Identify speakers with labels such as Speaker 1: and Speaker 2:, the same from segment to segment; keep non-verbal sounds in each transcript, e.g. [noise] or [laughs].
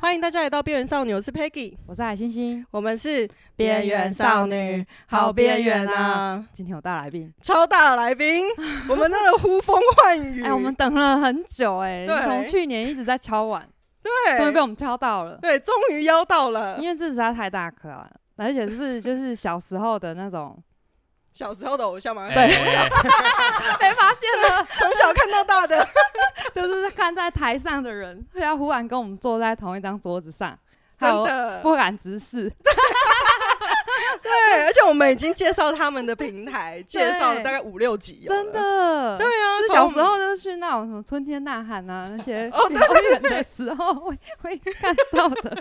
Speaker 1: 欢迎大家来到边缘少女，我是 Peggy，
Speaker 2: 我是海星星，
Speaker 1: 我们是
Speaker 2: 边缘少女，好边缘啊！
Speaker 1: 啊！
Speaker 2: 今天有大来宾，
Speaker 1: 超大的来宾， [laughs] 我们真的呼风唤雨。
Speaker 2: 哎、我们等了很久、哎，
Speaker 1: 对哎
Speaker 2: 你从去年一直在敲碗，终于被
Speaker 1: 对
Speaker 2: 我们敲到了，
Speaker 1: 对，终于邀到了
Speaker 2: 因为这实在太大颗了，而且是就是小时候的那种
Speaker 1: 小时候的偶像嘛，
Speaker 3: 哎，哎哎
Speaker 2: [laughs] 被发现了，
Speaker 1: 从小看
Speaker 2: [laughs]
Speaker 1: 到大的。
Speaker 2: 就是看在台上的人，要忽然跟我们坐在同一张桌子上，还
Speaker 1: 真
Speaker 2: 有
Speaker 1: 的
Speaker 2: 不敢直视，
Speaker 1: 对，而且我们已经介绍他们的平台，介绍了大概五六集，
Speaker 2: 真。的，
Speaker 1: 对啊，
Speaker 2: 就是
Speaker 1: 从
Speaker 2: 小时候就是去那种什么春天呐喊啊那些
Speaker 1: 哦对
Speaker 2: 遥远的时候会会看到的，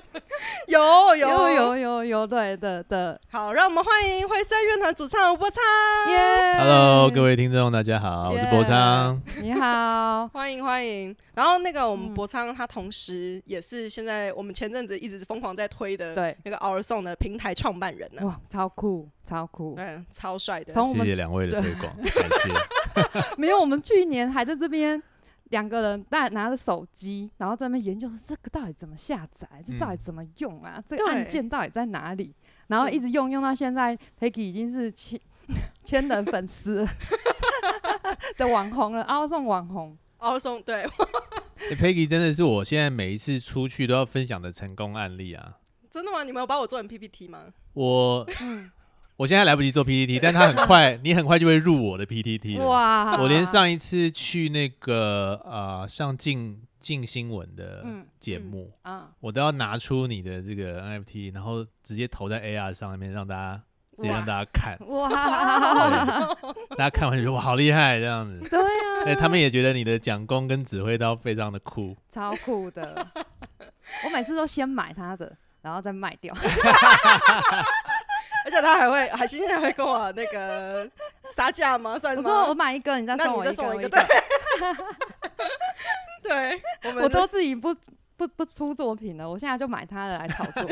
Speaker 1: 有
Speaker 2: 有
Speaker 1: 有
Speaker 2: 有有有对的的，
Speaker 1: 好，让我们欢迎灰色乐团主唱吴波昌，，
Speaker 2: 耶
Speaker 3: Hello，各，位听众，大家好，我是博昌。
Speaker 2: 你好
Speaker 1: 欢迎欢迎。然后那个我们
Speaker 2: 嗯
Speaker 1: 博昌他同时也是现在我们前阵子一直疯狂在推的
Speaker 2: 对，
Speaker 1: 那个 Our Song 的平台创办人呢、
Speaker 2: 哇，超酷超酷，
Speaker 1: 嗯，超帅的。
Speaker 2: 从哦我
Speaker 3: 谢
Speaker 2: 们
Speaker 3: 谢两位的推广，感
Speaker 2: [laughs]
Speaker 3: 谢。
Speaker 2: 没有我们去年还在这边。两个人拿拿着手机，然后在那边研究说这个到底怎么下载，这到底
Speaker 3: 嗯
Speaker 2: 怎么用啊？这
Speaker 1: 对
Speaker 2: 个按键到底在哪里？然后一直用用到现在，Peggy 已经是千千人粉丝了的网红了，奥送网红。
Speaker 1: Our Song 对 [laughs]
Speaker 3: 欸 Peggy 真的是我现在每一次出去都要分享的成功案例啊！
Speaker 1: 真的吗？你们有把我做成 PPT 吗？
Speaker 3: 我
Speaker 2: 嗯，
Speaker 3: 我现在来不及做 PPT，但
Speaker 2: [laughs]
Speaker 3: 他很快，你很快就会入我的 PPT 了。
Speaker 2: 哇
Speaker 3: 我连上一次去那个呃上镜镜新闻的
Speaker 2: 嗯
Speaker 3: 节目，
Speaker 2: 啊，
Speaker 3: 我都要拿出你的这个 NFT，然后直接投在 AR 上面，让大家直接让大家
Speaker 2: [laughs]
Speaker 3: 看，
Speaker 2: 哇，
Speaker 3: 大家看完就说哇好厉害这样子。
Speaker 2: 对 [laughs] 啊，
Speaker 3: 哎，他们也觉得你的讲功跟指挥刀非常的酷。
Speaker 2: 超酷
Speaker 1: [laughs]
Speaker 2: 的。我每次都先买它的，然后再卖
Speaker 1: [laughs]
Speaker 2: 掉。
Speaker 1: 而且他还会，还星星还会跟我那个杀价吗？算
Speaker 2: 我
Speaker 1: 吗？
Speaker 2: 说我买一个，你再
Speaker 1: 那
Speaker 2: 送
Speaker 1: 你
Speaker 2: 我
Speaker 1: 再
Speaker 2: 一
Speaker 1: 送
Speaker 2: 个，
Speaker 1: 我一
Speaker 2: 一
Speaker 1: 个
Speaker 2: [laughs]
Speaker 1: 对，我们
Speaker 2: 我都自己不不不出作品了，我现在就买它的来炒
Speaker 1: [laughs]
Speaker 2: 作。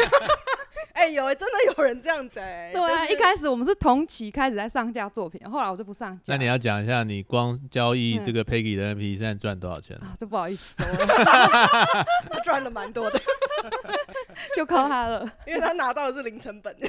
Speaker 1: 哎、有、欸、真的有人这样子哎、
Speaker 2: 对啊，
Speaker 1: 就是
Speaker 2: 一开始我们是同期开始在上架作品，后来我就不上架。
Speaker 3: 那你要讲一下，你光交易
Speaker 2: 嗯 [laughs]
Speaker 3: 这个 Peggy 的 NFT 现在赚多少钱？
Speaker 2: 啊，就不好意思说了，
Speaker 1: 赚了蛮多的，
Speaker 2: [laughs] 就靠它
Speaker 3: [laughs]
Speaker 2: 了。
Speaker 1: 因为他拿到的是零成本，对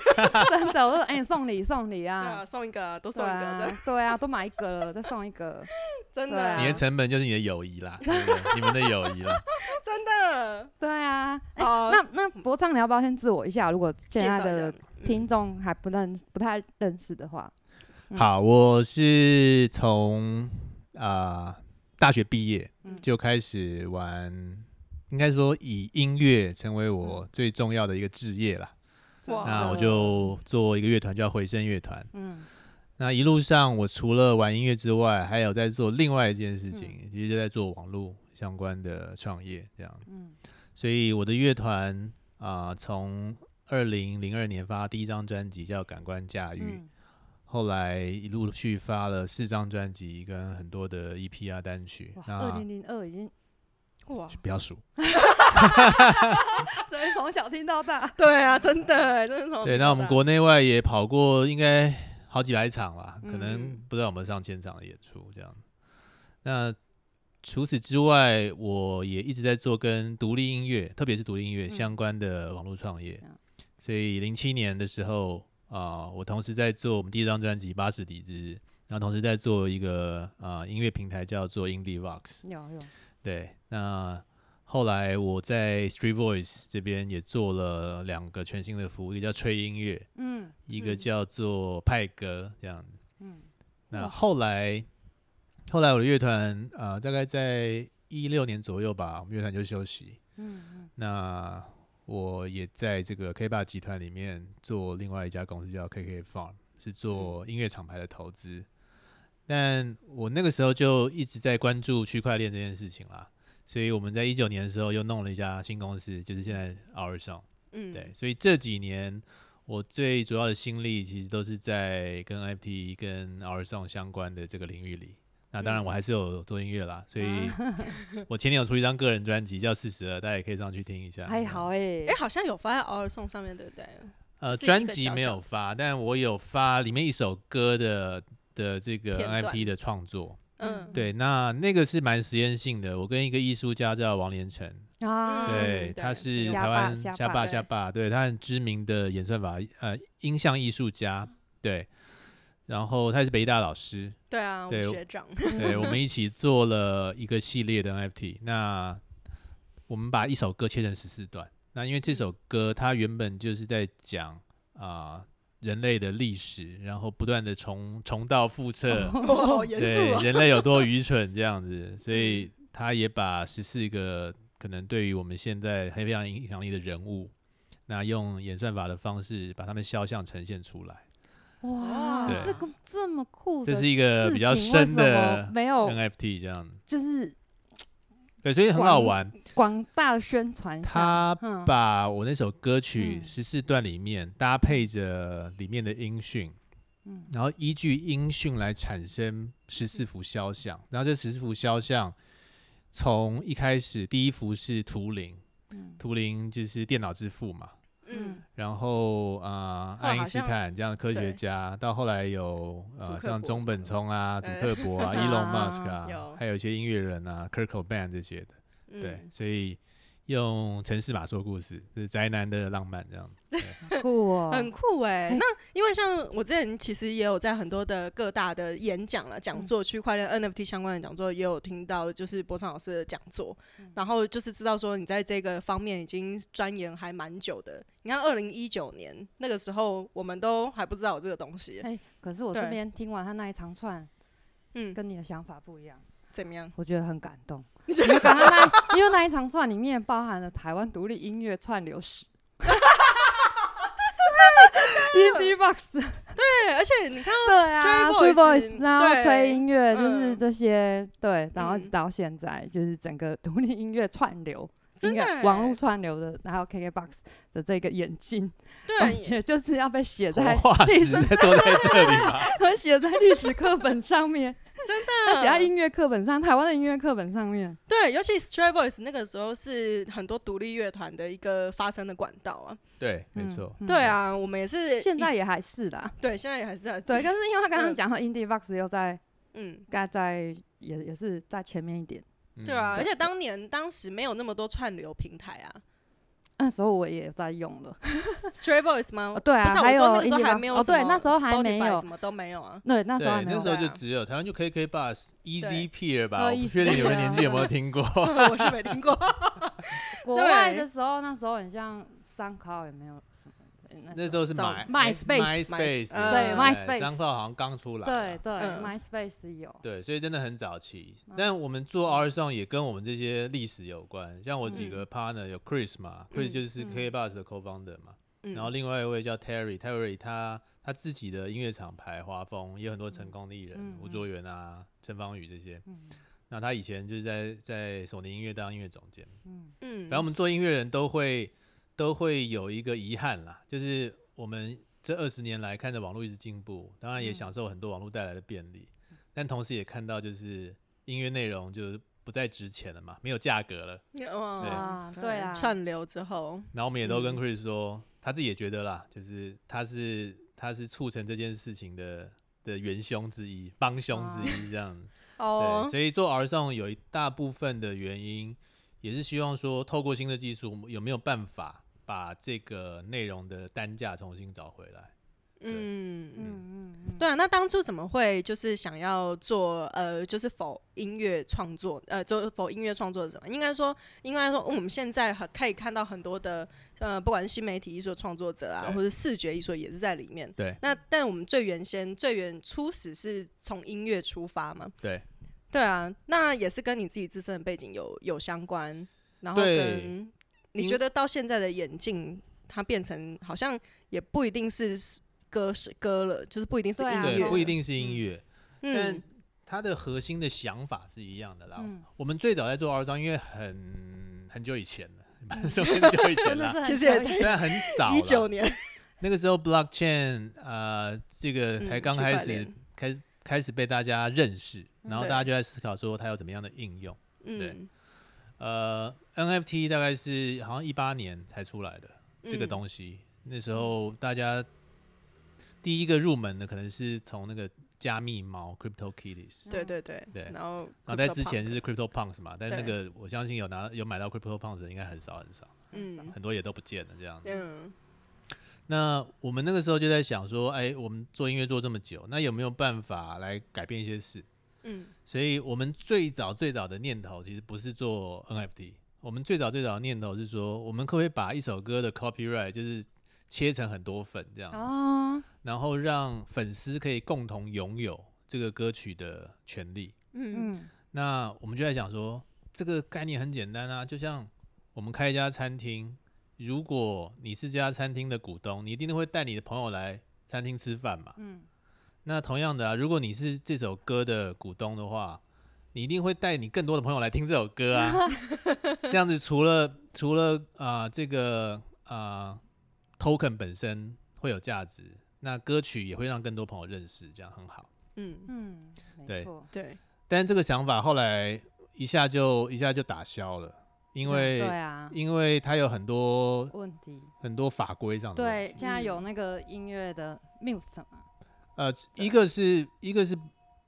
Speaker 2: 真的，我说哎、送礼送礼
Speaker 1: 啊，
Speaker 2: [laughs] 啊，
Speaker 1: 送一个啊多
Speaker 2: 对
Speaker 1: 送一个，
Speaker 2: 啊，对啊，都买一个了，再送一个。
Speaker 1: 真
Speaker 2: 对
Speaker 1: 的
Speaker 2: 啊
Speaker 3: 你的成本就是你的友谊
Speaker 2: [laughs]
Speaker 3: 啦，对不对你们的友谊啦。
Speaker 1: 真的。
Speaker 2: 对啊，
Speaker 1: [laughs]
Speaker 2: 哎
Speaker 1: 好，
Speaker 2: 那那博昌，你要不要先自我一下？如果
Speaker 1: 介
Speaker 2: 现在
Speaker 1: 绍一
Speaker 2: 的
Speaker 1: 下嗯
Speaker 2: 听众还不认、不太认识的话，嗯
Speaker 3: 好，我是从啊、呃大学毕业
Speaker 2: 嗯
Speaker 3: 就开始玩，应该说以音乐成为
Speaker 2: 嗯
Speaker 3: 我最重要的一个职业啦。
Speaker 2: 哦
Speaker 1: 哇
Speaker 3: 那我就做一个乐团叫回声乐团。
Speaker 2: 嗯
Speaker 3: 那一路上，我除了玩音乐之外，还有在做另外一件事情，其实就在做网络相关的创业这样。
Speaker 2: 嗯
Speaker 3: 所以我的乐团啊，从二零零二年发第一张专辑叫《感官驾驭》，
Speaker 2: 嗯
Speaker 3: 后来一陆续发了四张专辑跟很多的 EP 啊单曲
Speaker 2: 哇，，二
Speaker 3: 那
Speaker 2: 零零二已经
Speaker 1: 哇，
Speaker 3: 不要数。
Speaker 2: 啊真是从小听到大，
Speaker 1: 对啊，真的哎、真的从
Speaker 3: 对，那我们
Speaker 2: 啊
Speaker 3: 国内外也跑过，应该好几百场吧，可能
Speaker 1: 嗯
Speaker 3: 不知道有没有上千场的演出这样。那除此之外，我也一直在做跟独立音乐，特别是独立音乐
Speaker 2: 嗯
Speaker 3: 相关的网络创业。
Speaker 2: 嗯
Speaker 3: 所以零七年的时候啊、我同时在做我们第一张专辑《八十底之日》，然后同时在做一个啊、音乐平台叫做 Indie Vox。
Speaker 2: 有有，
Speaker 3: 对，那后来我在 Street Voice 这边也做了两个全新的服务，一个叫吹音乐，
Speaker 2: 嗯
Speaker 3: 一个
Speaker 1: 嗯
Speaker 3: 叫做派哥这样子。
Speaker 2: 嗯
Speaker 3: 那
Speaker 1: 哇
Speaker 3: 后来，后来我的乐团呃，大概在一六年左右吧，我们乐团就休息。
Speaker 2: 嗯
Speaker 3: 那我也在这个 K 霸集团里面做另外一家公司叫 KK Farm，是做音乐厂牌的投资。但我那个时候就一直在关注区块链这件事情啦，所以我们在一九年的时候又弄了一家新公司，就是现在 Our Song。
Speaker 1: 嗯
Speaker 3: 对，所以这几年我最主要的心力其实都是在跟 FT 跟 R Song 相关的这个领域里。那
Speaker 1: 嗯
Speaker 3: 当然，我还是有做音乐啦，所以
Speaker 1: 啊 [laughs]
Speaker 3: 我前年有出一张个人专辑叫《四十二》，大家也可以上去听一下。
Speaker 2: 嗯，还好
Speaker 3: 嗯，
Speaker 2: 哎、
Speaker 1: 哎、好像有发在偶尔送上面，对不对？
Speaker 3: 呃，
Speaker 1: 就是一个
Speaker 3: 专辑
Speaker 1: 小
Speaker 3: 没
Speaker 1: 小
Speaker 3: 有发，但我有发里面一首歌的的这个
Speaker 1: 片段
Speaker 3: NFT 的创作。
Speaker 1: 嗯，
Speaker 3: 对，那那个是蛮实验性的。我跟一个艺术家叫王连成，
Speaker 2: 啊，
Speaker 3: 对，
Speaker 1: 嗯
Speaker 3: 他
Speaker 1: 对
Speaker 3: 是
Speaker 2: 虾
Speaker 3: 台
Speaker 2: 霸
Speaker 3: 湾
Speaker 2: 虾
Speaker 3: 虾
Speaker 2: 霸
Speaker 3: 霸
Speaker 1: 对
Speaker 3: 虾霸，对他很知名的演算法呃音像艺术家，对，然后他也是北艺大老师，
Speaker 1: 对啊，我们
Speaker 3: 对我
Speaker 1: 学长，
Speaker 3: 对我们一起做了一个系列的 NFT。那我们把一首歌切成十四段，那因为这首歌它原本就是在讲啊、人类的历史，然后不断的重重蹈覆辙。
Speaker 1: [laughs] [laughs] 哦，严肃
Speaker 3: 对
Speaker 2: 啊 [laughs]
Speaker 1: 哦，
Speaker 3: 人类有多愚蠢这样子，所
Speaker 2: 嗯
Speaker 3: 以他也把十四个可能对于我们现在非常影响力的人物，那用演算法的方式把他们肖像呈现出来。
Speaker 2: 哇
Speaker 3: 对，
Speaker 2: 这个这么酷的
Speaker 3: 这
Speaker 2: 事情，
Speaker 3: 是一个比较
Speaker 2: 为
Speaker 3: 深
Speaker 2: 什
Speaker 3: 的
Speaker 2: 么没有，
Speaker 3: NFT 这样，
Speaker 2: 就是
Speaker 3: 对，所以很好玩。
Speaker 2: 广大宣传下。
Speaker 3: 他
Speaker 2: 嗯
Speaker 3: 把我那首歌曲
Speaker 2: 嗯
Speaker 3: 十四段里面搭配着里面的音讯，
Speaker 2: 嗯
Speaker 3: 然后依据音讯来产生十四幅肖像，然后这十四幅肖像从一开始第一幅是图灵，
Speaker 2: 嗯
Speaker 3: 图灵就是电脑之父嘛，
Speaker 1: 嗯，
Speaker 3: 然后啊、
Speaker 1: 后
Speaker 3: 爱
Speaker 1: 来
Speaker 3: 因
Speaker 1: 哦好
Speaker 3: 斯
Speaker 1: 像
Speaker 3: 坦这样的科学
Speaker 1: 对
Speaker 3: 家，到后来有
Speaker 1: 祖
Speaker 3: 呃
Speaker 1: 克
Speaker 3: 像
Speaker 1: 伯
Speaker 3: 中
Speaker 1: 什
Speaker 3: 本
Speaker 1: 么的
Speaker 3: 聪啊、祖
Speaker 1: [laughs] 对
Speaker 3: 克伯啊、Elon Musk
Speaker 2: 啊
Speaker 3: 啊
Speaker 1: 有，
Speaker 3: 还有一些音乐人啊、Kurt Cobain 这些的，
Speaker 1: 嗯
Speaker 3: 对，所以用城市码说故事，就是宅男的浪漫这样。
Speaker 2: 酷哦，
Speaker 1: 很酷哎、
Speaker 2: 哎
Speaker 1: 那因为像我之前其实也有在很多的各大的演讲了、讲座、区块链 NFT 相关的讲座，也有听到就是博昌老师的讲座，然后就是知道说你在这个方面已经钻研还蛮久的。你看，二零一九年那个时候，我们都还不知道有这个东西，啊
Speaker 2: 哎、可是我这
Speaker 1: 对
Speaker 2: 边听完他那一长串，
Speaker 1: 嗯，
Speaker 2: 跟你的想法不一样，
Speaker 1: 怎么样？
Speaker 2: 我觉得很感动。
Speaker 1: 你觉得？
Speaker 2: 刚刚那 [laughs] 因为那一长串里面包含了台湾独立音乐串流
Speaker 1: [laughs]
Speaker 2: 史 [laughs] ，Indie Box，
Speaker 1: 对，而且你看哦到，
Speaker 2: 对啊
Speaker 1: Stray Boys，嗯
Speaker 2: Boys，然后
Speaker 1: 对
Speaker 2: 吹音乐，就是
Speaker 1: 嗯
Speaker 2: 这些，对，然后
Speaker 1: 嗯
Speaker 2: 到现在就是整个独立音乐串流。
Speaker 1: 真
Speaker 2: 音
Speaker 1: 的
Speaker 2: 乐
Speaker 1: 欸
Speaker 2: 网络串流的，然后 KKBOX 的这个演进，感
Speaker 1: [laughs] 对，
Speaker 2: 觉就是要被写
Speaker 3: 活 [laughs]
Speaker 2: 在
Speaker 3: 化
Speaker 2: 历
Speaker 3: 石
Speaker 2: 史
Speaker 3: 在坐在这里嘛，
Speaker 2: 他 [laughs] 写在历史课本上
Speaker 1: [laughs]
Speaker 2: 面， [laughs] 真他写在
Speaker 1: 嗯
Speaker 2: 音乐课本上，台湾的音乐课本上面。
Speaker 1: 对，尤其 Stray Boys 那个时候是很多独立乐团的一个发声的管道啊。
Speaker 3: [laughs] 对，没
Speaker 2: 嗯
Speaker 3: 错，
Speaker 2: 嗯
Speaker 1: 对啊，我们也是
Speaker 2: 现在
Speaker 1: 以
Speaker 2: 也还是啦。
Speaker 1: 对，现在也还是在
Speaker 2: 对，但是因为他刚刚
Speaker 1: 嗯
Speaker 2: 讲到 Indie Box 又在，
Speaker 1: 嗯。
Speaker 2: 该在也也是在前面一点。
Speaker 1: 对啊，
Speaker 3: 嗯
Speaker 1: 而且当年当时没有那么多串流平台
Speaker 2: [laughs]
Speaker 1: 啊
Speaker 2: 那时候我也有在用了，
Speaker 1: ，Stray Boys 吗？
Speaker 2: 哦对啊
Speaker 1: 不是啊，
Speaker 2: 还
Speaker 1: 我
Speaker 2: 有
Speaker 1: 说那个时候
Speaker 2: Indie
Speaker 1: 还没有
Speaker 2: Box，哦
Speaker 1: 什么
Speaker 2: 对那时候还没
Speaker 1: Spotify
Speaker 2: 有
Speaker 1: 什么都没有
Speaker 3: [laughs]
Speaker 1: 啊。
Speaker 2: 对，那时候还
Speaker 3: 对，
Speaker 2: 没有
Speaker 3: 那时候
Speaker 1: 对
Speaker 3: 就
Speaker 1: 啊
Speaker 3: 只有台湾就 KK Bus、
Speaker 1: 对
Speaker 3: Easy Peer 吧，
Speaker 2: 哦
Speaker 3: 我不
Speaker 2: Easy
Speaker 3: 确定你们
Speaker 2: Peer 嗯
Speaker 3: 年纪有没有听过。
Speaker 1: 我是没听过，
Speaker 2: 国
Speaker 1: 对
Speaker 2: 外的时候，那时候很像三考也没有什么的。
Speaker 3: 那时候是
Speaker 1: 扫
Speaker 3: 买
Speaker 2: MySpace
Speaker 3: MySpace，
Speaker 1: 嗯
Speaker 2: 对，MySpace
Speaker 3: 商号好像刚出来
Speaker 2: 对
Speaker 3: 啊，
Speaker 2: 对
Speaker 1: 嗯
Speaker 2: ，MySpace 有，
Speaker 3: 对，所以真的很早期
Speaker 2: 嗯。
Speaker 3: 但我们做 R song 也跟我们这些历史有关，像我几
Speaker 1: 嗯
Speaker 3: 个 partner 有 Chris 嘛
Speaker 1: 嗯
Speaker 3: ，Chris 就是
Speaker 2: 嗯
Speaker 3: K Bus 的 co-founder 嘛，
Speaker 1: 嗯
Speaker 3: [laughs] 然后另外一位叫 Terry，Terry 他他自己的音乐厂牌华丰也有很多成功的艺人
Speaker 2: 嗯，
Speaker 3: 吴卓源啊、陈芳宇这些。
Speaker 2: 嗯
Speaker 3: 那他以前就是在在索尼音乐当音乐总监，
Speaker 2: 嗯
Speaker 1: 嗯，
Speaker 3: 然后我们做音乐人都会都会有一个遗憾啦，就是我们这二十年来看着网络一直进步，当然也
Speaker 2: 嗯
Speaker 3: 享受很多网络带来的便利，但同时也看到就是音乐内容就是不再值钱了嘛，没有价格了。
Speaker 1: 哇
Speaker 2: 哇对啊
Speaker 1: 嗯串流之后，
Speaker 3: 然后我们也都跟
Speaker 1: 嗯
Speaker 3: Chris 说，他自己也觉得啦，就是他是他是促成这件事情的的元凶之一、帮凶之一这样。
Speaker 1: [laughs]
Speaker 3: 对，
Speaker 1: 哦，
Speaker 3: 所以做 R 上有一大部分的原因，也是希望说，透过新的技术，有没有办法把这个内容的单价重新找回来？
Speaker 1: 嗯。
Speaker 2: 嗯嗯嗯，
Speaker 1: 对啊，那当初怎么会就是想要做呃，就是否音乐创作呃，就否音乐创作者嘛？应该说，应该说，嗯我们现在很可以看到很多的呃，不管是新媒体艺术创作者啊，
Speaker 3: 对
Speaker 1: 或者视觉艺术也是在里面。
Speaker 3: 对
Speaker 1: 那但我们最原先、最原初始是从音乐出发嘛？
Speaker 3: 对
Speaker 1: 对啊，那也是跟你自己自身的背景有有相关，然后
Speaker 3: 对
Speaker 1: 跟你
Speaker 3: 因
Speaker 1: 觉得到现在的眼镜，它变成好像也不一定是歌是歌了，就是不一定是音
Speaker 2: 对啊
Speaker 1: 乐了，
Speaker 3: 对，不一定是音乐，但
Speaker 1: 嗯，
Speaker 3: 它的核心的想法是一样的啦。
Speaker 2: 嗯
Speaker 3: 我们最早在做 R 上，因为很很久以前了，不
Speaker 1: 嗯
Speaker 3: 能 [laughs] 说很久以前
Speaker 1: [laughs]
Speaker 2: 真的
Speaker 3: 啦，
Speaker 2: 是
Speaker 1: 其
Speaker 2: 很
Speaker 1: 实也
Speaker 2: 久以
Speaker 1: 在
Speaker 3: 虽然很早，
Speaker 1: 一九年，
Speaker 3: 那个时候 blockchain 呃，这个
Speaker 1: 嗯
Speaker 3: 才刚
Speaker 1: 区块
Speaker 3: 开始、
Speaker 1: 链嗯
Speaker 3: 开开始被大家认识，然后
Speaker 1: 对
Speaker 3: 大家就在思考说它有怎么样的应用。
Speaker 1: 嗯，
Speaker 3: 呃，NFT 大概是好像一八年才出来的
Speaker 1: 嗯
Speaker 3: 这个
Speaker 1: 西，
Speaker 3: 东西，那时候大家第一个入门的可能是从那个加密猫 Crypto
Speaker 2: 嗯
Speaker 3: Kitties，
Speaker 1: 对对对
Speaker 3: 对
Speaker 1: 然后
Speaker 3: 然后在
Speaker 1: CryptoPunk
Speaker 3: 之前是 Crypto Punks 嘛，但是那
Speaker 1: 对
Speaker 3: 个我相信有拿有买到 Crypto Punks 的应该很少很少，
Speaker 1: 嗯
Speaker 3: 很多也都不见了这样子。
Speaker 1: 嗯
Speaker 3: 那我们那个时候就在想说，哎，我们做音乐做这么久，那有没有办法来改变一些事？
Speaker 1: 嗯
Speaker 3: 所以我们最早最早的念头其实不是做 NFT，我们最早最早的念头是说，我们可不可以把一首歌的 copyright 就是切成很多份这样，
Speaker 2: 哦，
Speaker 3: 然后让粉丝可以共同拥有这个歌曲的权利。
Speaker 1: 嗯
Speaker 2: 嗯
Speaker 3: 那我们就在想说，这个概念很简单啊，就像我们开一家餐厅，如果你是这家餐厅的股东，你一定会带你的朋友来餐厅吃饭嘛。
Speaker 2: 嗯
Speaker 3: 那同样的啊，如果你是这首歌的股东的话，你一定会带你更多的朋友来听这首歌啊。这样子除了除了啊、呃这个啊、呃 token 本身会有价值，那歌曲也会让更多朋友认识，这样很好。
Speaker 1: 嗯，
Speaker 2: 嗯，没
Speaker 3: 对
Speaker 2: 错，
Speaker 1: 对，
Speaker 3: 但这个想法后来一下就一下就打消了，因为、
Speaker 2: 对啊，
Speaker 3: 因为它有很多
Speaker 2: 问题
Speaker 3: 很多法规上的问题
Speaker 2: 对，现在
Speaker 1: 嗯
Speaker 2: 有那个音乐的 muse 嘛，
Speaker 3: 呃，一个是一个是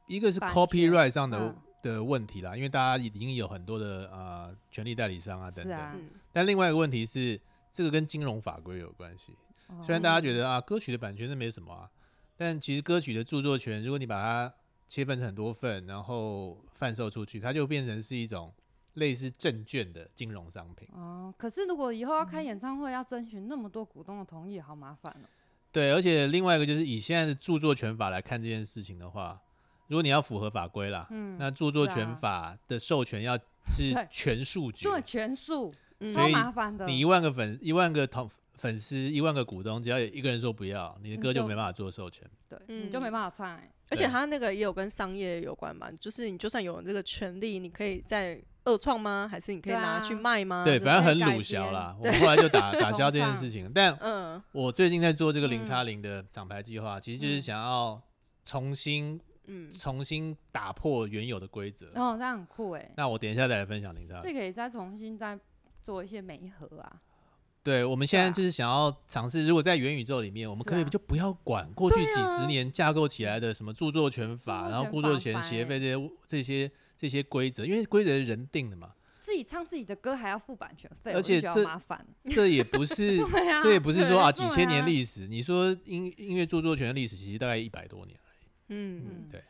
Speaker 3: 一个是
Speaker 2: 版
Speaker 3: copyright 上的、
Speaker 2: 嗯
Speaker 3: 的问题啦，因为大家已经有很多的呃权利代理商啊等
Speaker 2: 是
Speaker 3: 等。
Speaker 2: 啊，
Speaker 1: 嗯
Speaker 3: 但另外一个问题是，这个跟金融法规有关系。
Speaker 2: 哦
Speaker 3: 虽然大家觉得啊，歌曲的版权那没什么啊，但其实歌曲的著作权，如果你把它切分成很多份，然后贩售出去，它就变成是一种类似证券的金融商品。
Speaker 2: 哦，可是如果以后要
Speaker 1: 嗯
Speaker 2: 开演唱会，要征询那么多股东的同意，好麻烦哦。
Speaker 3: 对，而且另外一个就是以现在的著作权法来看这件事情的话，如果你要符合法规啦，
Speaker 2: 嗯，
Speaker 3: 那著作
Speaker 2: 是啊
Speaker 3: 权法的授
Speaker 2: [laughs]
Speaker 3: 权要是
Speaker 2: 对
Speaker 3: 全数决，
Speaker 2: 对全数
Speaker 1: 嗯
Speaker 2: 超
Speaker 3: 所以
Speaker 2: 麻烦的，
Speaker 3: 你一万个粉一万个同粉丝一万个股东，只要有一个人说不要，你的歌
Speaker 2: 你就
Speaker 3: 就没办法做授权。
Speaker 2: 对你就
Speaker 1: 嗯
Speaker 2: 没办法唱欸。
Speaker 1: 而且
Speaker 3: 对
Speaker 1: 他那个也有跟商业有关嘛，就是你就算有这个权利，你可以在二创吗？还是你可以
Speaker 2: 对
Speaker 1: 拿
Speaker 2: 啊
Speaker 1: 去卖吗？
Speaker 3: 对，
Speaker 1: 这
Speaker 3: 反正
Speaker 1: 种
Speaker 3: 很
Speaker 2: 改
Speaker 3: 鲁
Speaker 2: 编 [laughs]
Speaker 3: 小啦。我们后来就打打消这件
Speaker 2: 通
Speaker 3: 事情，但
Speaker 1: 嗯
Speaker 3: 我最近在做这个零
Speaker 2: 嗯
Speaker 3: 叉零的厂牌计划，其实就是
Speaker 2: 嗯
Speaker 3: 想要重新
Speaker 1: 嗯
Speaker 3: 重新打破原有的规则。
Speaker 2: 哦，这样很酷哎，
Speaker 3: 那我等一下再来分享零叉零。
Speaker 2: 这可以再重新再做一些媒合啊。
Speaker 3: 对，我们现在
Speaker 2: 对啊
Speaker 3: 就是想要尝试，如果在元宇宙里面，我们
Speaker 2: 是
Speaker 3: 可不可以
Speaker 2: 啊
Speaker 3: 就不要管过去
Speaker 2: 对
Speaker 3: 几
Speaker 2: 啊
Speaker 3: 十年架构起来的什么著作权法，
Speaker 2: 著作
Speaker 3: 然后
Speaker 2: 权
Speaker 3: 著作
Speaker 2: 法
Speaker 3: 权
Speaker 2: 法
Speaker 3: 协
Speaker 2: 欸
Speaker 3: 会这些这些这些规则，因为规则是人定的
Speaker 2: [laughs]
Speaker 3: 嘛，
Speaker 2: 自己唱自己的歌还要付版权费，
Speaker 3: 而
Speaker 2: 我就
Speaker 3: 且
Speaker 2: 觉得
Speaker 3: 这
Speaker 2: 好麻
Speaker 3: [laughs]
Speaker 2: 烦。
Speaker 3: 这也不是
Speaker 2: 对啊，
Speaker 3: 这也不是说啊
Speaker 2: 对
Speaker 3: 几千年。
Speaker 2: 对啊
Speaker 3: 历史，你说音音乐著作权的历史其实大概一百多年。
Speaker 1: 嗯
Speaker 2: 嗯
Speaker 3: 对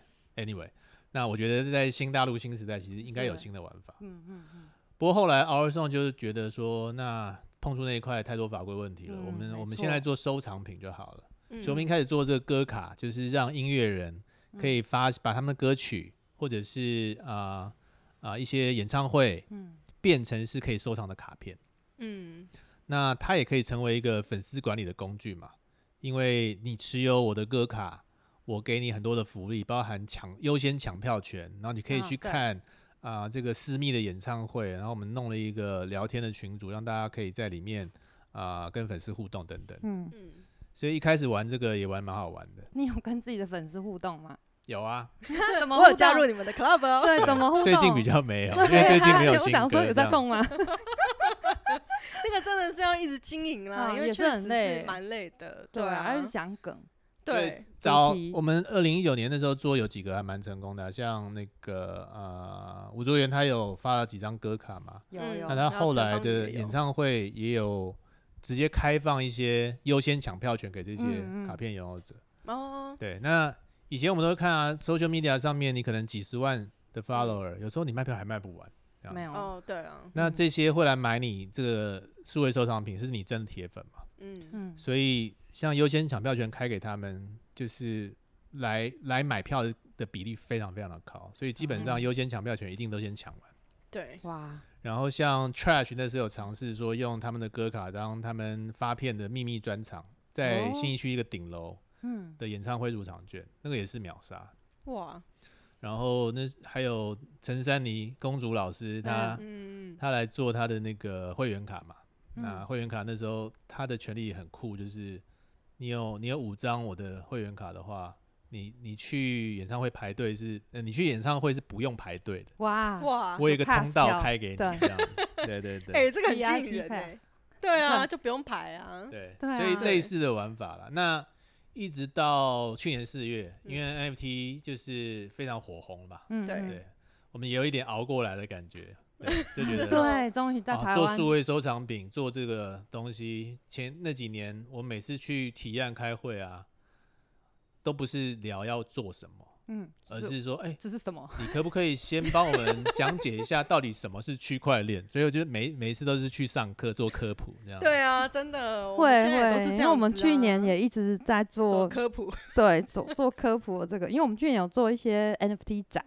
Speaker 3: Anyway，那我觉得在新大陆新时代，其实应该有
Speaker 2: 是
Speaker 3: 新的玩法。
Speaker 2: 嗯嗯嗯，
Speaker 3: 不过后来 Our Song 就是觉得说，那碰触那一块太多法规问题了，我
Speaker 2: 嗯
Speaker 3: 们
Speaker 2: 没
Speaker 3: 我们现在
Speaker 2: 错
Speaker 3: 做收藏品就好了。
Speaker 1: 嗯，
Speaker 3: 所以我们一开始做这个歌卡，就是让音乐人
Speaker 2: 嗯
Speaker 3: 可以发、把他们的歌曲或者是啊啊、呃一些演唱会，
Speaker 2: 嗯
Speaker 3: 变成是可以收藏的卡片。
Speaker 1: 嗯
Speaker 3: 那它也可以成为一个粉丝管理的工具嘛，因为你持有我的歌卡，我给你很多的福利，包含抢优先抢票权，然后你可以
Speaker 2: 啊
Speaker 3: 去
Speaker 2: 对
Speaker 3: 看啊、这个私密的演唱会，然后我们弄了一个聊天的群组，让大家可以在里面啊、跟粉丝互动等等。
Speaker 2: 嗯，
Speaker 1: 嗯
Speaker 3: 所以一开始玩这个也玩蛮好玩的，
Speaker 2: 你有跟自己的粉丝互动吗？ [laughs]
Speaker 3: 有啊，
Speaker 2: 怎么
Speaker 1: 我有
Speaker 2: 互
Speaker 1: 加
Speaker 2: 动
Speaker 1: 入？你们的 club 哦。
Speaker 2: 对，怎么互动？
Speaker 3: 最近比较没有，
Speaker 2: [laughs] 对啊，
Speaker 3: 因为最近没有
Speaker 2: 我
Speaker 3: 新
Speaker 2: 想说
Speaker 3: 歌
Speaker 2: 有
Speaker 3: 这
Speaker 2: 在
Speaker 3: 样
Speaker 2: 动吗？
Speaker 1: [laughs] 啊那个真的是要一直经营啦，
Speaker 2: 啊
Speaker 1: 因为
Speaker 2: 也是
Speaker 1: 确
Speaker 2: 很
Speaker 1: 实是
Speaker 2: 累
Speaker 1: 蛮累的。
Speaker 2: 对啊，还
Speaker 1: 啊
Speaker 2: 是，想梗。
Speaker 1: 对，
Speaker 3: 早
Speaker 2: 题
Speaker 3: 我们二零一九年的时候做有几个还蛮成功的啊、像那个呃吴卓源他有发了几张歌卡嘛，
Speaker 2: 有
Speaker 1: 嗯
Speaker 2: 有
Speaker 3: 那，他后来
Speaker 1: 然后陈芳
Speaker 3: 的
Speaker 1: 也有
Speaker 3: 演唱会也有直接开放一些优先抢票权给这些
Speaker 2: 嗯嗯
Speaker 3: 卡片拥有者。
Speaker 1: 哦，
Speaker 3: 对，那以前我们都会看啊，social media 上面你可能几十万的 follower，有时候你卖票还卖不完。这样
Speaker 2: 没有，
Speaker 1: 哦，对啊，
Speaker 3: 那
Speaker 2: 嗯
Speaker 3: 这些会来买你这个数位收藏品，是你真的铁粉嘛？
Speaker 1: 嗯
Speaker 2: 嗯，
Speaker 3: 所以像优先抢票权开给他们，就是来来买票的比例非常非常的高，所以基本上
Speaker 2: 嗯
Speaker 3: 优先抢票权一定都先抢完。
Speaker 1: 对，
Speaker 2: 哇，
Speaker 3: 然后像 Trash 那时候有尝试说用他们的歌卡当他们发片的秘密专场，在
Speaker 2: 哦
Speaker 3: 信义区一个顶楼
Speaker 2: 嗯，
Speaker 3: 的演唱会入场券，那个也是秒杀。
Speaker 1: 啊嗯哇，
Speaker 3: 然后那还有陈珊妮公主老师，她
Speaker 1: 嗯
Speaker 3: 她来做她的那个会员卡嘛，
Speaker 2: 嗯
Speaker 3: 那会员卡那时候它的权利也很酷，就是你有你有五张我的会员卡的话，你你去演唱会排队是，呃，你去演唱会是不用排队的，
Speaker 2: 哇，
Speaker 1: 哇，
Speaker 3: 我有一个
Speaker 2: 有啊 pass
Speaker 3: 通道
Speaker 2: 掉
Speaker 3: 开给你，
Speaker 2: 对
Speaker 3: 这样子，对对对
Speaker 1: 哎，这个很吸
Speaker 2: VIP
Speaker 1: 引人欸
Speaker 2: pass
Speaker 1: 哎，对啊，
Speaker 2: 嗯
Speaker 1: 就不用排啊，
Speaker 3: 对，
Speaker 2: 对
Speaker 3: 所以
Speaker 2: 啊
Speaker 3: 类似的玩法啦。那一直到去年四月，因为 NFT 就是非常火红吧，
Speaker 2: 嗯，
Speaker 1: 对
Speaker 2: 嗯
Speaker 3: 对我们也有一点熬过来的感觉，对，就觉得
Speaker 2: 对，终于在
Speaker 3: 啊，
Speaker 2: 台
Speaker 3: 做
Speaker 2: 湾，
Speaker 3: 数位收藏品，做这个东西，前那几年我每次去提案开会啊，都不是聊要做什么，
Speaker 2: 嗯，
Speaker 3: 而是说，哎、
Speaker 2: 这是什么？
Speaker 3: 你可不可以先帮我们讲解一下到底什么是区块链？所以我觉得每每一次都是去上课做科普这样。
Speaker 1: 对啊，真的，我
Speaker 2: 会
Speaker 1: 们现在也都
Speaker 2: 会，
Speaker 1: 是这
Speaker 2: 因
Speaker 1: 样、
Speaker 2: 为
Speaker 1: 啊
Speaker 2: 我们去年也一
Speaker 1: [laughs]
Speaker 2: 直在
Speaker 1: 做
Speaker 2: 做
Speaker 1: 科普，
Speaker 2: 对，做做科普的这个，因为我们去年有做一些 NFT 展，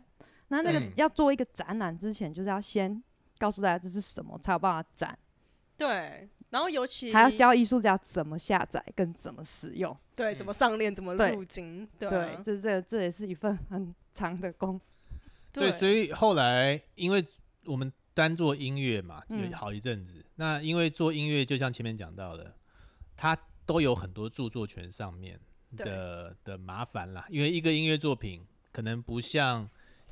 Speaker 2: 那那个
Speaker 3: 对
Speaker 2: 要做一个展览之前，就是要先告诉大家这是什么，才有办法展，
Speaker 1: [laughs] 对，然后尤其
Speaker 2: 还要教艺术家怎么下载跟怎么使用。
Speaker 1: 对
Speaker 3: 嗯
Speaker 1: 怎么上链，怎么
Speaker 2: 对
Speaker 1: 入金，对
Speaker 2: 对
Speaker 1: 啊，
Speaker 2: 这这这也是一份很长的
Speaker 3: [laughs]
Speaker 2: 工。
Speaker 3: 对，所
Speaker 1: 以
Speaker 3: 以后来因为我们单做音乐嘛，
Speaker 2: 嗯
Speaker 3: 有好一阵子。那因为做音乐，就像前面讲到的，它都有很多著作权上面的的麻烦啦。因为一个音乐作品可能不像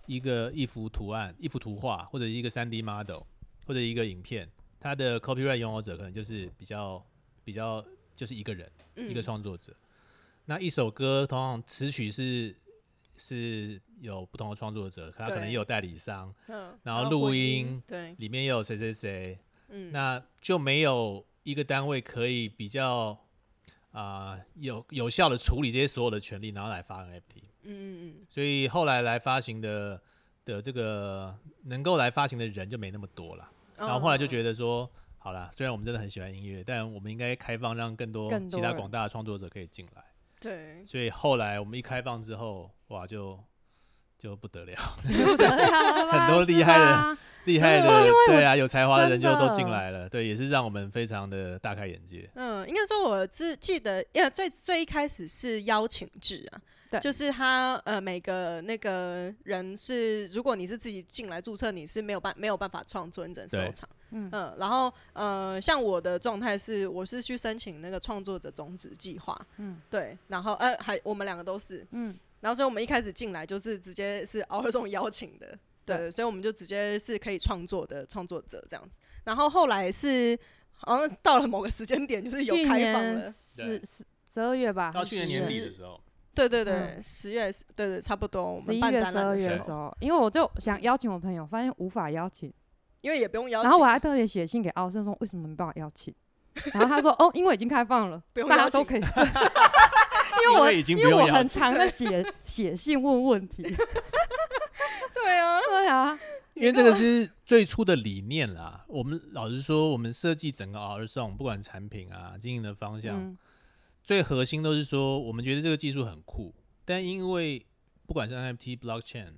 Speaker 3: 一个一幅图案、一幅图画，或者一个三 D model，或者一个影片，它的 copyright 拥有者可能就是比较比较就是一个人。一
Speaker 2: 嗯
Speaker 3: 个
Speaker 1: 嗯
Speaker 3: 创作者。那一首歌通常词曲是是有不同的创作者，他可能
Speaker 1: 对
Speaker 3: 也有代理商，
Speaker 1: 嗯，
Speaker 3: 然后录
Speaker 1: 混
Speaker 3: 音
Speaker 1: 对，
Speaker 3: 里面也有谁谁谁，
Speaker 1: 嗯，
Speaker 3: 那就没有一个单位可以比较啊、有有效的处理这些所有的权利，然后来发 NFT。
Speaker 1: 嗯嗯
Speaker 3: 所以后来来发行的的这个能够来发行的人就没那么多了。
Speaker 2: 哦
Speaker 1: 嗯，
Speaker 3: 然后后来就
Speaker 1: 得
Speaker 3: 觉得说，好啦，虽然我们真的很喜欢音乐，但我们应该开放让更多
Speaker 2: 更
Speaker 3: 其
Speaker 2: 多
Speaker 3: 他
Speaker 2: 人
Speaker 3: 广大的创作者可以进来。
Speaker 1: 嗯对，
Speaker 3: 所以后来我们一开放之后，哇，就就不
Speaker 2: [laughs]
Speaker 3: 得了，很
Speaker 2: 很
Speaker 3: 多厉害的厉害的，对啊，有才华的人
Speaker 2: 真
Speaker 3: 就
Speaker 2: 的
Speaker 3: 都进来了，对，也是让我们非常的大开眼界。
Speaker 1: 嗯，应该说我只记得，呀，最最一开始是邀请制啊。
Speaker 2: 对
Speaker 1: 就是他呃，每个那个人是，如果你是自己进来注册，你是没有办没有办法创作，你只能收
Speaker 3: 对
Speaker 1: 藏。
Speaker 2: 嗯
Speaker 1: 嗯，然后呃，像我的状态是，我是去申请那个创作者种子计划，
Speaker 2: 嗯
Speaker 1: 对，然后呃，还我们两个都是，
Speaker 2: 嗯，
Speaker 1: 然后所以我们一开始进来就是直接是 [laughs] 熬这种邀请的，对，
Speaker 2: 对
Speaker 1: 所以我们就直接是可以创作的创作者这样子。然后后来是好像到了某个时间点，就是有
Speaker 2: 去
Speaker 1: 开放
Speaker 2: 年
Speaker 1: 了，
Speaker 2: 十十十二月吧，
Speaker 3: 到去年年
Speaker 1: 是
Speaker 3: 底的时候，
Speaker 1: 对对对，
Speaker 2: 嗯
Speaker 1: 十、月对对差不多，我
Speaker 2: 十
Speaker 1: 们
Speaker 2: 一
Speaker 1: 办
Speaker 2: 月、
Speaker 1: 展
Speaker 2: 十
Speaker 1: 览
Speaker 2: 二
Speaker 1: 的
Speaker 2: 月
Speaker 1: 时
Speaker 2: 的
Speaker 1: 候，
Speaker 2: 时候，因为我就想邀请我朋友，发现无法邀请。
Speaker 1: 因为也不用邀请，
Speaker 2: 然后我还特别写信给奥森说，为什么没办法邀请？然后他说，哦，因为已经开放了，
Speaker 1: [laughs] 不用
Speaker 2: 大
Speaker 1: 邀
Speaker 2: 家都
Speaker 1: 请
Speaker 2: 可以。
Speaker 3: 因
Speaker 2: 因为我
Speaker 3: 已经不
Speaker 2: 因为
Speaker 3: 用
Speaker 2: 我
Speaker 3: 邀
Speaker 2: 很
Speaker 1: [laughs]
Speaker 2: 常在写写信问问题。
Speaker 1: [laughs] 对啊，
Speaker 2: 对啊，
Speaker 3: 因为这个是最初的理念啦。我们老实说，我们设计整个 R Song，不管产品啊、经营的方向，
Speaker 2: 嗯，
Speaker 3: 最核心都是说，我们觉得这个技术很酷，但因为不管是 NFT、blockchain，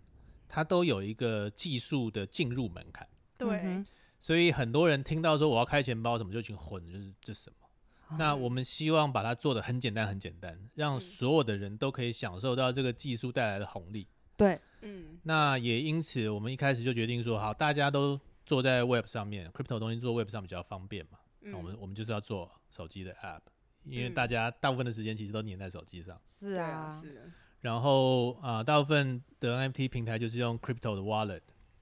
Speaker 3: 它都有一个技术的进入门槛。
Speaker 1: 对，
Speaker 2: 嗯
Speaker 3: 所以很多人听到说我要开钱包什么就已经混，就是这什么。
Speaker 2: 哼
Speaker 3: 那我们希望把它做的很简单，很简单，让
Speaker 1: 哦嗯
Speaker 3: 所有的人都可以享受到这个技术带来的红利。
Speaker 2: 对，
Speaker 1: 嗯
Speaker 3: 那也因此，我们一开始就决定说，好，大家都坐在 Web 上面，crypto 东西做 Web 上比较方便嘛。那我们
Speaker 1: 嗯，
Speaker 3: 我们就是要做手机的 app，因为
Speaker 1: 嗯
Speaker 3: 大家大部分的时间其实都黏在手机上。
Speaker 2: 是
Speaker 1: 对
Speaker 2: 啊
Speaker 1: 啊，，是啊，
Speaker 3: 然后啊、呃大部分的 NFT 平台就是用 crypto 的 wallet。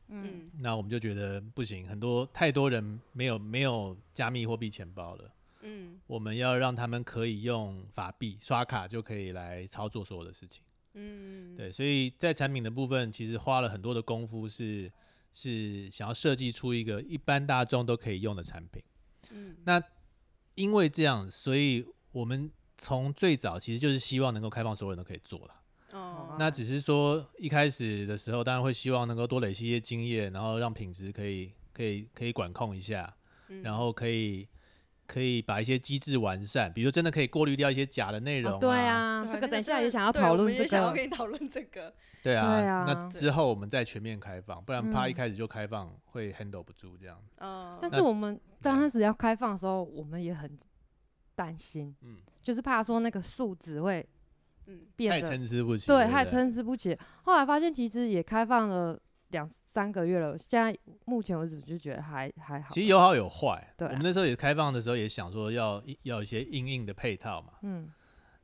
Speaker 2: 嗯，
Speaker 1: 嗯
Speaker 3: 那我们就觉得不行，很多太多人没有没有加密货币钱包了，
Speaker 1: 嗯
Speaker 3: 我们要让他们可以用法币刷卡就可以来操作所有的事情。
Speaker 1: 嗯，
Speaker 3: 对，所以在产品的部分，其实花了很多的功夫是，是想要设计出一个一般大众都可以用的产品。
Speaker 1: 嗯，
Speaker 3: 那因为这样，所以我们从最早其实就是希望能够开放所有人都可以做了。
Speaker 1: 哦，
Speaker 2: 啊
Speaker 3: 那只是说一开始的时候，当然会希望能够多累积一些经验，然后让品质可以可以可以管控一下，
Speaker 1: 嗯
Speaker 3: 然后可以可以把一些机制完善，比如真的可以过滤掉一些假的内容、
Speaker 2: 哦对，啊，
Speaker 1: 对
Speaker 2: 这
Speaker 1: 那
Speaker 2: 个等一下
Speaker 1: 真
Speaker 2: 也
Speaker 1: 的
Speaker 2: 想要
Speaker 1: 对
Speaker 2: 讨
Speaker 1: 我们
Speaker 2: 论
Speaker 1: 也
Speaker 2: 这
Speaker 1: 想要
Speaker 2: 个
Speaker 1: 跟。你讨论这个，
Speaker 3: 对啊，
Speaker 2: 对啊
Speaker 3: 那之后我们再全面开放，不然怕
Speaker 2: 嗯
Speaker 3: 一开始就开放会 handle 不住这样。
Speaker 1: 嗯，
Speaker 2: 但
Speaker 3: 那
Speaker 2: 是我们刚开始要开放的时候，我们也很担心，
Speaker 3: 嗯，
Speaker 2: 就是怕说那个数值会
Speaker 1: 嗯
Speaker 2: 变
Speaker 3: 太
Speaker 2: 得
Speaker 3: 参差不齐，
Speaker 2: 对，
Speaker 3: 不
Speaker 2: 还参差不齐。后来发现其实也开放了两三个月了，现在目前为止就觉得还还好。
Speaker 3: 其实有好有坏，
Speaker 2: 对啊
Speaker 3: 我们那时候也开放的时候也想说要要一些硬硬的配套嘛，
Speaker 2: 嗯，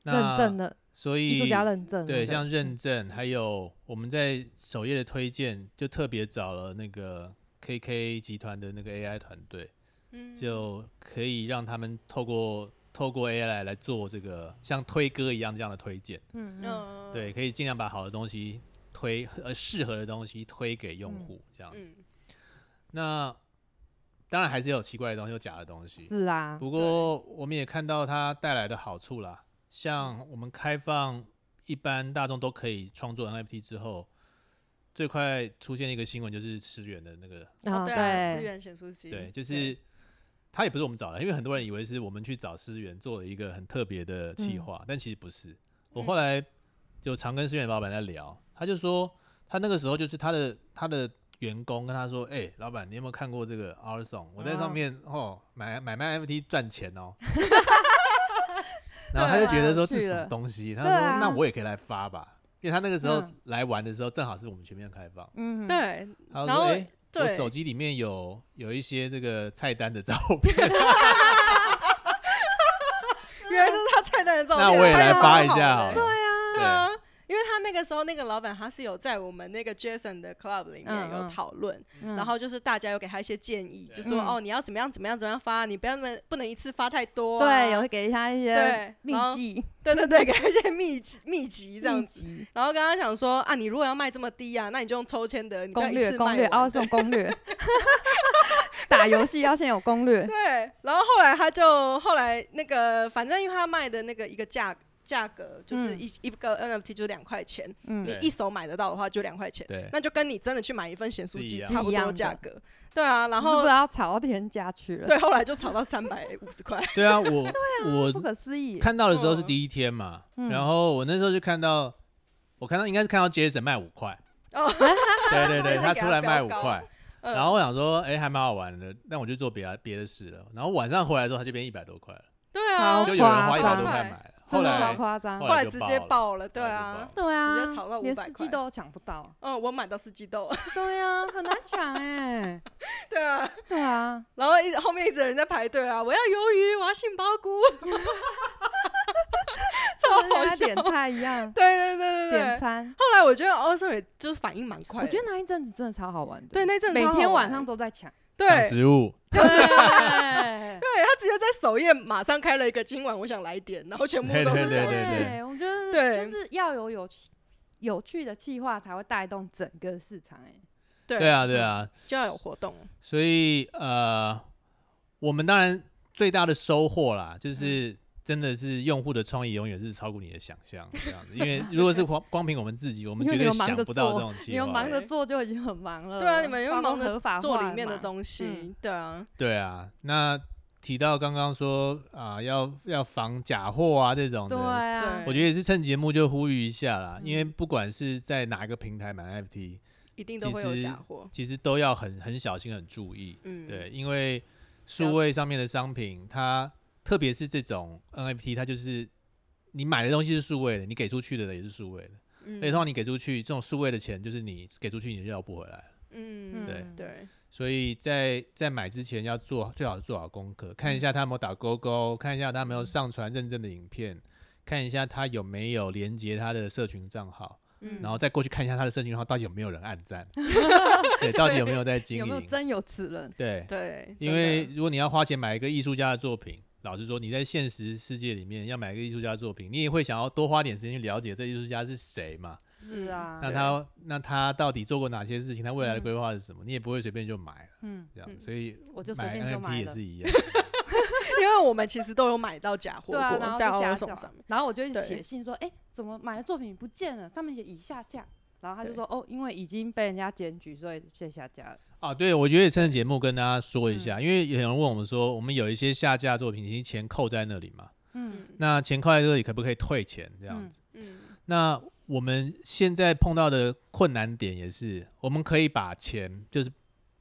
Speaker 2: 认
Speaker 3: 那
Speaker 2: 证的
Speaker 3: 所以
Speaker 2: 艺术家认证，
Speaker 3: 对，
Speaker 2: 不
Speaker 3: 像认
Speaker 2: 嗯
Speaker 3: 证，还有我们在首页的推荐，就特别找了那个 KK 集团的那个 AI 团队，
Speaker 1: 嗯
Speaker 3: 就可以让他们透过透过 AI 来来做这个像推歌一样这样的推荐，
Speaker 2: 嗯嗯
Speaker 1: 嗯，
Speaker 3: 对，可以尽量把好的东西推呃适合的东西推给用
Speaker 2: 嗯
Speaker 3: 户这样子。
Speaker 1: 嗯，
Speaker 3: 那当然还是有奇怪的东西，有假的东西，
Speaker 2: 是啊，
Speaker 3: 不过我们也看到它带来的好处啦，像我们开放一般大众都可以创作 NFT 之后，最快出现一个新闻就是驰援的那个，
Speaker 1: 哦
Speaker 2: 啊
Speaker 1: 对啊，思源显书机，
Speaker 3: 对，就是它也不是我们找的，因为很多人以为是我们去找思源做了一个很特别的
Speaker 2: 嗯
Speaker 3: 企划，但其实不是。我后来就常跟思源老板在聊，他就说他那个时候就是他的他的。员工跟他说：“哎、老板，你有没有看过这个 R Song？我在上
Speaker 2: 哦
Speaker 3: 面哦买买卖 NFT 赚
Speaker 2: [laughs]
Speaker 3: 钱哦。”然后他就觉得说
Speaker 2: 对蛮有趣
Speaker 3: 这是什
Speaker 2: 的
Speaker 3: 么东西，他
Speaker 2: 对
Speaker 3: 说、
Speaker 2: 啊
Speaker 3: 那我也可以来发吧，因为他那个时候
Speaker 2: 嗯
Speaker 3: 来玩的时候正好是我们全面开放，
Speaker 2: 嗯，嗯，
Speaker 1: 对
Speaker 3: 他
Speaker 1: 然
Speaker 3: 说
Speaker 1: 后
Speaker 3: 哎。我
Speaker 1: 对，
Speaker 3: 手机里面有有一些这个菜单的照片，
Speaker 1: 原来这是他菜单的照片，
Speaker 3: 那我
Speaker 1: [laughs]
Speaker 3: 也来发一
Speaker 1: 太
Speaker 3: 下
Speaker 1: 好了
Speaker 3: 好了。对啊，
Speaker 1: 啊，因为他那个时候那个老板他是有在我们那个 Jason 的 club 里面
Speaker 2: 嗯
Speaker 1: 有
Speaker 2: 嗯
Speaker 1: 讨论，
Speaker 2: 嗯
Speaker 1: 然后就是大家有给他一些建议，就说
Speaker 2: 嗯
Speaker 1: 哦你要怎么样怎么样怎么样发，你不要那么不能一次发太多啊，
Speaker 2: 对，有给他一些
Speaker 1: 对
Speaker 2: 秘
Speaker 1: 然后
Speaker 2: 籍，嗯
Speaker 1: 对对对，给他一些秘籍秘籍这样
Speaker 2: 秘
Speaker 1: 子。
Speaker 2: 籍
Speaker 1: 然后刚刚想说啊，你如果要卖这么低啊，那你就用抽签的，你不要
Speaker 2: 攻
Speaker 1: 一
Speaker 2: 略
Speaker 1: 次
Speaker 2: 攻
Speaker 1: 卖
Speaker 2: 略，
Speaker 1: 完
Speaker 2: 哦，这种攻略，
Speaker 1: [laughs]
Speaker 2: 打游戏要先有攻略，
Speaker 1: 对，然后后来他就后来那个，反正因为他卖的那个一个价价格就是
Speaker 2: 嗯
Speaker 1: 一、一个 NFT 就是两块钱，
Speaker 2: 嗯
Speaker 1: 你
Speaker 3: 对
Speaker 1: 一手买得到的话就两块钱，
Speaker 3: 对
Speaker 1: 那就跟你真的去买一份咸酥
Speaker 3: 是一
Speaker 1: 鸡
Speaker 3: 样
Speaker 1: 差不
Speaker 2: 是一样
Speaker 1: 多
Speaker 2: 的
Speaker 1: 价格。对啊，然
Speaker 2: 只是不
Speaker 1: 后
Speaker 2: 知道炒到天价去了，
Speaker 1: 对，后来就炒到三百五十块。
Speaker 3: 对啊，我我
Speaker 2: 不可思议，
Speaker 3: 看到的时候是
Speaker 1: 嗯
Speaker 3: 第一天嘛，
Speaker 2: 嗯
Speaker 3: 然后我那时候就看到，我看到应该是看到 Jason 卖五块，
Speaker 1: 哦，
Speaker 3: 对对
Speaker 1: 直接 [laughs]
Speaker 3: 对，
Speaker 1: 先
Speaker 3: 他
Speaker 1: 给
Speaker 3: 出
Speaker 1: 他
Speaker 3: 来
Speaker 1: 标
Speaker 3: 卖五
Speaker 1: 高
Speaker 3: 块，
Speaker 1: 嗯
Speaker 3: 然后我想说，哎，还蛮好玩的，那我就做别的别的事了。然后晚上回来之后，他就变一百多块了，
Speaker 1: 对啊，
Speaker 2: 超
Speaker 3: 就有人花
Speaker 2: 夸
Speaker 3: 一百
Speaker 1: 张
Speaker 3: 多
Speaker 1: 欸
Speaker 3: 块买了。
Speaker 2: 真
Speaker 3: 后
Speaker 2: 的超
Speaker 3: 来
Speaker 2: 夸张
Speaker 3: 后，
Speaker 1: 后来
Speaker 3: 来就
Speaker 1: 直接
Speaker 3: 爆
Speaker 1: 爆了，
Speaker 3: 了
Speaker 1: 对
Speaker 3: 后来
Speaker 1: 啊
Speaker 3: 就。
Speaker 2: 对啊，
Speaker 1: 直接炒到
Speaker 2: 连
Speaker 1: 500
Speaker 2: 四季
Speaker 1: 块
Speaker 2: 都抢不到，
Speaker 1: 嗯，我买到四季豆， [laughs]
Speaker 2: 对啊，很难抢哎，
Speaker 1: 对啊，
Speaker 2: 对啊，
Speaker 1: 然后一直后面一直有人在排队啊，我要鱿鱼，我要杏鲍菇， [laughs] [laughs] 超
Speaker 2: 跟
Speaker 1: 好
Speaker 2: 人家
Speaker 1: 笑，
Speaker 2: 点菜一样，
Speaker 1: 对对 [laughs] 对对对，
Speaker 2: 点餐，
Speaker 1: 后来我觉得 Awesome 也就是反应蛮快
Speaker 2: 我
Speaker 1: 的，
Speaker 2: 觉得那一阵子真的超好玩的，
Speaker 1: 对那阵
Speaker 2: 每
Speaker 1: 超好
Speaker 2: 天晚
Speaker 1: 玩
Speaker 2: 上都在抢，
Speaker 3: 抢
Speaker 1: [laughs] 对
Speaker 3: 食物，
Speaker 2: 对，
Speaker 1: 对，他直接在首页马上开了一个今晚我想来点，然后全部
Speaker 3: 对
Speaker 1: 都是
Speaker 3: 对对
Speaker 1: 小
Speaker 3: 对
Speaker 1: 吃，
Speaker 3: 对
Speaker 2: 我觉得
Speaker 1: 对
Speaker 2: 就是要有有趣有趣的企划，才会带动整个市场、哎，
Speaker 1: 对嗯
Speaker 3: 对啊对啊，
Speaker 1: 就要有活动，
Speaker 3: 所以呃，我们当然最大的收获啦，就是
Speaker 2: 嗯
Speaker 3: 真的是用户的创意永远是超过你的想象这样子。因为如果是光光凭我们自己，我们
Speaker 2: 因为
Speaker 3: 绝
Speaker 2: 你
Speaker 3: 对
Speaker 2: 们忙
Speaker 3: 想
Speaker 2: 着
Speaker 3: 不到
Speaker 2: 做
Speaker 3: 这种企
Speaker 2: 你们
Speaker 3: 划
Speaker 2: 忙。着做就已经很忙了。
Speaker 1: 啊对啊你们又
Speaker 2: 包括
Speaker 1: 忙着
Speaker 2: 呃合法
Speaker 1: 做里
Speaker 2: 化
Speaker 1: 面的
Speaker 2: 嘛
Speaker 1: 东西
Speaker 2: 嗯，
Speaker 1: 对啊，
Speaker 3: 对啊，那提到刚刚说啊、要要防假货啊这种
Speaker 2: 对
Speaker 3: 的。
Speaker 2: 啊，
Speaker 3: 我觉得也是趁节目就呼吁一下啦，
Speaker 2: 嗯
Speaker 3: 因为不管是在哪个平台买 NFT，
Speaker 1: 一定都会有
Speaker 3: 其实
Speaker 1: 假货，
Speaker 3: 其实都要很很小心、很注意。
Speaker 1: 嗯，
Speaker 3: 对，因为
Speaker 1: 了
Speaker 3: 数
Speaker 1: 解
Speaker 3: 位上面的商品，它特别是这种 NFT，它就是你买的东西是数位的，你给出去的也是数位的。
Speaker 1: 嗯，
Speaker 3: 所以通常你给出去这种数位的钱，就是你给出去你就要不回来。
Speaker 1: 嗯，
Speaker 3: 对
Speaker 2: 嗯
Speaker 1: 对，
Speaker 3: 所以在在买之前要做最好做好功课，看
Speaker 1: 嗯
Speaker 3: 一下他有没有打勾勾，看一下他有没有上传认证的影片，看一下他有没有连接他的社群账号，
Speaker 1: 嗯，
Speaker 3: 然后再过去看一下他的社群账号到底有没有人按
Speaker 1: [laughs]
Speaker 3: 赞，对，到底有没有在经
Speaker 2: 有没有
Speaker 3: 营，
Speaker 2: 真有此人？
Speaker 3: 对，
Speaker 1: 对，
Speaker 3: 因为如果你要花钱买一个艺术家的作品，老实说，你在现实世界里面要买一个艺术家的作品，你也会想要多花点时间去了解这艺术家是谁嘛？
Speaker 2: 是啊，
Speaker 3: 那
Speaker 1: 对
Speaker 3: 他那他到底做过哪些事情？他未来的
Speaker 2: 嗯
Speaker 3: 规划是什么？你也不会随便就买了
Speaker 2: 嗯，
Speaker 3: 这样，
Speaker 1: 嗯
Speaker 3: 所以
Speaker 2: 我就随
Speaker 3: 买
Speaker 2: 便就
Speaker 3: NFT
Speaker 2: 买
Speaker 3: 也
Speaker 2: 了
Speaker 3: 是。一样。 [laughs]
Speaker 1: 真的因为我们其实都有买到假货
Speaker 2: 对啊，然
Speaker 1: 过，
Speaker 2: 后就
Speaker 1: 在
Speaker 2: 下
Speaker 1: o
Speaker 2: 架
Speaker 1: 送
Speaker 2: 嘛
Speaker 1: 上面，
Speaker 2: 然后我就一直
Speaker 1: 对
Speaker 2: 写信说，哎、怎么买的作品不见了？上面写已下架，然后他就
Speaker 1: 对
Speaker 2: 说，哦，因为已经被人家检举，所以先下架了。
Speaker 3: 啊，对，我觉得也趁着节目跟大家说一
Speaker 2: 嗯
Speaker 3: 下，因为有人问我们说，我们有一些下架作品，已经钱扣在那里嘛，
Speaker 2: 嗯，
Speaker 1: 嗯
Speaker 3: 那钱扣在这里可不可以退钱？这样
Speaker 2: 嗯
Speaker 3: 子。
Speaker 1: 嗯，
Speaker 3: 那我们现在碰到的困难点也是，我们可以把钱就是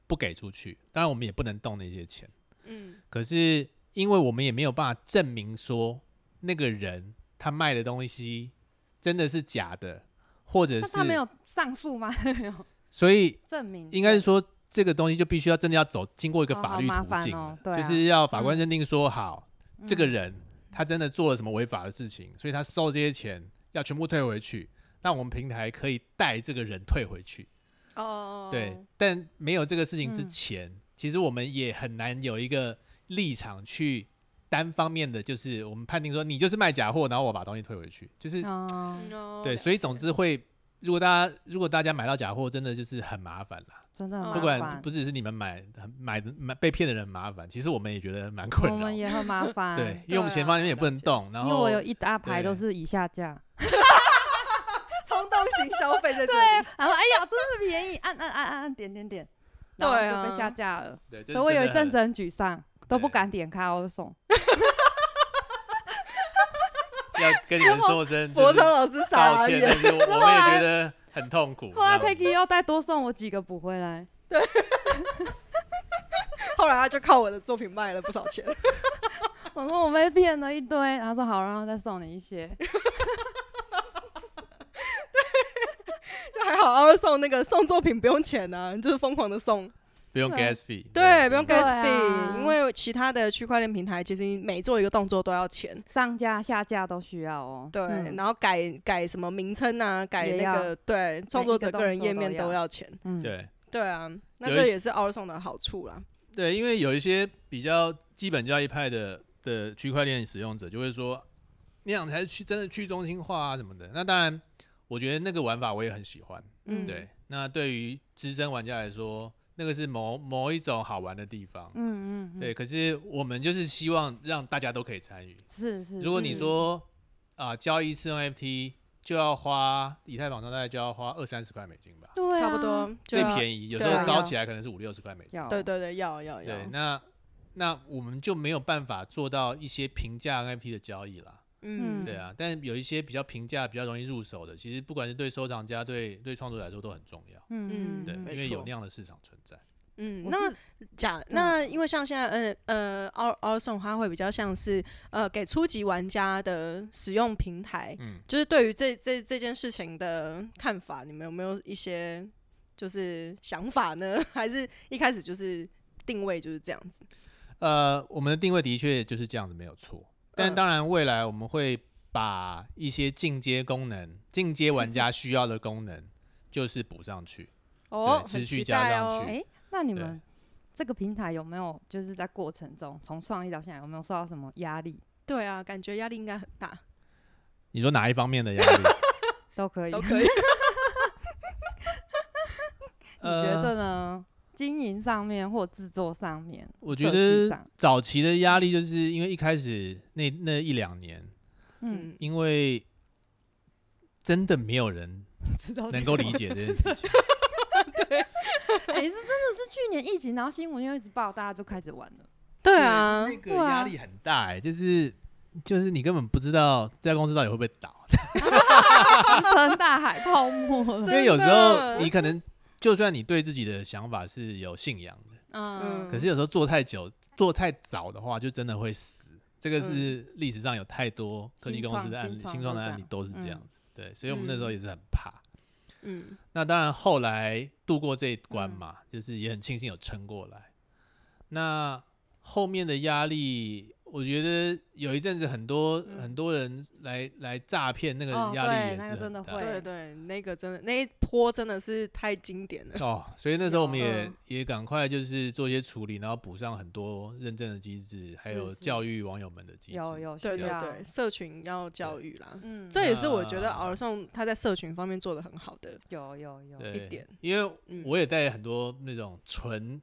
Speaker 3: 不给出去，当然我们也不能动那些钱。
Speaker 1: 嗯，
Speaker 3: 可是因为我们也没有办法证明说那个人他卖的东西真的是假的，或者
Speaker 2: 那
Speaker 3: 是
Speaker 2: 他没有上诉吗？没有
Speaker 3: 所以
Speaker 2: 证明，
Speaker 3: 应该是说这个东西就必须要真的要走经过一个
Speaker 2: 嗯哦
Speaker 3: 法
Speaker 2: 好
Speaker 3: 律
Speaker 2: 麻
Speaker 3: 途
Speaker 2: 烦
Speaker 3: 径了，
Speaker 2: 哦对啊
Speaker 3: 就是要法官
Speaker 2: 嗯
Speaker 3: 认定说好，这个
Speaker 2: 嗯
Speaker 3: 人他真的做了什么违法的事情，所以他收这些钱要全部退回去。那我们平台可以带这个人退回去，
Speaker 1: 哦，
Speaker 3: 对。但没有这个事情之
Speaker 2: 嗯
Speaker 3: 前，其实我们也很难有一个立场去单方面的，就是我们判定说你就是卖假货，然后我把东西退回去，就是
Speaker 2: 哦，
Speaker 1: 哦
Speaker 3: 对，
Speaker 1: 了
Speaker 3: 所以总
Speaker 1: 解
Speaker 3: 之会，如果大家如果大家买到假货，真的就是很麻烦啦。
Speaker 2: 真的
Speaker 1: 嗯
Speaker 2: 很
Speaker 3: 不
Speaker 2: 麻
Speaker 3: 管
Speaker 2: 烦
Speaker 3: 不只是你们买很买的买被骗的人很麻烦，其实我们也觉得蛮困
Speaker 2: 我们
Speaker 3: 扰。
Speaker 2: 也很麻烦。
Speaker 3: 对，因为我们钱包里面也不能动，然
Speaker 2: 因为
Speaker 3: 后
Speaker 2: 我有一大排都
Speaker 3: 对
Speaker 2: 是以下价，
Speaker 1: 冲动型消费在这里，
Speaker 2: 然后哎呀，真是便宜，按按按按按点点点，然后
Speaker 1: 对
Speaker 2: 就
Speaker 1: 啊
Speaker 2: 被下架了。
Speaker 3: 对，这
Speaker 2: 所以我有一
Speaker 3: 真的
Speaker 2: 阵
Speaker 3: 很
Speaker 2: 子很沮丧，都不
Speaker 3: 对
Speaker 2: 敢点开欧送。
Speaker 3: 要
Speaker 2: [laughs]
Speaker 3: 跟你们说声
Speaker 1: 博
Speaker 3: 就
Speaker 1: 超
Speaker 3: 是
Speaker 1: 老师傻
Speaker 3: 抱歉，
Speaker 1: 眼，
Speaker 3: 但是我
Speaker 2: 后
Speaker 3: 我们也
Speaker 2: 来
Speaker 3: 觉得很痛苦。
Speaker 2: 后来啊
Speaker 3: 这样
Speaker 2: Peggy 又再多送我几个补回来，
Speaker 1: 后来他就靠我的作品卖了不少钱。
Speaker 2: 我说我被骗了一堆，然后说好，然后再送你一些。
Speaker 1: 就还好，然后送那个送作品不用钱啊， [laughs] 你就是疯狂的送，
Speaker 3: 不用
Speaker 2: 对
Speaker 3: gas fee，
Speaker 1: 对，不用
Speaker 2: 嗯对
Speaker 1: gas
Speaker 2: 啊
Speaker 1: fee，、因为其他的区块链平台其实你每做一个动作都要钱，
Speaker 2: 上架下架都需要哦。
Speaker 1: 对，
Speaker 2: 嗯
Speaker 1: 然后改改什么名称啊，改
Speaker 2: 也
Speaker 1: 那个对创作者
Speaker 2: 每一个
Speaker 1: 个人
Speaker 2: 动作
Speaker 1: 页面
Speaker 2: 都要
Speaker 1: 都要钱，
Speaker 2: 嗯，
Speaker 3: 对
Speaker 1: 对啊，那
Speaker 3: 有
Speaker 1: 这
Speaker 3: 一
Speaker 1: 也是 o u r 送的好处啦，
Speaker 3: 对，因为有一些比较基本教义派的的区块链使用者就会说，那样才是去真的去中心化啊什么的。那当然，我觉得那个玩法我也很喜欢。
Speaker 1: 嗯
Speaker 3: 对，那对于资深玩家来说，那个是某某一种好玩的地方。
Speaker 2: 嗯嗯嗯，
Speaker 3: 对，可是我们就是希望让大家都可以参与。
Speaker 2: 是是。
Speaker 3: 如果你
Speaker 1: 嗯
Speaker 2: 是
Speaker 3: 说啊、交易次 NFT 就要花以太坊上大概就要花二三十块美金吧，
Speaker 2: 对啊，
Speaker 1: 差不多就
Speaker 3: 最
Speaker 1: 要
Speaker 3: 便宜，有时
Speaker 1: 对啊
Speaker 3: 候高
Speaker 2: 要
Speaker 3: 起来可能是五六十块美金。
Speaker 2: 要
Speaker 1: 对对对，要要要
Speaker 3: 对，，那那我们就没有办法做到一些平价 NFT 的交易啦。
Speaker 1: 嗯，
Speaker 3: 对啊，但有一些比较平价、比较容易入手的，其实不管是对收藏家、对对创作者来说都很重要。
Speaker 2: 嗯嗯
Speaker 3: 对，
Speaker 2: 嗯
Speaker 1: 没
Speaker 3: 因为有
Speaker 1: 错
Speaker 3: 那样的市场存在。
Speaker 1: 嗯，
Speaker 2: 我
Speaker 1: 那
Speaker 2: 是
Speaker 1: 假
Speaker 2: 对啊
Speaker 1: 那因为像现在，嗯呃，R R 送它会比较像是呃给初级玩家的使用平台，
Speaker 3: 嗯，
Speaker 1: 就是对于这这这件事情的看法，你们有没有一些就是想法呢？ [laughs] 还是一开始就是定位就是这样子？
Speaker 3: 呃，我们的定位的确就是这样子，没有错。但
Speaker 1: 嗯
Speaker 3: 当然，未来我们会把一些进阶功能、进阶玩家需要的功能，就是补
Speaker 1: [laughs]
Speaker 3: 上去。
Speaker 1: 哦，
Speaker 3: 持
Speaker 1: 很
Speaker 3: 续
Speaker 1: 期
Speaker 3: 加
Speaker 1: 待
Speaker 3: 上
Speaker 1: 哦
Speaker 3: 去
Speaker 2: 哎、那你
Speaker 3: 对
Speaker 2: 们这个平台有没有就是在过程中从创立到现在有没有受到什么压力？
Speaker 1: 对啊，感觉压力应该很大，
Speaker 3: 你说哪一方面的压力？
Speaker 2: 都可以，
Speaker 1: 都
Speaker 2: [laughs] 你
Speaker 3: [laughs]
Speaker 1: 可以。
Speaker 2: 觉得
Speaker 3: 呃
Speaker 2: 呢？经营上面或制作上面，
Speaker 3: 我觉
Speaker 2: 设计
Speaker 3: 得
Speaker 2: 上
Speaker 3: 早期的压力，就是因为一开始那那一两年，
Speaker 2: 嗯，
Speaker 1: 嗯，
Speaker 3: 因为真的没有人
Speaker 2: 知道
Speaker 3: 能够
Speaker 1: [laughs]
Speaker 3: 理解这件事情。
Speaker 1: 嗯
Speaker 2: [laughs] 哎、是真的是去年疫情，然后新闻又一直报，大家就开始玩了。
Speaker 1: 对啊，
Speaker 3: 那个压力很大哎、就是就是你根本不知道这家公司到底会不会倒，
Speaker 2: 石沉大海泡
Speaker 1: [laughs]
Speaker 2: 沫
Speaker 3: 因
Speaker 2: 了。
Speaker 3: 为有时
Speaker 1: 真
Speaker 3: 候
Speaker 1: 的
Speaker 3: 你可能就算你对自己的想法是有信仰的，
Speaker 2: 嗯，
Speaker 1: 嗯
Speaker 3: 可是有时候做太久、做太早的话，就真的会死。这个是历史上有太多科技公司的案
Speaker 2: 嗯
Speaker 3: 例
Speaker 2: 新、创
Speaker 3: 新创的案例
Speaker 2: 新
Speaker 3: 都
Speaker 2: 创
Speaker 3: 是
Speaker 2: 都
Speaker 3: 这
Speaker 2: 这
Speaker 3: 样
Speaker 2: 样嗯
Speaker 3: 子。对，所以我们那时候也是很怕。
Speaker 1: 嗯
Speaker 3: 那当然，后来度过这一关
Speaker 2: 嗯
Speaker 3: 嘛，就是也很庆幸有撑过来。那后面的压力，我觉得有一阵子很多、
Speaker 2: 嗯
Speaker 3: 很多人来来诈骗，那个
Speaker 2: 哦
Speaker 3: 压力
Speaker 2: 对
Speaker 3: 也是
Speaker 2: 那个
Speaker 3: 很
Speaker 2: 真的
Speaker 3: 大
Speaker 2: 会
Speaker 1: 对对，那个真的那一波真的是太经典 [laughs] 了。
Speaker 3: 哦，所以那时候我们
Speaker 1: 有
Speaker 3: 也
Speaker 1: 嗯
Speaker 3: 也赶快就是做一些处理，然后补上很多认证的机制，还
Speaker 2: 是
Speaker 3: 有
Speaker 2: 是
Speaker 3: 教育网友们的机制。
Speaker 2: 有有需
Speaker 1: 对
Speaker 2: 要，
Speaker 1: 对对，社群要教
Speaker 3: 对
Speaker 1: 育啦，
Speaker 2: 嗯，
Speaker 1: 这也是我觉得
Speaker 3: 那
Speaker 1: R 送他在社群方面做的很好的。
Speaker 2: 有有有，
Speaker 3: 对
Speaker 1: 一点
Speaker 3: 因为
Speaker 1: 嗯
Speaker 3: 我也带很多那种纯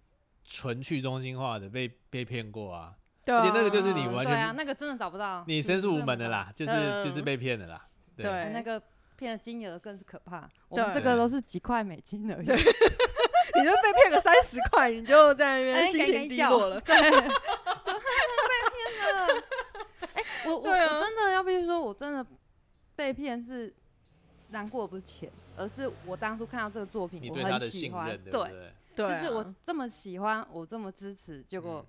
Speaker 3: 纯去中心化的被被骗过啊，
Speaker 1: 对
Speaker 3: 而且那个就是你
Speaker 2: 嗯
Speaker 3: 完
Speaker 2: 对
Speaker 3: 全
Speaker 2: 啊，那个真的找不到，
Speaker 3: 你申诉无门的啦，就是就是
Speaker 1: 嗯
Speaker 3: 被骗的啦。
Speaker 1: 对
Speaker 2: 哎那个骗的金额更是可怕。我们
Speaker 1: 对
Speaker 2: 这个都是几块美金而已，
Speaker 1: 你就被骗个三十块，你就在那边
Speaker 2: 哎
Speaker 1: 心
Speaker 2: 敢
Speaker 1: 情
Speaker 2: 敢
Speaker 1: 低
Speaker 2: 叫 [laughs]
Speaker 1: 落了。
Speaker 2: 对，就被骗了。 [laughs] 哎，我我
Speaker 1: 对啊
Speaker 2: 我真的要必须说，我真的被骗是难过的不是钱，而是我当初看到这个作品
Speaker 3: 你，
Speaker 2: 我
Speaker 3: 对他
Speaker 2: 很
Speaker 3: 的
Speaker 2: 喜
Speaker 3: 信
Speaker 2: 欢
Speaker 3: 任，，不
Speaker 2: 对，
Speaker 3: 对？
Speaker 1: 对啊，
Speaker 2: 就是我这么喜欢，我这么支持，结果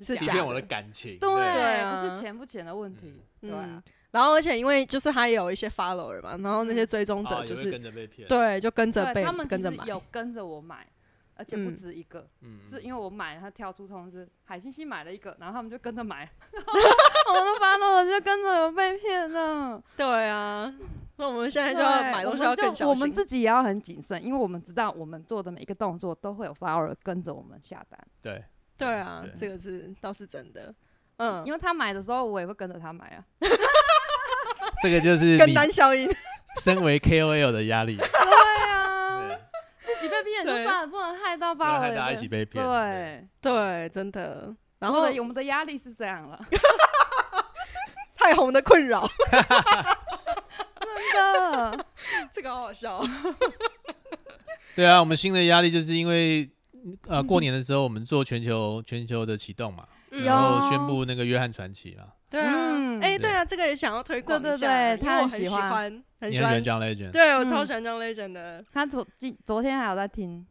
Speaker 3: 嗯
Speaker 1: 是
Speaker 3: 欺
Speaker 1: 假
Speaker 3: 骗我
Speaker 1: 的
Speaker 3: 的感情，
Speaker 1: 对
Speaker 3: 对，
Speaker 1: 啊
Speaker 2: 不是钱不钱的问题，对
Speaker 1: 嗯
Speaker 2: 啊，，
Speaker 1: 然后而且因为就是他也有一些 follower 嘛，然后那些追踪
Speaker 3: 啊
Speaker 1: 者
Speaker 3: 也
Speaker 1: 哦就
Speaker 3: 会
Speaker 1: 是、
Speaker 3: 跟着被骗，，
Speaker 1: 对，就跟着
Speaker 2: 嗯对
Speaker 1: 被
Speaker 2: 他们其
Speaker 1: 跟着
Speaker 2: 实
Speaker 1: 买，
Speaker 2: 有跟着我买，而且不
Speaker 1: 嗯
Speaker 2: 止一个，
Speaker 3: 嗯，
Speaker 2: 是因
Speaker 3: 为
Speaker 2: 为我买，他跳出通知，海星星买了一个，然后他们就跟着买， [laughs] 我都烦了，我就跟着有被骗了。
Speaker 1: 对啊。那我们现在
Speaker 2: 对
Speaker 1: 就要买东西要更
Speaker 2: 我们
Speaker 1: 小
Speaker 2: 就我
Speaker 1: 心
Speaker 2: 们。自己也要很谨慎，因为我们知道我们做的每一个动作都会有 follower 跟着我们下单。
Speaker 3: 对
Speaker 1: 对啊
Speaker 3: 对，
Speaker 1: 这个是倒是真的。嗯，
Speaker 2: 因为他买的时候我也会跟着他买啊。
Speaker 3: 这个就是
Speaker 1: 跟
Speaker 3: 你
Speaker 1: 单效应， [laughs]
Speaker 3: 身为 KOL 的压力，
Speaker 2: 对啊，
Speaker 3: 对
Speaker 2: 自己被骗也就
Speaker 1: 对
Speaker 2: 算了，不能害到
Speaker 3: 不
Speaker 2: 发了
Speaker 3: 然害
Speaker 2: 也
Speaker 3: 大家
Speaker 2: 不
Speaker 3: 一起被骗。对，
Speaker 2: 对，
Speaker 1: 对，真的。然
Speaker 2: 我
Speaker 1: 后
Speaker 2: 们的我们的压力是这样了，
Speaker 1: 太红的困扰， [laughs]
Speaker 2: 真的。
Speaker 1: 这个好好笑哦。
Speaker 3: 对啊，我们新的压力就是因为呃过年的时候我们做全球全球的启动嘛，
Speaker 1: [laughs] 嗯
Speaker 3: 然后
Speaker 2: 有
Speaker 3: 宣布那个约翰传奇嘛，
Speaker 1: 对啊，
Speaker 2: 嗯
Speaker 1: 哎、对啊，这个也想要推广
Speaker 2: 对
Speaker 1: 一
Speaker 2: 对
Speaker 1: 下，
Speaker 2: 对
Speaker 1: 因
Speaker 2: 他
Speaker 1: 为我
Speaker 2: 很
Speaker 1: 很
Speaker 2: 喜
Speaker 1: 喜
Speaker 2: 欢
Speaker 1: 欢，很
Speaker 3: 你
Speaker 1: 喜
Speaker 3: 很喜
Speaker 1: 欢
Speaker 3: 欢。John Legend。
Speaker 1: 对我
Speaker 2: 嗯
Speaker 1: 超喜欢 John Legend 的。
Speaker 2: [laughs] 他昨今昨天还有在听，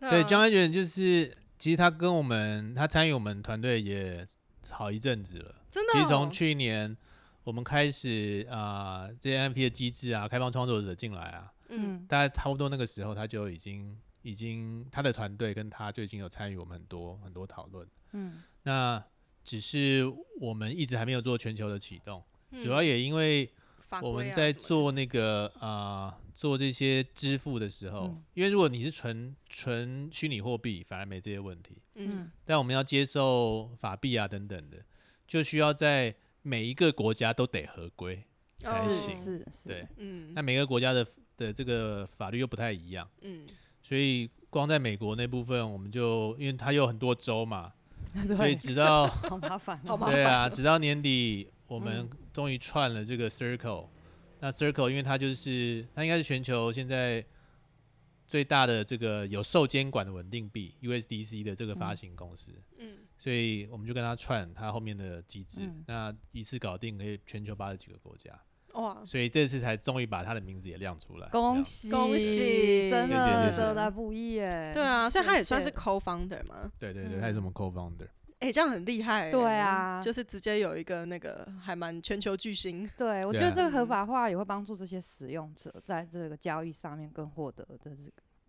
Speaker 3: 对
Speaker 1: 啊
Speaker 3: John Legend 就是其实他跟我们他参与我们团队也好一阵子了。
Speaker 1: 真的、哦，
Speaker 3: 其实从去年我们开始啊、呃这些 NFT 的机制啊，开放创作者进来啊，
Speaker 1: 嗯
Speaker 2: 嗯，
Speaker 3: 大概差不多那个时候，他就已经已经他的团队跟他就已经有参与我们很多很多讨论。
Speaker 2: 嗯，
Speaker 3: 那只是我们一直还没有做全球的启动，主要
Speaker 1: 嗯
Speaker 3: 也因为
Speaker 1: 法
Speaker 3: 我
Speaker 1: 规
Speaker 3: 们
Speaker 1: 啊
Speaker 3: 在
Speaker 1: 什么的
Speaker 3: 做那个啊、呃做这些支付的时候，
Speaker 2: 嗯
Speaker 3: 因为如果你是纯纯虚拟货币，反而没这些问题。
Speaker 1: 嗯，
Speaker 3: 但我们要接受法币啊等等的，就需要在每一个国家都得合规才
Speaker 1: 哦
Speaker 3: 行。
Speaker 2: 是是是，
Speaker 3: 对，
Speaker 1: 嗯
Speaker 3: 那每个国家的的这个法律又不太一样，
Speaker 1: 嗯，
Speaker 3: 所以光在美国那部分，我们就因为它有很多州嘛，所
Speaker 2: 对，
Speaker 3: 以直到
Speaker 2: 好麻烦
Speaker 1: 好
Speaker 2: 哦，
Speaker 1: 麻
Speaker 3: 对啊，
Speaker 1: 烦
Speaker 3: 直到年底我们
Speaker 2: 嗯
Speaker 3: 终于串了这个 Circle。那 Circle 因为它就是它应该是全球现在最大的这个有受监管的稳定币 USDC 的这个发
Speaker 2: 嗯
Speaker 3: 行公司，
Speaker 1: 嗯
Speaker 3: 所以我们就跟他串他后面的机制，
Speaker 2: 嗯
Speaker 3: 那一次搞定可以全球八十几个国家，
Speaker 1: 哇，
Speaker 3: 所以这次才终于把他的名字也亮出来。
Speaker 2: 哦恭
Speaker 3: 喜！
Speaker 2: 喜
Speaker 1: 恭喜
Speaker 2: 真
Speaker 3: 谢
Speaker 2: 的
Speaker 3: 谢
Speaker 2: 得来不易耶。
Speaker 1: 对啊，所以他也算是
Speaker 2: 谢谢
Speaker 1: co-founder 嘛，
Speaker 3: 对对对，
Speaker 2: 嗯
Speaker 3: 他是我们 co-founder，
Speaker 1: 哎、这样很厉害欸、
Speaker 2: 对啊
Speaker 1: 就是直接有一个那个还蛮全球巨星，
Speaker 2: 对，我觉得
Speaker 3: 对啊
Speaker 2: 这个合法化也会帮助这些使用者在这个交易上面更获得的这个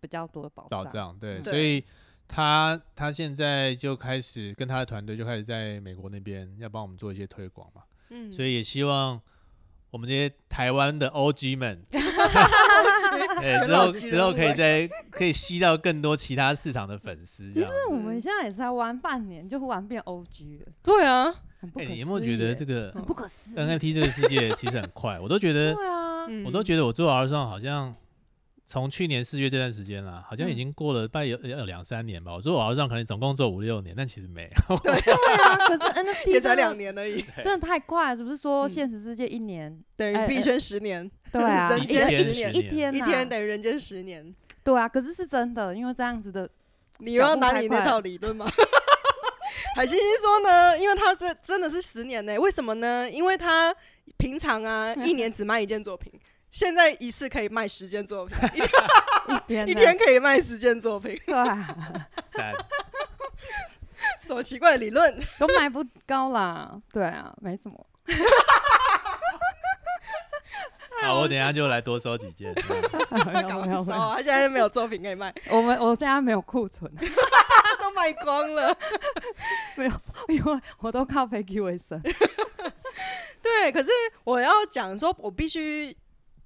Speaker 2: 比较多的保
Speaker 3: 宝
Speaker 2: 障。
Speaker 3: 藏对，
Speaker 2: 嗯
Speaker 3: 所以他他现在就开始跟他的团队就开始在美国那边要帮我们做一些推广嘛，
Speaker 1: 嗯，
Speaker 3: 所以也希望我们这些台湾的
Speaker 2: [laughs]
Speaker 3: OG 们，哎，
Speaker 1: 元
Speaker 3: 之后
Speaker 1: 老级
Speaker 3: 之
Speaker 1: 人
Speaker 3: 后
Speaker 1: 物
Speaker 3: 可以
Speaker 1: 哎
Speaker 3: 在可以吸到更多其他市场的粉丝这
Speaker 2: 其
Speaker 3: 样
Speaker 2: 实
Speaker 3: 子。
Speaker 2: [laughs] 我们现在也是才玩半年，就忽然变 OG 了，
Speaker 1: 对啊，
Speaker 2: 很不
Speaker 3: 哎，
Speaker 2: 可思议耶。
Speaker 3: 你有没有觉得这个
Speaker 2: 很不可思议？
Speaker 3: NFT 这个世界其实很快？我都觉
Speaker 2: [laughs]
Speaker 3: 得
Speaker 2: 对
Speaker 3: [laughs]
Speaker 2: 啊，
Speaker 1: 嗯
Speaker 3: 我都觉得我做 R 上好像从去年四月这段时间啦，好像已
Speaker 2: 嗯
Speaker 3: 经过了大概有有两三年吧。我做 R 上可能总共做五六年，但其实没有。
Speaker 2: 对啊，可
Speaker 1: [laughs]
Speaker 2: 是 NFT
Speaker 1: 也
Speaker 2: 真的
Speaker 1: 才两年而已，
Speaker 2: 真的太快了，只是说
Speaker 1: 嗯
Speaker 2: 现实世界一
Speaker 1: [laughs]
Speaker 2: 年，
Speaker 1: 等
Speaker 2: 哎啊
Speaker 1: 于币圈十年，
Speaker 2: 对
Speaker 3: [laughs]
Speaker 2: 啊，
Speaker 1: 人
Speaker 2: 一
Speaker 1: 间
Speaker 2: 天
Speaker 1: 十年
Speaker 2: 一天
Speaker 1: 一
Speaker 2: 呐
Speaker 1: 天等于人间十年。
Speaker 2: [laughs] 对啊，可是是真的，因为这样子的，
Speaker 1: 你又要
Speaker 2: 脚步
Speaker 1: 拿
Speaker 2: 太
Speaker 1: 你那
Speaker 2: 快
Speaker 1: 套理论吗？ [laughs] 海星星说呢，因为他这真的是十年呢、为什么呢？因为他平常啊一年只卖一件作品，现在一次可以卖十件作品，
Speaker 2: 一天
Speaker 1: 啊一
Speaker 2: 呐
Speaker 1: 天可以卖十件作品，
Speaker 2: 对啊， [laughs]
Speaker 3: 但
Speaker 1: 什么奇怪的理论？
Speaker 2: 都买不高啦，对啊，没什么，
Speaker 3: 好，我等一下就来多收几件。嗯
Speaker 2: 没有
Speaker 1: [laughs] 搞
Speaker 2: 没有
Speaker 1: 骚
Speaker 2: 没有，
Speaker 1: 啊！他现在没有作品可以卖，
Speaker 2: 我们我现在没有库存，
Speaker 1: 他都卖光了。 [laughs]
Speaker 2: [laughs] 因为我都靠 Peggy 为生，
Speaker 1: 对，可是我要讲说，我必须。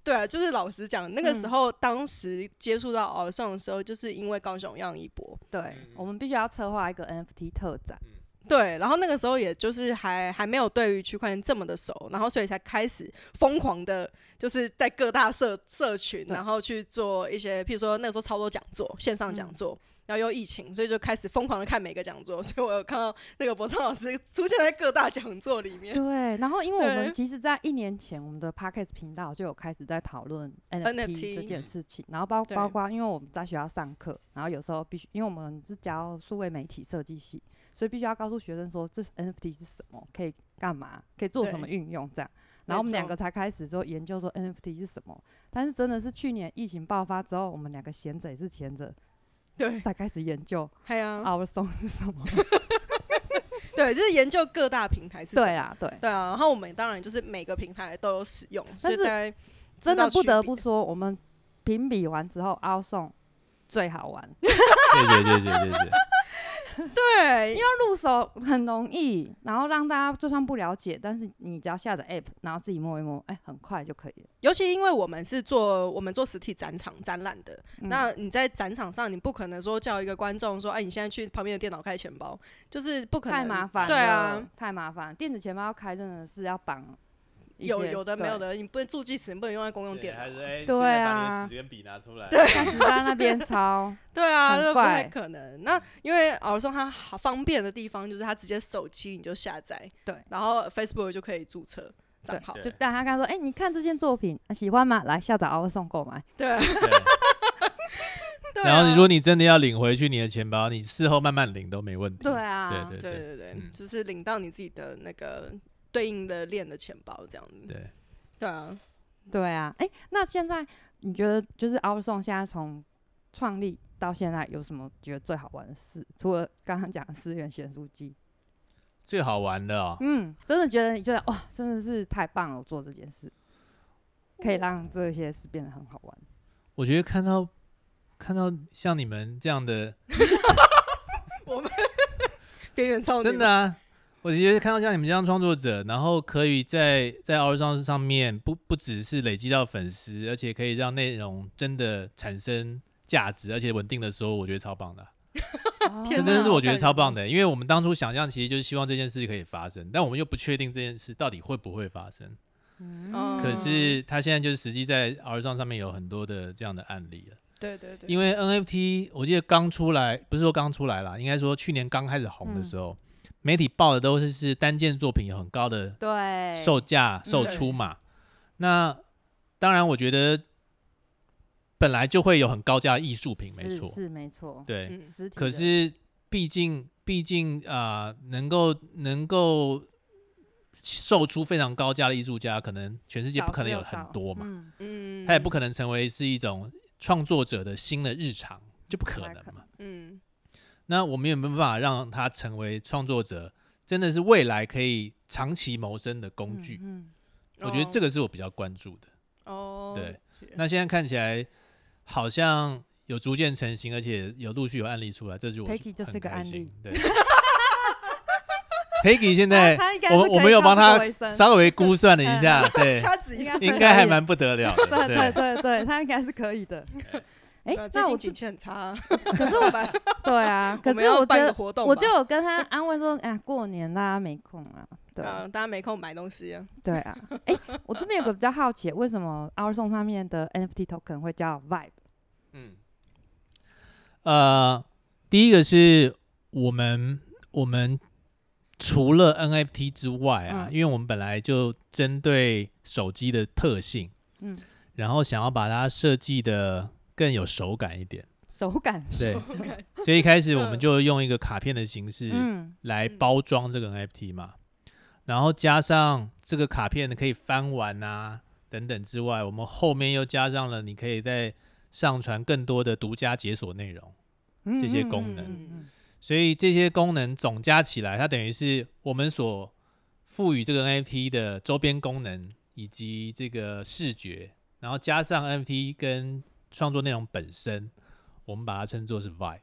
Speaker 1: 对啊，就是老实讲，那个时
Speaker 2: 嗯
Speaker 1: 候、当时接触到敖上的时候，就是因为高雄样一博，
Speaker 2: 对我们必须要策划一个 NFT 特展，
Speaker 1: 对，然后那个时候也就是还还没有对于区块链这么的熟，然后所以才开始疯狂的，就是在各大社社群，
Speaker 2: 对
Speaker 1: 然后去做一些，譬如说那个时候超多讲座，线上讲
Speaker 2: 嗯
Speaker 1: 座，然后又疫情，所以就开始疯狂的看每个讲座，所以我有看到那个博昌老师出现在各大讲座里面。
Speaker 2: 对，然后因为我们
Speaker 1: 对
Speaker 2: 其实，在一年前，我们的 Podcast 频道就有开始在讨论
Speaker 1: NFT
Speaker 2: NFT 这件事情，然后包
Speaker 1: 对
Speaker 2: 包括因为我们在学校上课，然后有时候必须，因为我们是教数位媒体设计系，所以必须要告诉学生说这 NFT 是什么，可以干嘛，可以做什么运用这样。然后我们
Speaker 1: 没错
Speaker 2: 两个才开始说研究说 NFT 是什么，但是真的是去年疫情爆发之后，我们两个闲着也是闲着，
Speaker 1: 对，嗯
Speaker 2: 才开始研究
Speaker 1: 还有、
Speaker 2: Our Song 是什么。
Speaker 1: 对，就是研究各大平台是什么
Speaker 2: 对啊，对，
Speaker 1: 对啊，然后我们当然就是每个平台都有使用，所
Speaker 2: 但
Speaker 1: 以
Speaker 2: 是
Speaker 1: 在
Speaker 2: 真的不得不说，我们评比完之后，凹送最好玩，
Speaker 3: 对对对对对对，
Speaker 1: 对
Speaker 2: 因，为入手很容易，然后让大家就算不了解，但是你只要下载 app，然后自己摸一摸，哎、很快就可以了。
Speaker 1: 尤其因为我们是做我们做实体展场展览的，
Speaker 2: 嗯
Speaker 1: 那你在展场上，你不可能说叫一个观众说，哎，你现在去旁边的电脑开钱包，就是不可能，
Speaker 2: 太麻烦，
Speaker 1: 对啊，，
Speaker 2: 太麻烦。电子钱包要开真的是要绑一些，
Speaker 1: 有有的没有
Speaker 2: 对，
Speaker 1: 的，你不能助记词，你不能用在公用电
Speaker 3: 还
Speaker 1: 脑
Speaker 3: 是，哎，
Speaker 2: 对
Speaker 3: 现在把你
Speaker 2: 啊
Speaker 3: 的纸跟笔拿出来。
Speaker 2: 但是在那边抄， [laughs]
Speaker 1: 对啊，
Speaker 2: 很
Speaker 1: 这不
Speaker 2: 怪
Speaker 1: 太可能。那因为敖松它好方便的地方就是它直接手机你就下载，
Speaker 2: 对
Speaker 1: 然后 Facebook 就可以注册账号，
Speaker 2: 就大家跟他说，哎、你看这件作品、啊喜欢吗？来下载 o 送购买。
Speaker 1: 对，啊
Speaker 3: [laughs] 对
Speaker 1: 对啊
Speaker 3: 然后你如果你真的要领回去你的钱包，你事后慢慢领都没问题。
Speaker 2: 对啊，
Speaker 3: 对
Speaker 1: 对
Speaker 3: 对
Speaker 1: 对对，
Speaker 3: 嗯
Speaker 1: 就是领到你自己的那个对应的链的钱包这样子。
Speaker 3: 对，
Speaker 1: 对啊，
Speaker 2: 对啊，哎、那现在你觉得就是 Our Song 现在从创立到现在有什么觉得最好玩的事？除了刚刚讲的思源咸酥
Speaker 1: [laughs]
Speaker 2: 鸡，
Speaker 3: 最好玩的哦，
Speaker 2: 嗯，真的觉得你觉得哇，真的是太棒了，我做这件事可以让这些事变得很好玩。
Speaker 3: 我觉得看到看到像你们这样的，
Speaker 1: 边缘少女
Speaker 3: 真的啊，我觉得看到像你们这样创作者，然后可以在在 o r 上上面不不只是累积到粉丝，而且可以让内容真的产生价值，而且稳定的时候，我觉得超棒的啊。
Speaker 1: 天
Speaker 3: 这
Speaker 1: 哪
Speaker 3: 真的是
Speaker 1: 好
Speaker 3: 我觉得
Speaker 1: 感
Speaker 3: 超
Speaker 1: 人
Speaker 3: 棒的，因为我们当初想象其实就是希望这件事可以发生，但我们又不确定这件事到底会不会发生。
Speaker 2: 嗯
Speaker 1: 哦
Speaker 3: 可是它现在就是实际在 R 上上面有很多的这样的案例了，
Speaker 1: 对对对，
Speaker 3: 因为 NFT 我记得刚出来，不是说刚出来啦，应该说去年刚开始红的
Speaker 2: 嗯
Speaker 3: 时候，媒体报的都是是单件作品有很高的
Speaker 2: 对，
Speaker 3: 售价、售出嘛。那当然，我觉得本来就会有很高价的艺术品，没
Speaker 2: 是
Speaker 3: 错，
Speaker 2: 是没错，
Speaker 3: 对。
Speaker 1: 嗯
Speaker 2: 实体
Speaker 3: 可
Speaker 2: 的
Speaker 3: 是毕竟毕竟啊、呃能够能够售出非常高价的艺术家，可能全世界
Speaker 2: 少
Speaker 3: 不可
Speaker 2: 之
Speaker 3: 能有
Speaker 2: 又
Speaker 3: 很
Speaker 2: 少
Speaker 3: 多嘛，
Speaker 2: 嗯
Speaker 1: 嗯，
Speaker 3: 他也不可能成为是一种创作者的新的日常，就不可
Speaker 2: 不太
Speaker 3: 能
Speaker 2: 可
Speaker 3: 嘛。
Speaker 1: 嗯
Speaker 3: 那我们有没有办法让他成为创作者，真的是未来可以长期谋生的工具？
Speaker 2: 嗯，
Speaker 3: 我觉得这个是我比较关注的。
Speaker 1: 哦，
Speaker 3: 对
Speaker 1: 了解，
Speaker 3: 那现在看起来好像有逐渐成型，而且有陆续有案例出来，这就我
Speaker 2: Peggy 就是
Speaker 3: 很
Speaker 2: 个
Speaker 3: 开
Speaker 2: 案
Speaker 3: 心
Speaker 2: 例。
Speaker 3: 对
Speaker 2: [laughs]
Speaker 3: ，Peggy 现在
Speaker 2: 他应该
Speaker 3: 我
Speaker 2: 是
Speaker 3: 们
Speaker 2: 可
Speaker 3: 我
Speaker 2: 以
Speaker 3: 们有
Speaker 2: 靠
Speaker 3: 帮
Speaker 2: 这
Speaker 3: 他
Speaker 2: 个为生
Speaker 3: 稍微估算了一
Speaker 2: [laughs]
Speaker 3: 下，对，
Speaker 1: 掐指一
Speaker 2: 应该哎
Speaker 1: 算，
Speaker 2: 是
Speaker 3: 应
Speaker 2: 可
Speaker 3: 该还
Speaker 2: 以
Speaker 3: 蛮不得了
Speaker 2: [laughs]
Speaker 3: 的。
Speaker 2: 对对
Speaker 3: 对，
Speaker 2: 对对，他应该是可以的。哎、
Speaker 1: 对啊最
Speaker 2: 那
Speaker 1: 近
Speaker 2: 我
Speaker 1: 景
Speaker 2: 就
Speaker 1: 气很差，
Speaker 2: 可是
Speaker 1: 怎么 [laughs]
Speaker 2: 我
Speaker 1: 办
Speaker 2: 对
Speaker 1: [laughs]
Speaker 2: 啊，可
Speaker 1: 我们
Speaker 2: 是
Speaker 1: 要
Speaker 2: 我觉
Speaker 1: 办个
Speaker 2: 得
Speaker 1: 活动吧，
Speaker 2: 我就有跟他安慰说，哎，过年大家没空啊，对啊
Speaker 1: 啊，大家没空买东西啊，
Speaker 2: 对啊。哎、我这边有个比较好奇，为什么 o u r s o n 上面的 NFT token 会叫 Vibe？
Speaker 3: 嗯，呃，第一个是我们我们除了 NFT 之外啊，
Speaker 2: 嗯
Speaker 3: 因为我们本来就针对手机的特性，
Speaker 2: 嗯，
Speaker 3: 然后想要把它设计的更有手感一点，
Speaker 2: 手感
Speaker 3: 对，
Speaker 1: OK，
Speaker 3: 所以一开始我
Speaker 2: [laughs]
Speaker 1: 嗯
Speaker 3: 们就用一个卡片的形式
Speaker 2: 嗯，
Speaker 3: 来
Speaker 1: 嗯
Speaker 3: 包装这个 NFT 嘛，然后加上这个卡片可以翻玩啊等等之外，我们后面又加上了你可以再上传更多的独家解锁内容，
Speaker 2: 嗯
Speaker 3: 这些
Speaker 2: 嗯
Speaker 3: 功
Speaker 2: 嗯
Speaker 3: 能
Speaker 2: 嗯嗯
Speaker 3: 所以这些功能总加起来，它等于是我们所赋予这个 NFT 的周边功能以及这个视觉，然后加上 NFT 跟创作内容本身，我们把它称作是 Vibe。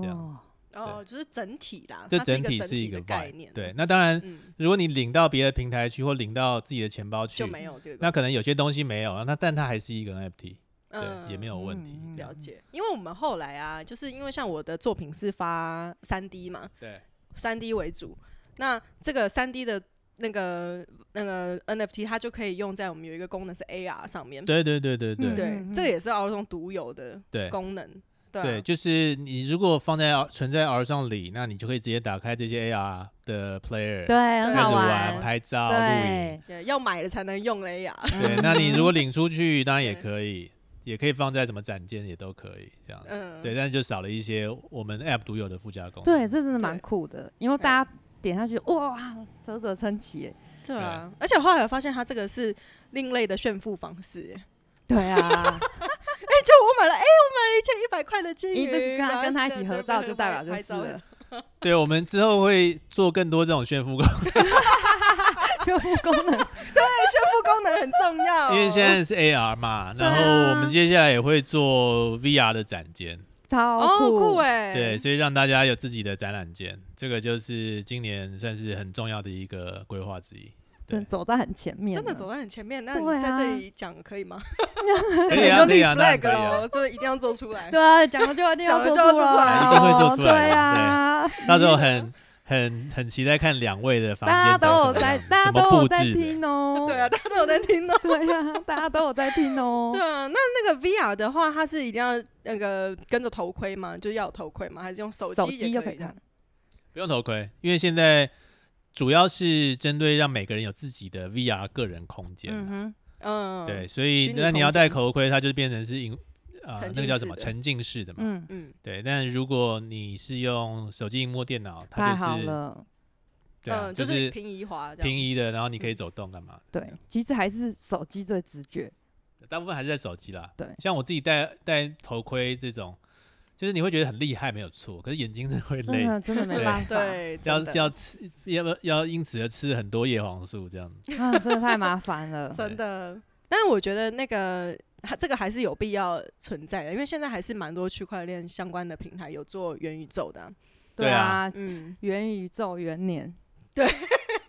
Speaker 3: 这样
Speaker 2: 哦，
Speaker 1: 哦，就是整体啦，
Speaker 3: 这
Speaker 1: 它是一
Speaker 3: 整
Speaker 1: 个
Speaker 3: 体
Speaker 1: 整
Speaker 3: 是一
Speaker 1: 体
Speaker 3: 个
Speaker 1: 的
Speaker 3: vibe
Speaker 1: 概念，
Speaker 3: 对，，那当然，
Speaker 1: 嗯，
Speaker 3: 如果你领到别的平台去，或领到自己的钱包去，
Speaker 1: 就没有这个
Speaker 3: 那
Speaker 1: 东西，
Speaker 3: 可能有些东西没有，那但它还是一个 NFT，对，
Speaker 1: 嗯，
Speaker 3: 也没有问题。
Speaker 2: 嗯嗯
Speaker 1: 了解，因为我们后来啊，就是因为像我的作品是发三 D 嘛，
Speaker 3: 对，
Speaker 1: 三 D 为主，那这个三 D 的那个那个 NFT 它就可以用在我们有一个功能是 AR 上面，
Speaker 3: 对对对对对
Speaker 2: 嗯
Speaker 1: 对，
Speaker 2: 嗯
Speaker 1: 这个也是儿童独有的
Speaker 3: 对
Speaker 1: 功能，对啊
Speaker 3: 对，就是你如果放在 R 存在 R 上里，那你就可以直接打开这些 AR 的 player，
Speaker 2: 对，很
Speaker 3: 开始
Speaker 2: 好
Speaker 3: 玩、
Speaker 2: 玩，
Speaker 3: 拍照、录影。
Speaker 2: 对，嗯
Speaker 1: 对要买了才能用 AR，
Speaker 3: 对，那你如果领出去，当然也
Speaker 1: 对
Speaker 3: 可以，也可以放在什么展间也都可以这样子。
Speaker 1: 嗯，
Speaker 3: 对，但是就少了一些我们 App 独有的附加功能。
Speaker 2: 对，这真的蛮
Speaker 1: 对但
Speaker 2: 酷的，因为大家点下去，哇，啧啧称奇耶，
Speaker 1: 对啊，而且后来我发现它这个是另类的炫富方式，哎，
Speaker 2: 对啊，
Speaker 1: 就我买了，哎，我买了一千一百块的金
Speaker 2: 你
Speaker 1: 鱼，
Speaker 2: 就跟
Speaker 1: [laughs]
Speaker 2: 他
Speaker 1: 然后
Speaker 2: 跟 [laughs] 他一
Speaker 1: 对
Speaker 2: 起
Speaker 1: 对
Speaker 2: 合
Speaker 1: 对
Speaker 2: 照，
Speaker 1: [laughs] 对
Speaker 2: 就代
Speaker 1: 拍
Speaker 2: 表就
Speaker 1: 拍
Speaker 2: 是
Speaker 1: 照
Speaker 2: 了，
Speaker 3: 对，我们之后会做更多这种炫富功
Speaker 2: 全部功能
Speaker 1: 炫富功能很重要，
Speaker 3: 因为现在是 AR 嘛，
Speaker 2: 对啊
Speaker 3: 然后我们接下来也会做 VR 的展间，
Speaker 2: 超
Speaker 1: 哦，酷
Speaker 2: 酷
Speaker 1: 哎、
Speaker 3: 对，，所以让大家有自己的展览间，这个就是今年算是很重要的一个规划之一。对
Speaker 2: 真的走在很前面，啊
Speaker 1: 真的走。在很前面。那你
Speaker 2: 对
Speaker 1: 在
Speaker 2: 啊
Speaker 1: 这里讲可以吗？
Speaker 3: 可
Speaker 1: [laughs] 那
Speaker 3: 以
Speaker 1: 你
Speaker 3: 啊
Speaker 1: 就
Speaker 3: 可以
Speaker 1: 立
Speaker 3: 啊当然
Speaker 1: flag
Speaker 3: 可以啊
Speaker 1: 喽，这一定要做出来。
Speaker 2: 对啊，讲了就一定
Speaker 1: [laughs] 讲
Speaker 2: 要
Speaker 1: 了
Speaker 2: 做
Speaker 1: 就要做出
Speaker 2: 出
Speaker 1: 来
Speaker 2: 来
Speaker 3: 一定会做
Speaker 2: 哦，
Speaker 3: 出来的
Speaker 2: 对啊，
Speaker 3: 到时候很很很期待看两位的房
Speaker 2: 大家
Speaker 3: 间
Speaker 2: 都
Speaker 3: 长什
Speaker 2: 有
Speaker 3: 么
Speaker 2: 在
Speaker 3: 样子，
Speaker 2: 大家
Speaker 3: 怎 [laughs]
Speaker 2: 都
Speaker 3: 么
Speaker 2: 有
Speaker 3: 布
Speaker 2: 在
Speaker 3: 置的。
Speaker 2: 听哦，
Speaker 1: 对啊，大家都有在听哦。
Speaker 2: [laughs] 对啊，大家都有在听哦
Speaker 1: 对。啊，那那个 VR 的话，它是一定要那个跟着头盔吗？就是要有头盔吗？还是用手
Speaker 2: 手
Speaker 1: 机
Speaker 2: 机
Speaker 1: 也
Speaker 2: 就
Speaker 1: 可
Speaker 2: 可
Speaker 1: 以
Speaker 2: 以
Speaker 1: 的
Speaker 2: 看？，
Speaker 3: 不用头盔，因为现在主要是针对让每个人有自己的 VR 个人空间
Speaker 2: 嗯
Speaker 3: 啊、
Speaker 2: 哼，
Speaker 1: 嗯，
Speaker 3: 对，，所以
Speaker 1: 虚拟
Speaker 3: 那你
Speaker 1: 空
Speaker 3: 要戴
Speaker 1: 间
Speaker 3: 头盔，它就变成是影啊、
Speaker 1: 沉
Speaker 3: 那个
Speaker 1: 浸
Speaker 3: 叫
Speaker 1: 式
Speaker 3: 什么
Speaker 1: 的
Speaker 3: 沉浸式的嘛。
Speaker 2: 嗯，
Speaker 1: 嗯，
Speaker 3: 对，但如果你是用手机、荧幕、电脑，它
Speaker 2: 太
Speaker 3: 就
Speaker 2: 好
Speaker 3: 是
Speaker 2: 了。
Speaker 3: 对啊、
Speaker 1: 嗯，
Speaker 3: 就
Speaker 1: 就是
Speaker 3: 是
Speaker 1: 平移滑这样，
Speaker 3: 平移的，然后你可以
Speaker 1: 嗯
Speaker 3: 走动干嘛？
Speaker 2: 对，其实还是手机最直觉。
Speaker 3: 大部分还是在手机啦。
Speaker 2: 对
Speaker 3: 像我自己戴戴头盔这种，就是你会觉得很厉害，没有错，可是眼睛真的会累
Speaker 2: 真，的真的没
Speaker 3: 对
Speaker 2: 办法，
Speaker 1: 对，
Speaker 3: 要
Speaker 1: 真的
Speaker 3: 要吃，要不要因此而吃很多叶黄素这样子？
Speaker 2: 啊，真的太麻烦
Speaker 1: [laughs]
Speaker 2: 了。
Speaker 1: 真的。但是我觉得那个它这个还是有必要存在的，因为现在还是蛮多区块链相关的平台有做元宇宙的啊、
Speaker 3: 对啊
Speaker 2: 啊， [laughs]
Speaker 1: 嗯，
Speaker 2: 元宇宙元年，
Speaker 1: 对，
Speaker 2: [laughs]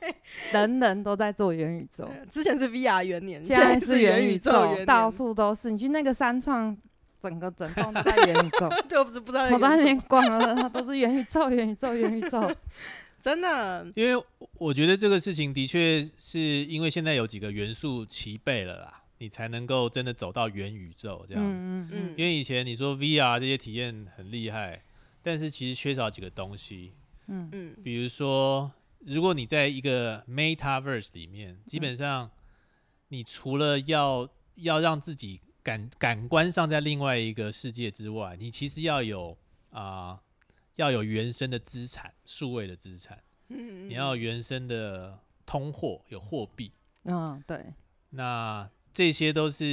Speaker 2: 人人都在做元宇宙，
Speaker 1: 之前是 VR 元年，
Speaker 2: 现
Speaker 1: 在
Speaker 2: 在
Speaker 1: 是
Speaker 2: 是
Speaker 1: 元
Speaker 2: 元
Speaker 1: 宇
Speaker 2: 宇
Speaker 1: 宙
Speaker 2: 宙，
Speaker 1: 元
Speaker 2: 到
Speaker 1: 年，
Speaker 2: 处都是。你去那个三创，整个整栋都在元宇宙。
Speaker 1: [laughs] 对，我不知不知道在
Speaker 2: 我在那
Speaker 1: 元什
Speaker 2: 边
Speaker 1: 么
Speaker 2: 逛了，它都是元宇宙， [laughs] 元宇宙，元宇宙。
Speaker 1: 真的，
Speaker 3: 因为我我觉得这个事情的确是因为现在有几个元素齐备了啦，你才能够真的走到元宇宙这样。
Speaker 2: 嗯嗯嗯，
Speaker 1: 嗯，
Speaker 3: 因为以前你说 VR 这些体验很厉害，但是其实缺少几个东西，
Speaker 2: 嗯，
Speaker 1: 嗯
Speaker 3: 比如说，如果你在一个 MetaVerse 里面，基本上你除了要要让自己感感官上在另外一个世界之外，你其实要有啊、要有原生的资产，数位的资产，
Speaker 1: 嗯，
Speaker 3: 你要有原生的通货，有货币，
Speaker 2: 嗯对，
Speaker 3: 那这些都是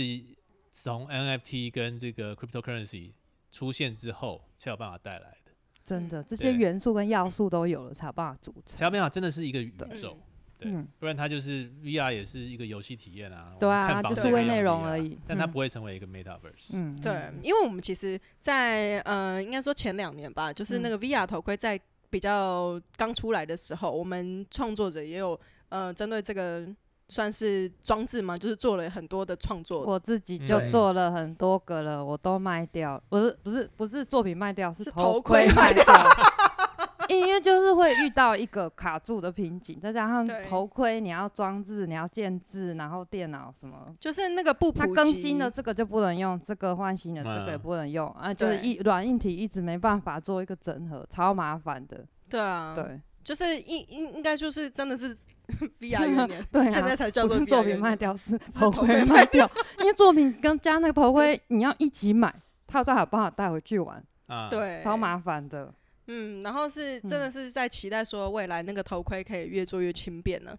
Speaker 3: 从 NFT 跟这个 cryptocurrency 出现之后才有办法带来的。
Speaker 2: 真的，这些
Speaker 3: 对
Speaker 2: 元素跟要素都有了，才有办法组
Speaker 3: 才有
Speaker 2: 成。
Speaker 3: 办法真的是一个宇
Speaker 1: 嗯
Speaker 3: 宙。对
Speaker 2: 嗯，
Speaker 3: 不然它就是 VR 也是一个游戏体验啊，
Speaker 2: 对
Speaker 3: 我们
Speaker 2: 啊
Speaker 3: 看
Speaker 2: 就
Speaker 3: 房
Speaker 1: 数
Speaker 3: 也
Speaker 1: 位
Speaker 3: 可以用
Speaker 2: 内容
Speaker 3: VR
Speaker 2: 而已
Speaker 3: 但它
Speaker 2: 嗯
Speaker 3: 不会成为一个 metaverse。
Speaker 2: 嗯，
Speaker 1: 对，因为我们其实在，呃，应该说前两年吧，就是那
Speaker 2: 嗯
Speaker 1: 个 VR 头盔在比较刚出来的时候，我们创作者也有呃针对这个算是装置嘛，就是做了很多的创作，
Speaker 2: 我自己就
Speaker 3: 对
Speaker 2: 做了很多个了，我都卖掉了，不是不是不是作品卖掉，
Speaker 1: 是头
Speaker 2: 头
Speaker 1: 盔
Speaker 2: 卖
Speaker 1: 卖
Speaker 2: 掉。 [laughs] 因为就是会遇到一个卡住的瓶颈，再加上
Speaker 1: 对
Speaker 2: 头盔你要装置，你要建制，然后电脑什么，
Speaker 1: 就是那个不
Speaker 2: 它
Speaker 1: 普
Speaker 2: 更
Speaker 1: 及
Speaker 2: 新了这个就不能用，这个换新的这
Speaker 3: 嗯
Speaker 2: 个也不能用啊，就是
Speaker 1: 对
Speaker 2: 一软硬体一直没办法做一个整合，超麻烦的。
Speaker 1: 对啊，，
Speaker 2: 对 [laughs]
Speaker 1: 就是应应应该就是真的是 [laughs] VR 元年，
Speaker 2: 对啊，
Speaker 1: 现在才叫
Speaker 2: 不
Speaker 1: 做
Speaker 2: 是
Speaker 1: VR
Speaker 2: 作
Speaker 1: 元
Speaker 2: 品卖
Speaker 1: 年，
Speaker 2: 掉，是
Speaker 1: 是
Speaker 2: 头
Speaker 1: 头盔
Speaker 2: 盔
Speaker 1: 卖
Speaker 2: 卖掉，因为作品跟加那个头盔你要一起买，他才好帮我带回去玩。
Speaker 3: 啊，，
Speaker 1: 对，
Speaker 2: 超麻烦的。
Speaker 1: 嗯，然后是真的
Speaker 2: 嗯
Speaker 1: 是在期待说未来那个头盔可以越做越轻便呢，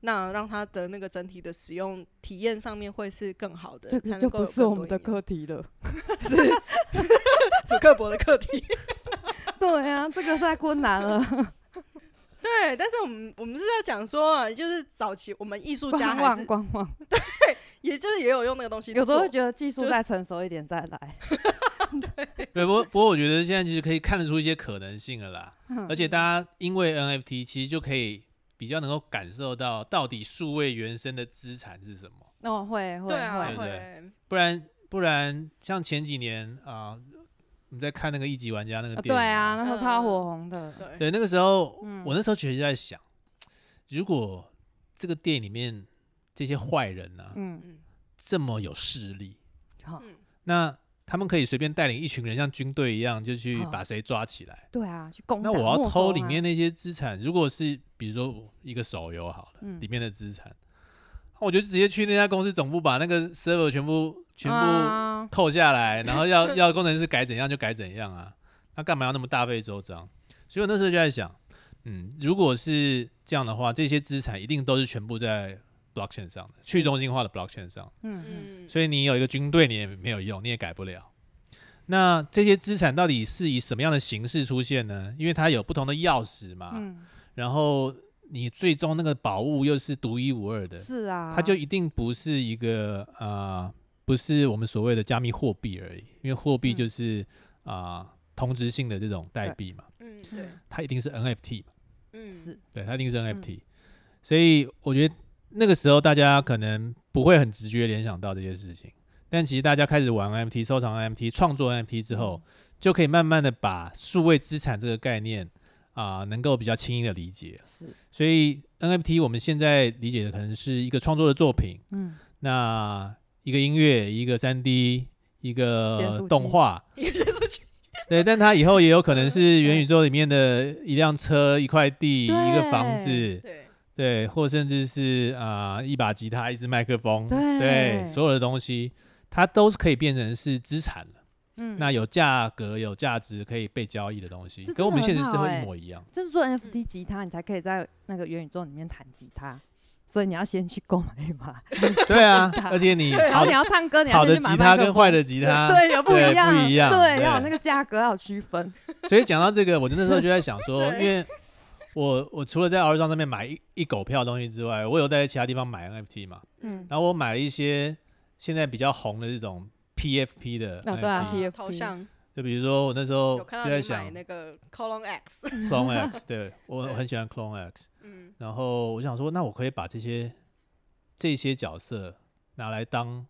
Speaker 1: 那让它的那个整体的使用体验上面会是更好的，
Speaker 2: 这
Speaker 1: 才
Speaker 2: 个
Speaker 1: 能
Speaker 2: 就
Speaker 1: 够
Speaker 2: 不
Speaker 1: 有
Speaker 2: 是
Speaker 1: 更
Speaker 2: 我
Speaker 1: 多
Speaker 2: 们的
Speaker 1: 应用
Speaker 2: 课题了。 [laughs]
Speaker 1: [laughs] 是主刻薄的课题。
Speaker 2: 对啊，这个太困难
Speaker 1: [laughs]
Speaker 2: 了，
Speaker 1: 对，但是我们我们是要讲说啊，就是早期我们艺术家
Speaker 2: 观
Speaker 1: 还
Speaker 2: 望
Speaker 1: 是，
Speaker 2: 观望，
Speaker 1: 也就是也有用那个东西做，
Speaker 2: 有时候会觉得技术
Speaker 1: 就
Speaker 2: 再成熟一点再来。 [laughs]
Speaker 3: 对，不过不过我觉得现在就是可以看得出一些可能性了啦，
Speaker 2: 嗯
Speaker 3: 而且大家因为 NFT 其实就可以比较能够感受到到底数位原生的资产是什么，
Speaker 2: 哦，会会
Speaker 1: 对啊
Speaker 2: 会，
Speaker 3: 对
Speaker 1: 会，
Speaker 3: 不然不然像前几年啊，我们在看那个一级玩家那个
Speaker 2: 呃
Speaker 3: 电
Speaker 2: 对
Speaker 3: 影
Speaker 2: 啊，那时候超
Speaker 1: 嗯
Speaker 2: 火红的。
Speaker 1: 对，
Speaker 3: 对，那个时候，
Speaker 2: 嗯
Speaker 3: 我那时候其实就在想，如果这个电影里面这些坏人呢、啊，
Speaker 2: 嗯，
Speaker 1: 嗯
Speaker 3: 这么有势力，
Speaker 2: 好，
Speaker 1: 嗯，
Speaker 3: 那他们可以随便带领一群人，像军队一样，就去
Speaker 2: 哦
Speaker 3: 把谁抓起来。
Speaker 2: 对啊，去攻
Speaker 3: 那
Speaker 2: 打
Speaker 3: 我要
Speaker 2: 没
Speaker 3: 偷
Speaker 2: 收
Speaker 3: 里
Speaker 2: 啊
Speaker 3: 面，那些资产，如果是比如说一个手游好了，
Speaker 2: 嗯
Speaker 3: 里面的资产，我就直接去那家公司总部把那个 server 全部全部
Speaker 2: 啊
Speaker 3: 扣下来，然
Speaker 2: [laughs]
Speaker 3: 后要要工程师改怎样就改怎样啊，那干嘛要那么大费周章？所以我那时候就在想，嗯，如果是这样的话，这些资产一定都是全部在 blockchain 上的，去中心化的 blockchain 上，
Speaker 2: 嗯嗯，
Speaker 1: 嗯，
Speaker 3: 所以你有一个军队你也没有用，你也改不了。那这些资产到底是以什么样的形式出现呢？因为它有不同的钥匙嘛，
Speaker 2: 嗯，
Speaker 3: 然后你最终那个宝物又是独一无二的，
Speaker 2: 是啊，
Speaker 3: 它就一定不是一个呃，不是我们所谓的加密货币而已，因为货币
Speaker 2: 嗯
Speaker 3: 就是、啊、同质性的这种代
Speaker 2: 对
Speaker 3: 币嘛，
Speaker 1: 嗯，对
Speaker 2: [laughs] 对，
Speaker 3: 它一定是 NFT 嘛，
Speaker 1: 嗯，
Speaker 2: 是，
Speaker 3: 对，它一定是 NFT，、所以我觉得那个时候大家可能不会很直觉联想到这些事情，但其实大家开始玩 NFT、收藏 NFT、创作 NFT
Speaker 2: 嗯
Speaker 3: 之后，就可以慢慢的把数位资产这个概念啊、能够比较轻易的理解。
Speaker 2: 是，
Speaker 3: 所以 NFT 我们现在理解的可能是一个创作的作品，
Speaker 2: 嗯，
Speaker 3: 那一个音乐、一个3 D、一
Speaker 2: 减速
Speaker 3: 个
Speaker 2: 器
Speaker 3: 动画，
Speaker 1: 也是
Speaker 2: [laughs]
Speaker 1: 说起
Speaker 3: 对，但它以后也有可能是元宇宙里面的一辆车、一块地、一个房子，
Speaker 1: 对，
Speaker 3: 对，或甚至是啊、一把吉他、一支麦克风，
Speaker 2: 对
Speaker 3: 所有的东西，它都是可以变成是资产了。
Speaker 2: 嗯，
Speaker 3: 那有价格、有价值，可以被交易的东西
Speaker 2: 这，
Speaker 3: 跟我们现
Speaker 2: 真的很
Speaker 3: 实社
Speaker 2: 好
Speaker 3: 会一
Speaker 2: 欸
Speaker 3: 模
Speaker 2: [laughs]
Speaker 3: 一样。
Speaker 2: 就是做 NFT 吉他，你才可以在那个元宇宙里面弹吉他，所以你要先去购买一
Speaker 3: [laughs]
Speaker 2: 把，
Speaker 3: 对啊
Speaker 2: 真，的 [laughs]
Speaker 3: 而且你
Speaker 2: 然
Speaker 3: 好
Speaker 2: 后你要唱歌，你要
Speaker 3: 好的
Speaker 2: 先去
Speaker 3: 吉
Speaker 2: 买
Speaker 3: 他
Speaker 2: 麦克
Speaker 3: 跟
Speaker 2: 风
Speaker 3: 坏的吉他，
Speaker 2: [laughs] 对，有不
Speaker 3: 对
Speaker 2: 一样，
Speaker 3: 不一样
Speaker 2: 对，
Speaker 3: 对
Speaker 2: 要有那个价格，要有区分，
Speaker 3: 所以讲到这个，我就那时候就在想
Speaker 2: [laughs]
Speaker 3: 说，因
Speaker 1: 对
Speaker 3: 为我我除了在 R 上那边买一一狗票的东西之外，我有在其他地方买 NFT 嘛，
Speaker 2: 嗯，
Speaker 3: 然后我买了一些现在比较红的这种 PFP 的 NFT，、
Speaker 2: 啊对啊 TFP
Speaker 1: 头像
Speaker 3: 就比如说我那时候
Speaker 1: 有看
Speaker 3: 嗯哦就
Speaker 1: 到
Speaker 3: 在
Speaker 1: 你买
Speaker 3: 想
Speaker 1: 那个 Colon X，
Speaker 3: Clone X，对 [laughs] 我
Speaker 1: 对
Speaker 3: 我很喜欢 Clone X，
Speaker 1: 嗯，
Speaker 3: 然后我想说，那我可以把这些这些角色拿来当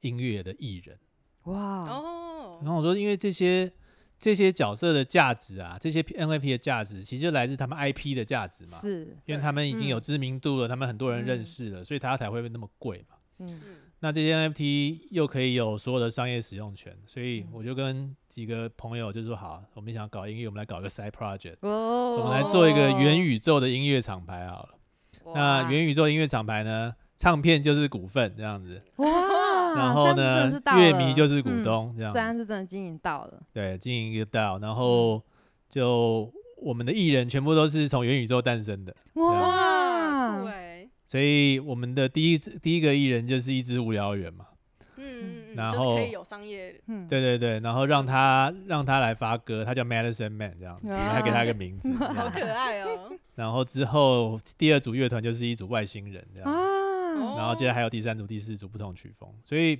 Speaker 3: 音乐的艺人。
Speaker 2: 哇，
Speaker 3: 然
Speaker 1: 哦，
Speaker 3: 后我说，因为这些这些角色的价值啊，这些 NFT 的价值，其实就来自他们 IP 的价值嘛。
Speaker 2: 是，
Speaker 3: 因为
Speaker 1: 对
Speaker 3: 他们已经有
Speaker 2: 嗯
Speaker 3: 知名度了，他们很多人认
Speaker 2: 嗯
Speaker 3: 识了，所以它才会那么贵嘛。
Speaker 2: 嗯，
Speaker 1: 嗯
Speaker 3: 那这些 NFT 又可以有所有的商业使用权，所
Speaker 2: 嗯
Speaker 3: 以我就跟几个朋友就说：好，我们想搞音乐，我们来搞一个 side project，、
Speaker 2: 哦
Speaker 3: 我们来做一个元宇宙的音乐厂牌好了。那元
Speaker 2: 宇，
Speaker 3: 宇宙音乐厂牌呢，唱片就是股份这样子，
Speaker 2: 哇，
Speaker 3: 然后
Speaker 2: 嗯这样
Speaker 3: 呢
Speaker 2: 子真的是到，了
Speaker 3: 乐迷就是股，
Speaker 2: 嗯
Speaker 3: 东、这样
Speaker 2: 这
Speaker 3: 子。
Speaker 2: 样是真的经营到了，
Speaker 3: 对，经营一个 DAO，然
Speaker 2: 嗯
Speaker 3: 后就我们的艺人全部都是从元宇宙诞生的，啊
Speaker 1: 哇，啊酷
Speaker 2: 哇，
Speaker 1: 哎，
Speaker 3: 所以我们的第一只第一个艺人就是一只无聊猿嘛，
Speaker 1: 嗯嗯，嗯
Speaker 3: 然
Speaker 1: 就是
Speaker 3: 后
Speaker 1: 可以有商业，
Speaker 2: 嗯，
Speaker 3: 对对对，然后让他让他来发歌，他叫 Medicine Man 这样，你
Speaker 2: 啊
Speaker 3: 还给他一个名字，
Speaker 1: [laughs]
Speaker 3: 这
Speaker 2: [laughs]
Speaker 1: 好可
Speaker 3: 样
Speaker 1: 爱哦，
Speaker 3: 然后之后第二组乐团就是一组外星人这样，
Speaker 2: 啊，
Speaker 1: 哦
Speaker 3: 然后接下来还有第三组、第四组不同曲风，所以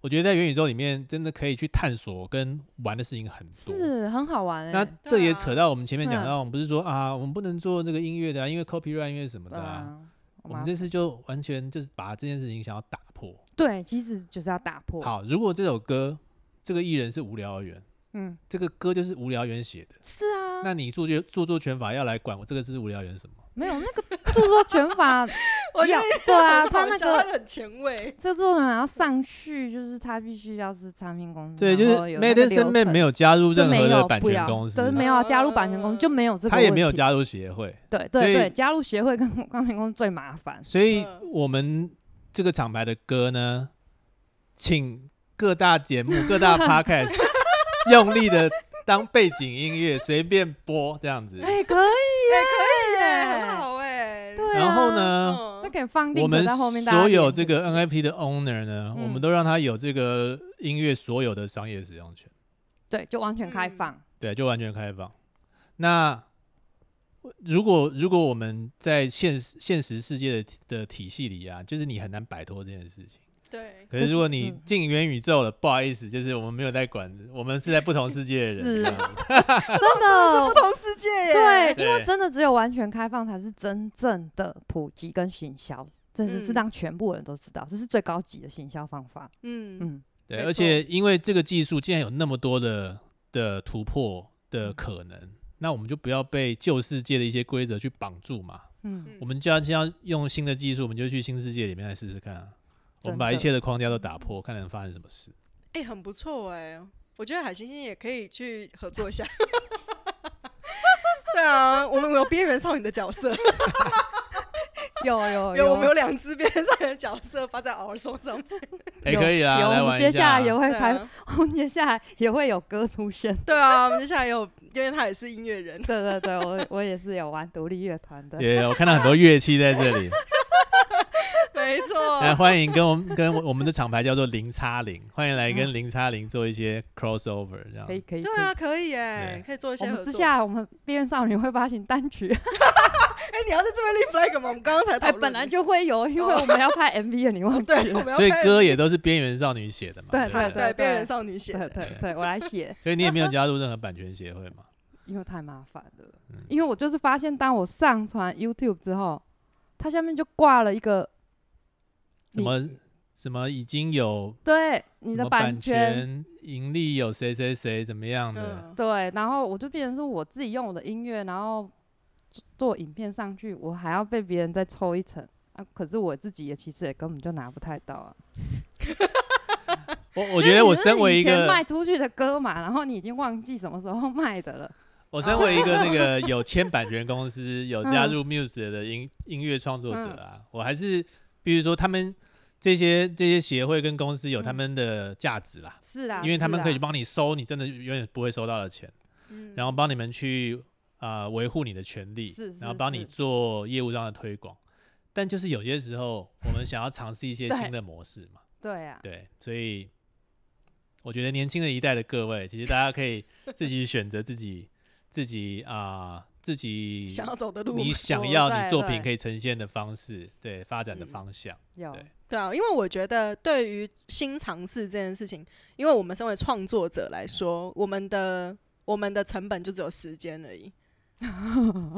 Speaker 3: 我觉得在元宇宙里面真的可以去探索跟玩的事情很多，
Speaker 2: 是很好玩
Speaker 3: 那
Speaker 2: 哎，
Speaker 3: 这
Speaker 1: 对
Speaker 3: 也
Speaker 1: 啊
Speaker 3: 扯到我们前面讲
Speaker 2: 嗯
Speaker 3: 到，我们不是说啊，我们不能做这个音乐的、啊，因为 copyright 音乐什么的、
Speaker 2: 对
Speaker 3: 啊。
Speaker 2: 啊，我
Speaker 3: 我们
Speaker 2: 们
Speaker 3: 这次就完全就是把这件事情想要打破。
Speaker 2: 对，其实就是要打破，，
Speaker 3: 好，如果这首歌这个艺人是无聊而源，
Speaker 2: 嗯，
Speaker 3: 这个歌就是无聊源写的，
Speaker 2: 是啊，嗯
Speaker 3: 那你著作著作权法要来管我这个是无聊源什么？
Speaker 2: 没有那个著作权法
Speaker 1: [laughs] [laughs] 我觉
Speaker 2: 要
Speaker 1: 得
Speaker 2: 对啊，
Speaker 1: 很
Speaker 2: 他
Speaker 1: 好
Speaker 2: 那
Speaker 1: 笑
Speaker 2: 个
Speaker 1: 他很前卫，
Speaker 2: 这作人要上去，就是他必须要是唱片公司，
Speaker 3: 对，就是 Medicine Man 没
Speaker 2: 有
Speaker 3: 有加入
Speaker 2: 就
Speaker 3: 任
Speaker 2: 没
Speaker 3: 何
Speaker 2: 有
Speaker 3: 的版
Speaker 2: 不
Speaker 3: 权
Speaker 2: 要
Speaker 3: 公司啊
Speaker 2: 对，，没有加入版权公司就没有这个，
Speaker 3: 他也没有，加入协会，
Speaker 2: 对
Speaker 3: 所
Speaker 2: 对
Speaker 3: 以
Speaker 2: 对，加入协会跟唱片公司最麻烦，
Speaker 3: 所以
Speaker 1: 嗯
Speaker 3: 我们这个厂牌的歌呢，请各大节目、 [laughs] 各大 podcast 用力的当背景音乐，随便播这样子。
Speaker 2: 哎，可以
Speaker 1: 对，
Speaker 2: 耶，
Speaker 1: 很好哎，
Speaker 2: 啊对啊，
Speaker 3: 然后呢，
Speaker 2: 就
Speaker 1: 嗯，
Speaker 2: 可以放
Speaker 3: 我
Speaker 2: 定格
Speaker 3: 们
Speaker 2: 在后面，大家
Speaker 3: 所有
Speaker 2: 点
Speaker 3: 这
Speaker 2: 进
Speaker 3: 个
Speaker 2: 去
Speaker 3: NFT 的 owner 呢，
Speaker 2: 嗯
Speaker 3: 我们都让他有这个音乐所有的商业使用权，
Speaker 2: 对就完全开放，
Speaker 3: 对，就完全开放。那如果如果我们在现实现实世界的的体系里啊，就是你很难摆脱这件事情。
Speaker 1: 对，
Speaker 3: 可是如果你
Speaker 2: 嗯
Speaker 3: 进元宇宙了，不好意思，就是我们没有在管，我们是在不同世界的人。
Speaker 2: [laughs] 是
Speaker 3: 这样子
Speaker 2: [laughs] 真的
Speaker 1: 不同世界耶，
Speaker 2: 对，因
Speaker 3: 对
Speaker 2: 为真的只有完全开放才是真正的普及跟行销，这是是
Speaker 1: 嗯
Speaker 2: 让全部人都知道，这是最高级的行销方法。
Speaker 1: 嗯，
Speaker 2: 嗯，
Speaker 3: 对，
Speaker 1: 没
Speaker 3: 而且因为这个技术竟然有那么多的的突破的可能，那我们就不要被旧世界的一些规则去绑住嘛。
Speaker 2: 嗯，
Speaker 3: 我们就要这样用新的技术，我们就去新世界里面来试试看、啊。我们把
Speaker 2: 真
Speaker 3: 一
Speaker 2: 的
Speaker 3: 切的框架都打破，看能发生什么事。
Speaker 1: 哎、很不错哎、我觉得海星星也可以去合作一下。 [laughs] 对啊，我们有边缘少女的角色，
Speaker 2: 有有
Speaker 1: [laughs] 有我们有两只边缘少女的角色发在 R 手上。
Speaker 3: 哎、
Speaker 2: 有
Speaker 3: 可以啦，
Speaker 2: 有，
Speaker 3: 来
Speaker 2: 我
Speaker 3: 玩
Speaker 2: 们
Speaker 3: 一
Speaker 2: 接下来也
Speaker 3: [laughs] 啊
Speaker 2: 会
Speaker 1: 对
Speaker 2: 开，
Speaker 1: 啊，
Speaker 2: [laughs] 我们接下来也会有歌出现。 [laughs]
Speaker 1: 对啊，我们接下来有，因为他也是音乐人，
Speaker 2: 对对对，我我也是有玩独立乐团的。
Speaker 3: 也有我看到很多乐器在这里。
Speaker 1: 没没
Speaker 3: 来
Speaker 2: [laughs]
Speaker 1: 错，
Speaker 3: 欢迎跟我们跟我们的厂牌叫做零叉零，欢迎来跟零叉零做一些 crossover 这样
Speaker 2: 可。以可以。
Speaker 1: 对
Speaker 2: 可以
Speaker 1: 啊，可以哎
Speaker 3: 对，
Speaker 1: 可以做一
Speaker 2: 我
Speaker 1: 些合
Speaker 2: 们
Speaker 1: 作。
Speaker 2: 之下，我们边缘少女会发行单曲，
Speaker 1: 哎，你要在这边立 flag 吗？我们刚刚才讨
Speaker 2: 哎，
Speaker 1: 论
Speaker 2: [laughs] 本来就会有，因为我们要拍 MV 了，你忘记
Speaker 1: [laughs] 对，我
Speaker 2: 了？
Speaker 1: 们要
Speaker 3: 所以
Speaker 1: 开始
Speaker 3: 歌也都是边缘少女写的嘛，
Speaker 2: 对
Speaker 3: 不
Speaker 2: 对
Speaker 1: 哦对边缘少女写
Speaker 2: 对
Speaker 1: 的，
Speaker 2: 对对，我来写，
Speaker 3: 所以你也没有加入任何版权协会
Speaker 2: [laughs]
Speaker 3: 嘛？
Speaker 2: 因为太麻烦了。
Speaker 3: 嗯
Speaker 2: 因为我就是发现，当我上传 YouTube 之后，它下面就挂了一个
Speaker 3: 什么什么已经有
Speaker 2: 对你
Speaker 3: 什
Speaker 2: 的
Speaker 3: 么
Speaker 2: 版
Speaker 3: 版
Speaker 2: 权，
Speaker 3: 盈利有谁谁谁怎么样的？
Speaker 1: 嗯，
Speaker 2: 对，然后我就变成是我自己用我的音乐，然后做做影片上去，我还要被别人再抽一层啊。可是我自己也其实也根本就拿不太到啊。
Speaker 3: 我我
Speaker 2: 就是
Speaker 3: 觉得
Speaker 2: 你
Speaker 3: 我
Speaker 2: 是
Speaker 3: 身
Speaker 2: 你
Speaker 3: 为
Speaker 2: 以
Speaker 3: 一
Speaker 2: 前
Speaker 3: 个
Speaker 2: 卖出去的歌嘛，然后你已经忘记什么时候卖的了。
Speaker 3: 我身为一个那个有签版权公司有加
Speaker 2: [laughs] 嗯
Speaker 3: 入 Muse 的音音乐创作者啊，我还是比如说他们这些这些协会跟公司有他
Speaker 2: 嗯
Speaker 3: 们的价值啦，
Speaker 2: 是啊，
Speaker 3: 因为他们可以
Speaker 2: 是啊
Speaker 3: 帮你收你真的永远不会收到的钱，
Speaker 1: 嗯
Speaker 3: 然后帮你们去啊维护你的权利，
Speaker 2: 是
Speaker 3: 然后
Speaker 2: 是
Speaker 3: 帮你
Speaker 2: 是
Speaker 3: 做业务上的推广。但就是有些时候，我们想要尝试一些
Speaker 2: 对
Speaker 3: 新的模式嘛，
Speaker 2: 对啊，
Speaker 3: 对，所以我觉得年轻的一代的各位，其实大家
Speaker 2: [laughs]
Speaker 3: 可以自己选择自己自己啊、自己
Speaker 1: 想要走的路嘛，
Speaker 3: 你想
Speaker 2: 我
Speaker 3: 要
Speaker 2: 对
Speaker 3: 你作
Speaker 2: 对
Speaker 3: 品可以呈现的方式，对发展的
Speaker 1: 嗯
Speaker 3: 方向，
Speaker 2: 有
Speaker 3: 对
Speaker 1: 对啊，因为我觉得对于新尝试这件事情，因为我们身为创作者
Speaker 3: 嗯
Speaker 1: 来说，我们的我们的成本就只有时间而已。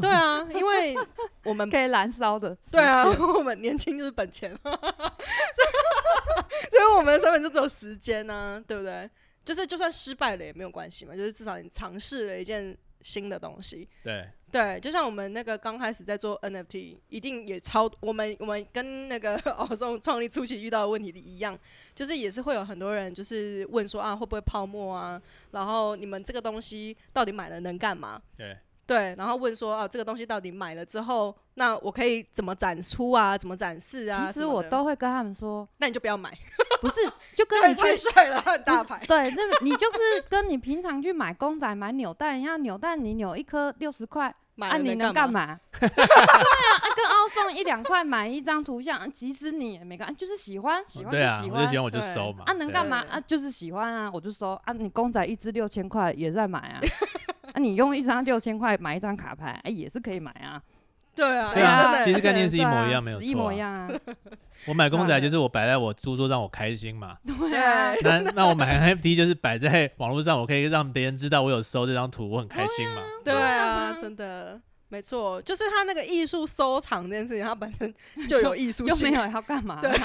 Speaker 1: 对啊，因为我们
Speaker 2: 可以燃烧的。
Speaker 1: 对 [laughs] 啊，，我们年轻就是本钱，所以我们的成本就只有时间呢、对不对？就是就算失败了也没有关系嘛，就是至少你尝试了一件新的东西，
Speaker 3: 对
Speaker 1: 对，就像我们那个刚开始在做 NFT，一定也超我们我们跟那个 [laughs] 哦这种创立初期遇到的问题一样，就是也是会有很多人就是问说啊会不会泡沫啊，然后你们这个东西到底买了能干嘛？
Speaker 3: 对
Speaker 1: 对，然后问说啊这个东西到底买了之后，那我可以怎么展出啊，怎么展示啊？
Speaker 2: 其
Speaker 1: 什
Speaker 2: 实
Speaker 1: 么
Speaker 2: 我
Speaker 1: 的
Speaker 2: 都会跟他们说，
Speaker 1: 那你就不要买，
Speaker 2: 不
Speaker 1: [laughs]
Speaker 2: 是，就跟
Speaker 1: 对，
Speaker 2: 你去
Speaker 1: 太帅了，很
Speaker 2: [laughs]
Speaker 1: 大牌。
Speaker 2: 对，那么你就是跟你平常去买公仔、买扭蛋一样，扭蛋你扭一颗六十块，
Speaker 1: 买
Speaker 2: 啊，
Speaker 1: 了
Speaker 2: 你能干？
Speaker 1: 干
Speaker 2: 嘛？对
Speaker 1: [laughs]
Speaker 2: 啊，啊跟奥送一两块买一张图像，啊其实你也没干，啊就是喜欢，喜欢
Speaker 3: 对啊，
Speaker 2: 喜
Speaker 3: 我就喜
Speaker 2: 欢。
Speaker 3: 欢我就
Speaker 1: 对
Speaker 3: 收嘛，
Speaker 2: 啊，能干
Speaker 3: 对
Speaker 2: 嘛
Speaker 1: 对
Speaker 2: 啊？就是喜欢啊，我就说啊，你公仔一只六千块也在买啊，啊，你用一张六千块买一张卡牌，哎，也是可以买啊，
Speaker 1: 对啊，
Speaker 3: 对
Speaker 1: 哎
Speaker 3: 啊
Speaker 1: 真的耶
Speaker 2: [laughs]
Speaker 3: 其实概念
Speaker 2: 对
Speaker 3: 是一模
Speaker 2: 啊
Speaker 3: 一样没有
Speaker 2: 是一
Speaker 3: 错
Speaker 2: 模
Speaker 3: 啊
Speaker 2: 一样啊，
Speaker 1: [laughs]
Speaker 3: 我买公仔
Speaker 2: 啊
Speaker 3: 就是我摆在我书桌让我开心
Speaker 2: [laughs]
Speaker 3: 嘛，
Speaker 2: 对啊，
Speaker 3: 那那我买 NFT 就是摆在网络上，我可以让别人知道我有收这张图，我很开心嘛。
Speaker 1: 对啊，
Speaker 2: 对啊
Speaker 1: 真的没错，就是他那个艺术收藏这件事情，它本
Speaker 2: [laughs]
Speaker 1: 身就有艺术
Speaker 2: 就没
Speaker 1: 性，
Speaker 2: 有要干嘛？
Speaker 1: 对
Speaker 2: 可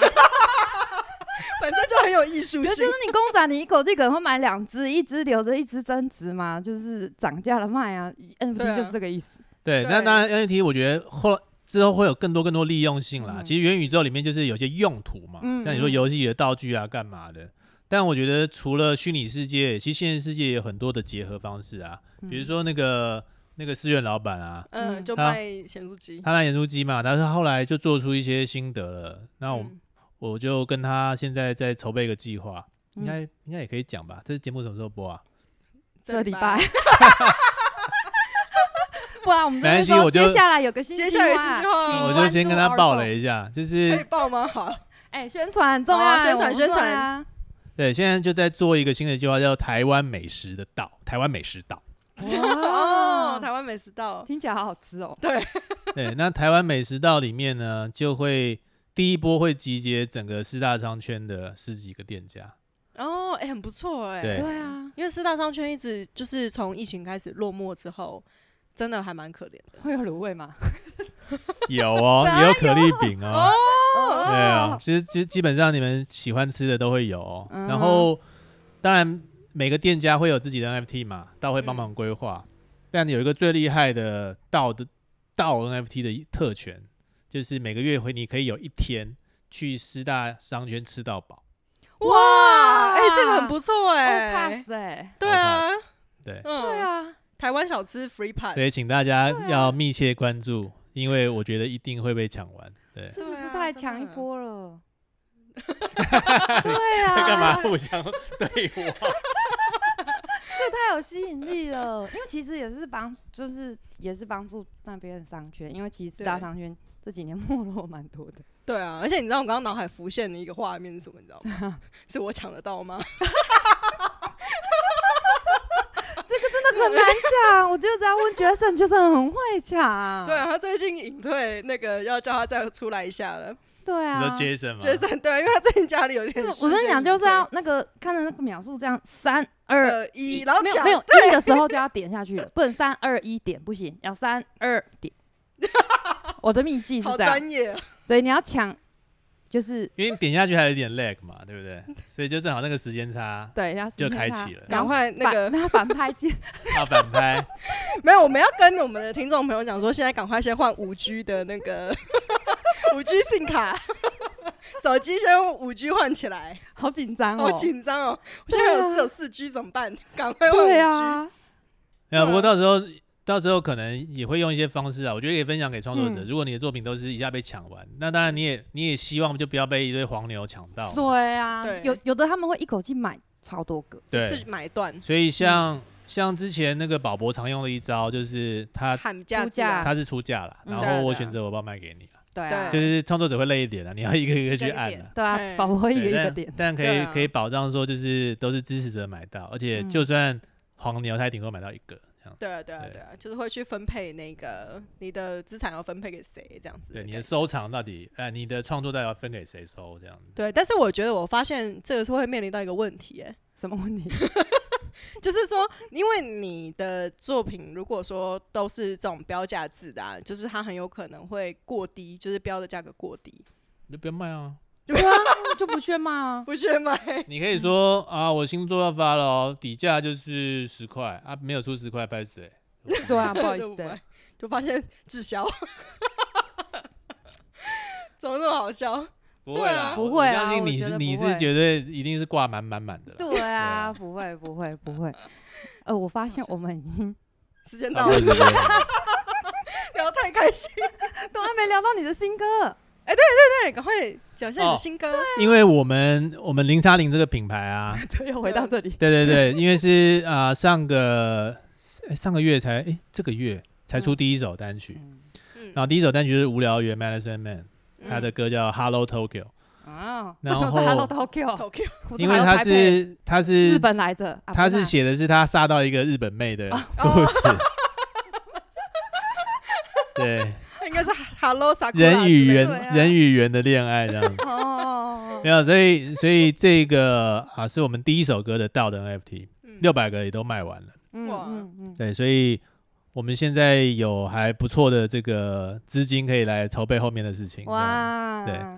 Speaker 1: 本身就很有艺术
Speaker 2: 是 [laughs] 就
Speaker 1: 性
Speaker 2: 是。你公仔，你一口气可能会买两只，一只留着，一只增值嘛，就是涨价了卖
Speaker 3: [laughs]
Speaker 2: 啊
Speaker 1: 对啊
Speaker 2: ，NFT 就是这个意思。
Speaker 3: 对，那
Speaker 1: 对
Speaker 3: 当然 NFT 我觉得后来之后会有更多更多利用性啦。
Speaker 2: 嗯
Speaker 3: 其实元宇宙里面就是有些用途嘛，
Speaker 2: 嗯
Speaker 3: 像你说
Speaker 2: 嗯
Speaker 3: 游戏里的道具啊，干嘛的。但我觉得除了虚拟世界，其实现实世界也有很多的结合方式啊，比如
Speaker 2: 嗯
Speaker 3: 说那个那个寺院老板啊，
Speaker 1: 嗯，
Speaker 2: 嗯
Speaker 1: 就
Speaker 3: 好
Speaker 1: 卖咸酥鸡。
Speaker 3: 他卖盐酥鸡嘛，但是后来就做出一些心得了。那我、
Speaker 1: 嗯
Speaker 3: 我就跟他现在在筹备一个计划，应
Speaker 2: 嗯
Speaker 3: 该、应该也可以讲吧？这节目什么时候播啊？
Speaker 2: 这礼拜， [laughs] 不然我们
Speaker 3: 没关
Speaker 2: 就
Speaker 3: 系
Speaker 2: 是说
Speaker 3: 我就
Speaker 2: 接下来有个新
Speaker 1: 接
Speaker 2: 计
Speaker 1: 下来
Speaker 2: 划
Speaker 1: 新计划
Speaker 2: 啊请
Speaker 1: 嗯
Speaker 3: 啊我就
Speaker 2: 关
Speaker 3: 先
Speaker 2: 注
Speaker 3: 跟他
Speaker 2: R
Speaker 3: 爆
Speaker 2: 凤
Speaker 3: 了。一下，就
Speaker 1: [laughs] 可
Speaker 3: 是
Speaker 1: 以报吗？好，
Speaker 2: [laughs] 哎，宣传很重要
Speaker 1: 好啊
Speaker 3: 哦
Speaker 2: 啊，
Speaker 1: 宣
Speaker 2: 我
Speaker 1: 传
Speaker 2: 们
Speaker 1: 宣
Speaker 2: 对
Speaker 1: 传
Speaker 2: 啊，
Speaker 3: 对，现在就在做一个新的计划，叫台湾美食的岛，台湾美食
Speaker 2: [laughs]
Speaker 3: 岛。
Speaker 1: 哦，
Speaker 2: 哦，
Speaker 1: 台湾美食到，
Speaker 2: 听起来好好吃哦。
Speaker 3: 对，那台湾美食道里面呢，就会第一波会集结整个四大商圈的十几个店家。
Speaker 1: 哦，哎，很不错哎。
Speaker 3: 对
Speaker 2: 对啊，
Speaker 1: 因为四大商圈一直就是从疫情开始落寞之后，真的还蛮可怜的。
Speaker 2: 会有卤味吗？[laughs]
Speaker 3: 有哦，也有可丽饼哦。
Speaker 2: 哦
Speaker 3: [laughs] 对啊，，其实其实基本上你们喜欢吃的都会有哦、
Speaker 2: 嗯
Speaker 3: 然后当然每个店家会有自己的 NFT 嘛，道会帮忙规划。但有一个最厉害的道的道 NFT 的特权，就是每个月会你可以有一天去四大商圈吃到饱。
Speaker 1: 哇，哎，这个很不错
Speaker 2: 哦
Speaker 1: 哎。
Speaker 2: pass 哎，
Speaker 1: 对啊，
Speaker 2: 对
Speaker 3: 对，
Speaker 1: 嗯，
Speaker 2: 啊，
Speaker 1: 台湾小吃 free pass
Speaker 3: 所。以请大家
Speaker 2: 对啊
Speaker 3: 要密切关注，因为我觉得一定会被抢
Speaker 2: [laughs]
Speaker 3: 完。对，
Speaker 2: 是不
Speaker 1: 对
Speaker 2: 是
Speaker 1: 啊
Speaker 2: 太
Speaker 1: 真
Speaker 2: 强一
Speaker 1: 的
Speaker 2: 波
Speaker 3: [laughs]
Speaker 2: 了？对啊，
Speaker 3: 干嘛互相对我？
Speaker 2: 这太有有吸引力了，因为其实也是帮，就是也是帮助那边的商圈，因为其实四大
Speaker 1: 对
Speaker 2: 商圈这几年 [laughs] 没落蛮多的。
Speaker 1: 对啊，而且你知道我刚刚脑海浮现的一个画面是什么？你知道吗？
Speaker 2: [laughs]
Speaker 1: 是我抢得到吗？
Speaker 2: 真的很难讲，我觉得只要问角色，你就是很会抢。
Speaker 1: 对啊，他最近隐退，那个要叫他再出来一下了。
Speaker 2: 对
Speaker 3: 你
Speaker 2: 啊
Speaker 3: 说，杰森吗？
Speaker 1: 觉得对，啊因为他最近家里有
Speaker 2: 这
Speaker 1: 点
Speaker 2: 个
Speaker 1: 事
Speaker 2: 我
Speaker 1: 先
Speaker 2: 跟你讲，
Speaker 1: 隐退，
Speaker 2: 就是要那个看着那个秒数这样三二
Speaker 1: 呃一，然后
Speaker 2: 没有
Speaker 1: 抢
Speaker 2: 没有一的时候就要点下去了，不能三二一点不行，要三二
Speaker 1: [laughs]
Speaker 2: 点。我的秘籍是
Speaker 1: 好
Speaker 2: 这样，
Speaker 1: 专业哦，
Speaker 2: 对，你要抢，就是
Speaker 3: 因为你点下去还有一点 lag 嘛，对不对？所以就正好那个时间差，
Speaker 2: 对，然后
Speaker 3: 就开启了
Speaker 1: 赶快那个
Speaker 2: 那反派键，
Speaker 3: 怕反拍，
Speaker 1: 没有，我们要跟我们的听众朋友讲说，现在赶快先换五 G 的那个五 G 信卡，手机先用五 G 换起来。
Speaker 2: 好紧张哦
Speaker 1: 好，紧张哦！我现在
Speaker 2: 对
Speaker 1: 有
Speaker 2: 啊
Speaker 1: 只有四 G 怎么办？赶快换五 G。
Speaker 2: 对啊，
Speaker 3: 没有，不过到时候到时候可能也会用一些方式啊，我觉得也分享给创作者。
Speaker 2: 嗯
Speaker 3: 如果你的作品都是一下被抢完，那当然你也你也希望就不要被一堆黄牛抢到，
Speaker 2: 对啊
Speaker 1: 对，
Speaker 2: 有有的他们会一口气买超多个，
Speaker 1: 一次
Speaker 3: 对。
Speaker 1: 买断，
Speaker 3: 所以像、
Speaker 2: 嗯
Speaker 3: 像之前那个宝博常用的一招，就是他
Speaker 1: 喊价啊
Speaker 2: 出
Speaker 1: 自然
Speaker 2: 价
Speaker 3: 他是出啊价了，
Speaker 2: 嗯
Speaker 3: 然
Speaker 1: 对啊
Speaker 3: 后我
Speaker 1: 对啊
Speaker 3: 选择我帮卖给你啊，
Speaker 2: 对啊，
Speaker 1: 对
Speaker 3: 就是创作者会累一点啊，你要一个一个
Speaker 2: 一
Speaker 3: 去
Speaker 2: 个
Speaker 3: 按
Speaker 2: 点
Speaker 3: 啊。
Speaker 2: 对啊，
Speaker 1: 哎
Speaker 2: 宝宝一个
Speaker 3: 对
Speaker 2: 一个
Speaker 3: 但
Speaker 2: 点，
Speaker 3: 但可
Speaker 1: 对
Speaker 3: 以
Speaker 1: 啊
Speaker 3: 可以保障说，就是都是支持者买到，而且
Speaker 2: 嗯
Speaker 3: 就算黄牛，他也顶多买到一个这样。
Speaker 1: 对啊，对啊，对啊，就是会去分配那个你的资产要分配给谁这样子。
Speaker 3: 对你的收藏到底，呃，你的创作到底要分给谁收这样子？
Speaker 1: 对，但是我觉得我发现这个是会面临到一个问题，哎，
Speaker 2: 什么问 [laughs] 题？
Speaker 1: 就是说，因为你的作品如果说都是这种标价制的、啊，就是它很有可能会过低，就是标的价格过低，
Speaker 3: 你就不要卖啊！
Speaker 2: 就不缺嘛，
Speaker 1: 不缺买。
Speaker 3: 你可以
Speaker 2: 嗯
Speaker 3: 说啊，我新作要发了哦，底价就是十块啊，没有出十块，拍谁？
Speaker 2: [laughs] [laughs] 对啊，不好意 [laughs]
Speaker 1: 就 [laughs]
Speaker 2: 思，对
Speaker 1: 买，就发现滞销， [laughs] 怎么那么好笑？
Speaker 3: 不会啦，
Speaker 2: 不
Speaker 3: 我
Speaker 2: 会
Speaker 3: 我
Speaker 2: 啊
Speaker 3: 相信
Speaker 2: 我
Speaker 3: 你
Speaker 2: 觉
Speaker 3: 是
Speaker 2: 得
Speaker 3: 你
Speaker 2: 不
Speaker 3: 是
Speaker 2: 会
Speaker 3: 绝对一定是挂满满满的啦。
Speaker 2: 对啊，不会不会不会，呃，我发现我们已经
Speaker 1: 时间
Speaker 3: 差
Speaker 1: 到
Speaker 3: 啊不
Speaker 1: 了
Speaker 3: 多，是这样，
Speaker 1: 聊太开心。
Speaker 2: 都还没聊到你的新歌，
Speaker 1: 对，赶快讲一
Speaker 3: 哦
Speaker 1: 下你的新歌。
Speaker 3: 因为我们我们零叉零这个品牌 [laughs] 啊，
Speaker 2: 对，又回到这里，
Speaker 3: 对对对，因为是啊、上个诶上个月才哎、这个月才出第一首单曲，
Speaker 2: 嗯
Speaker 1: 嗯
Speaker 3: 然后第一首单曲就是无聊猿 Medicine Man，他的
Speaker 1: 嗯
Speaker 3: 歌叫 Hello Tokyo，
Speaker 2: 啊，
Speaker 3: 然
Speaker 2: [laughs]
Speaker 3: 后
Speaker 2: Hello Tokyo，
Speaker 1: Tokyo
Speaker 3: 因为他是他是
Speaker 2: 日本来着，啊
Speaker 3: 他
Speaker 2: 不
Speaker 3: 是
Speaker 2: 啊哦
Speaker 3: 写的是他杀到一个日本妹的故
Speaker 2: [laughs]
Speaker 3: 事。对，
Speaker 1: 他应该是 Hello Sakura
Speaker 3: 人与
Speaker 1: 之类
Speaker 3: 猿、
Speaker 1: 的
Speaker 2: 对啊
Speaker 3: 人与猿的恋爱这样子，
Speaker 2: 哦哦，哦
Speaker 3: 没有，所以所以这个啊是我们第一首歌的到的 NFT，
Speaker 1: 嗯
Speaker 3: 六百个也都卖完了，
Speaker 2: 嗯
Speaker 1: 哇
Speaker 2: 嗯嗯，
Speaker 3: 对，所以我们现在有还不错的这个资金可以来筹备后面的事情。哇，
Speaker 2: 嗯哇，
Speaker 3: 对，
Speaker 1: 哇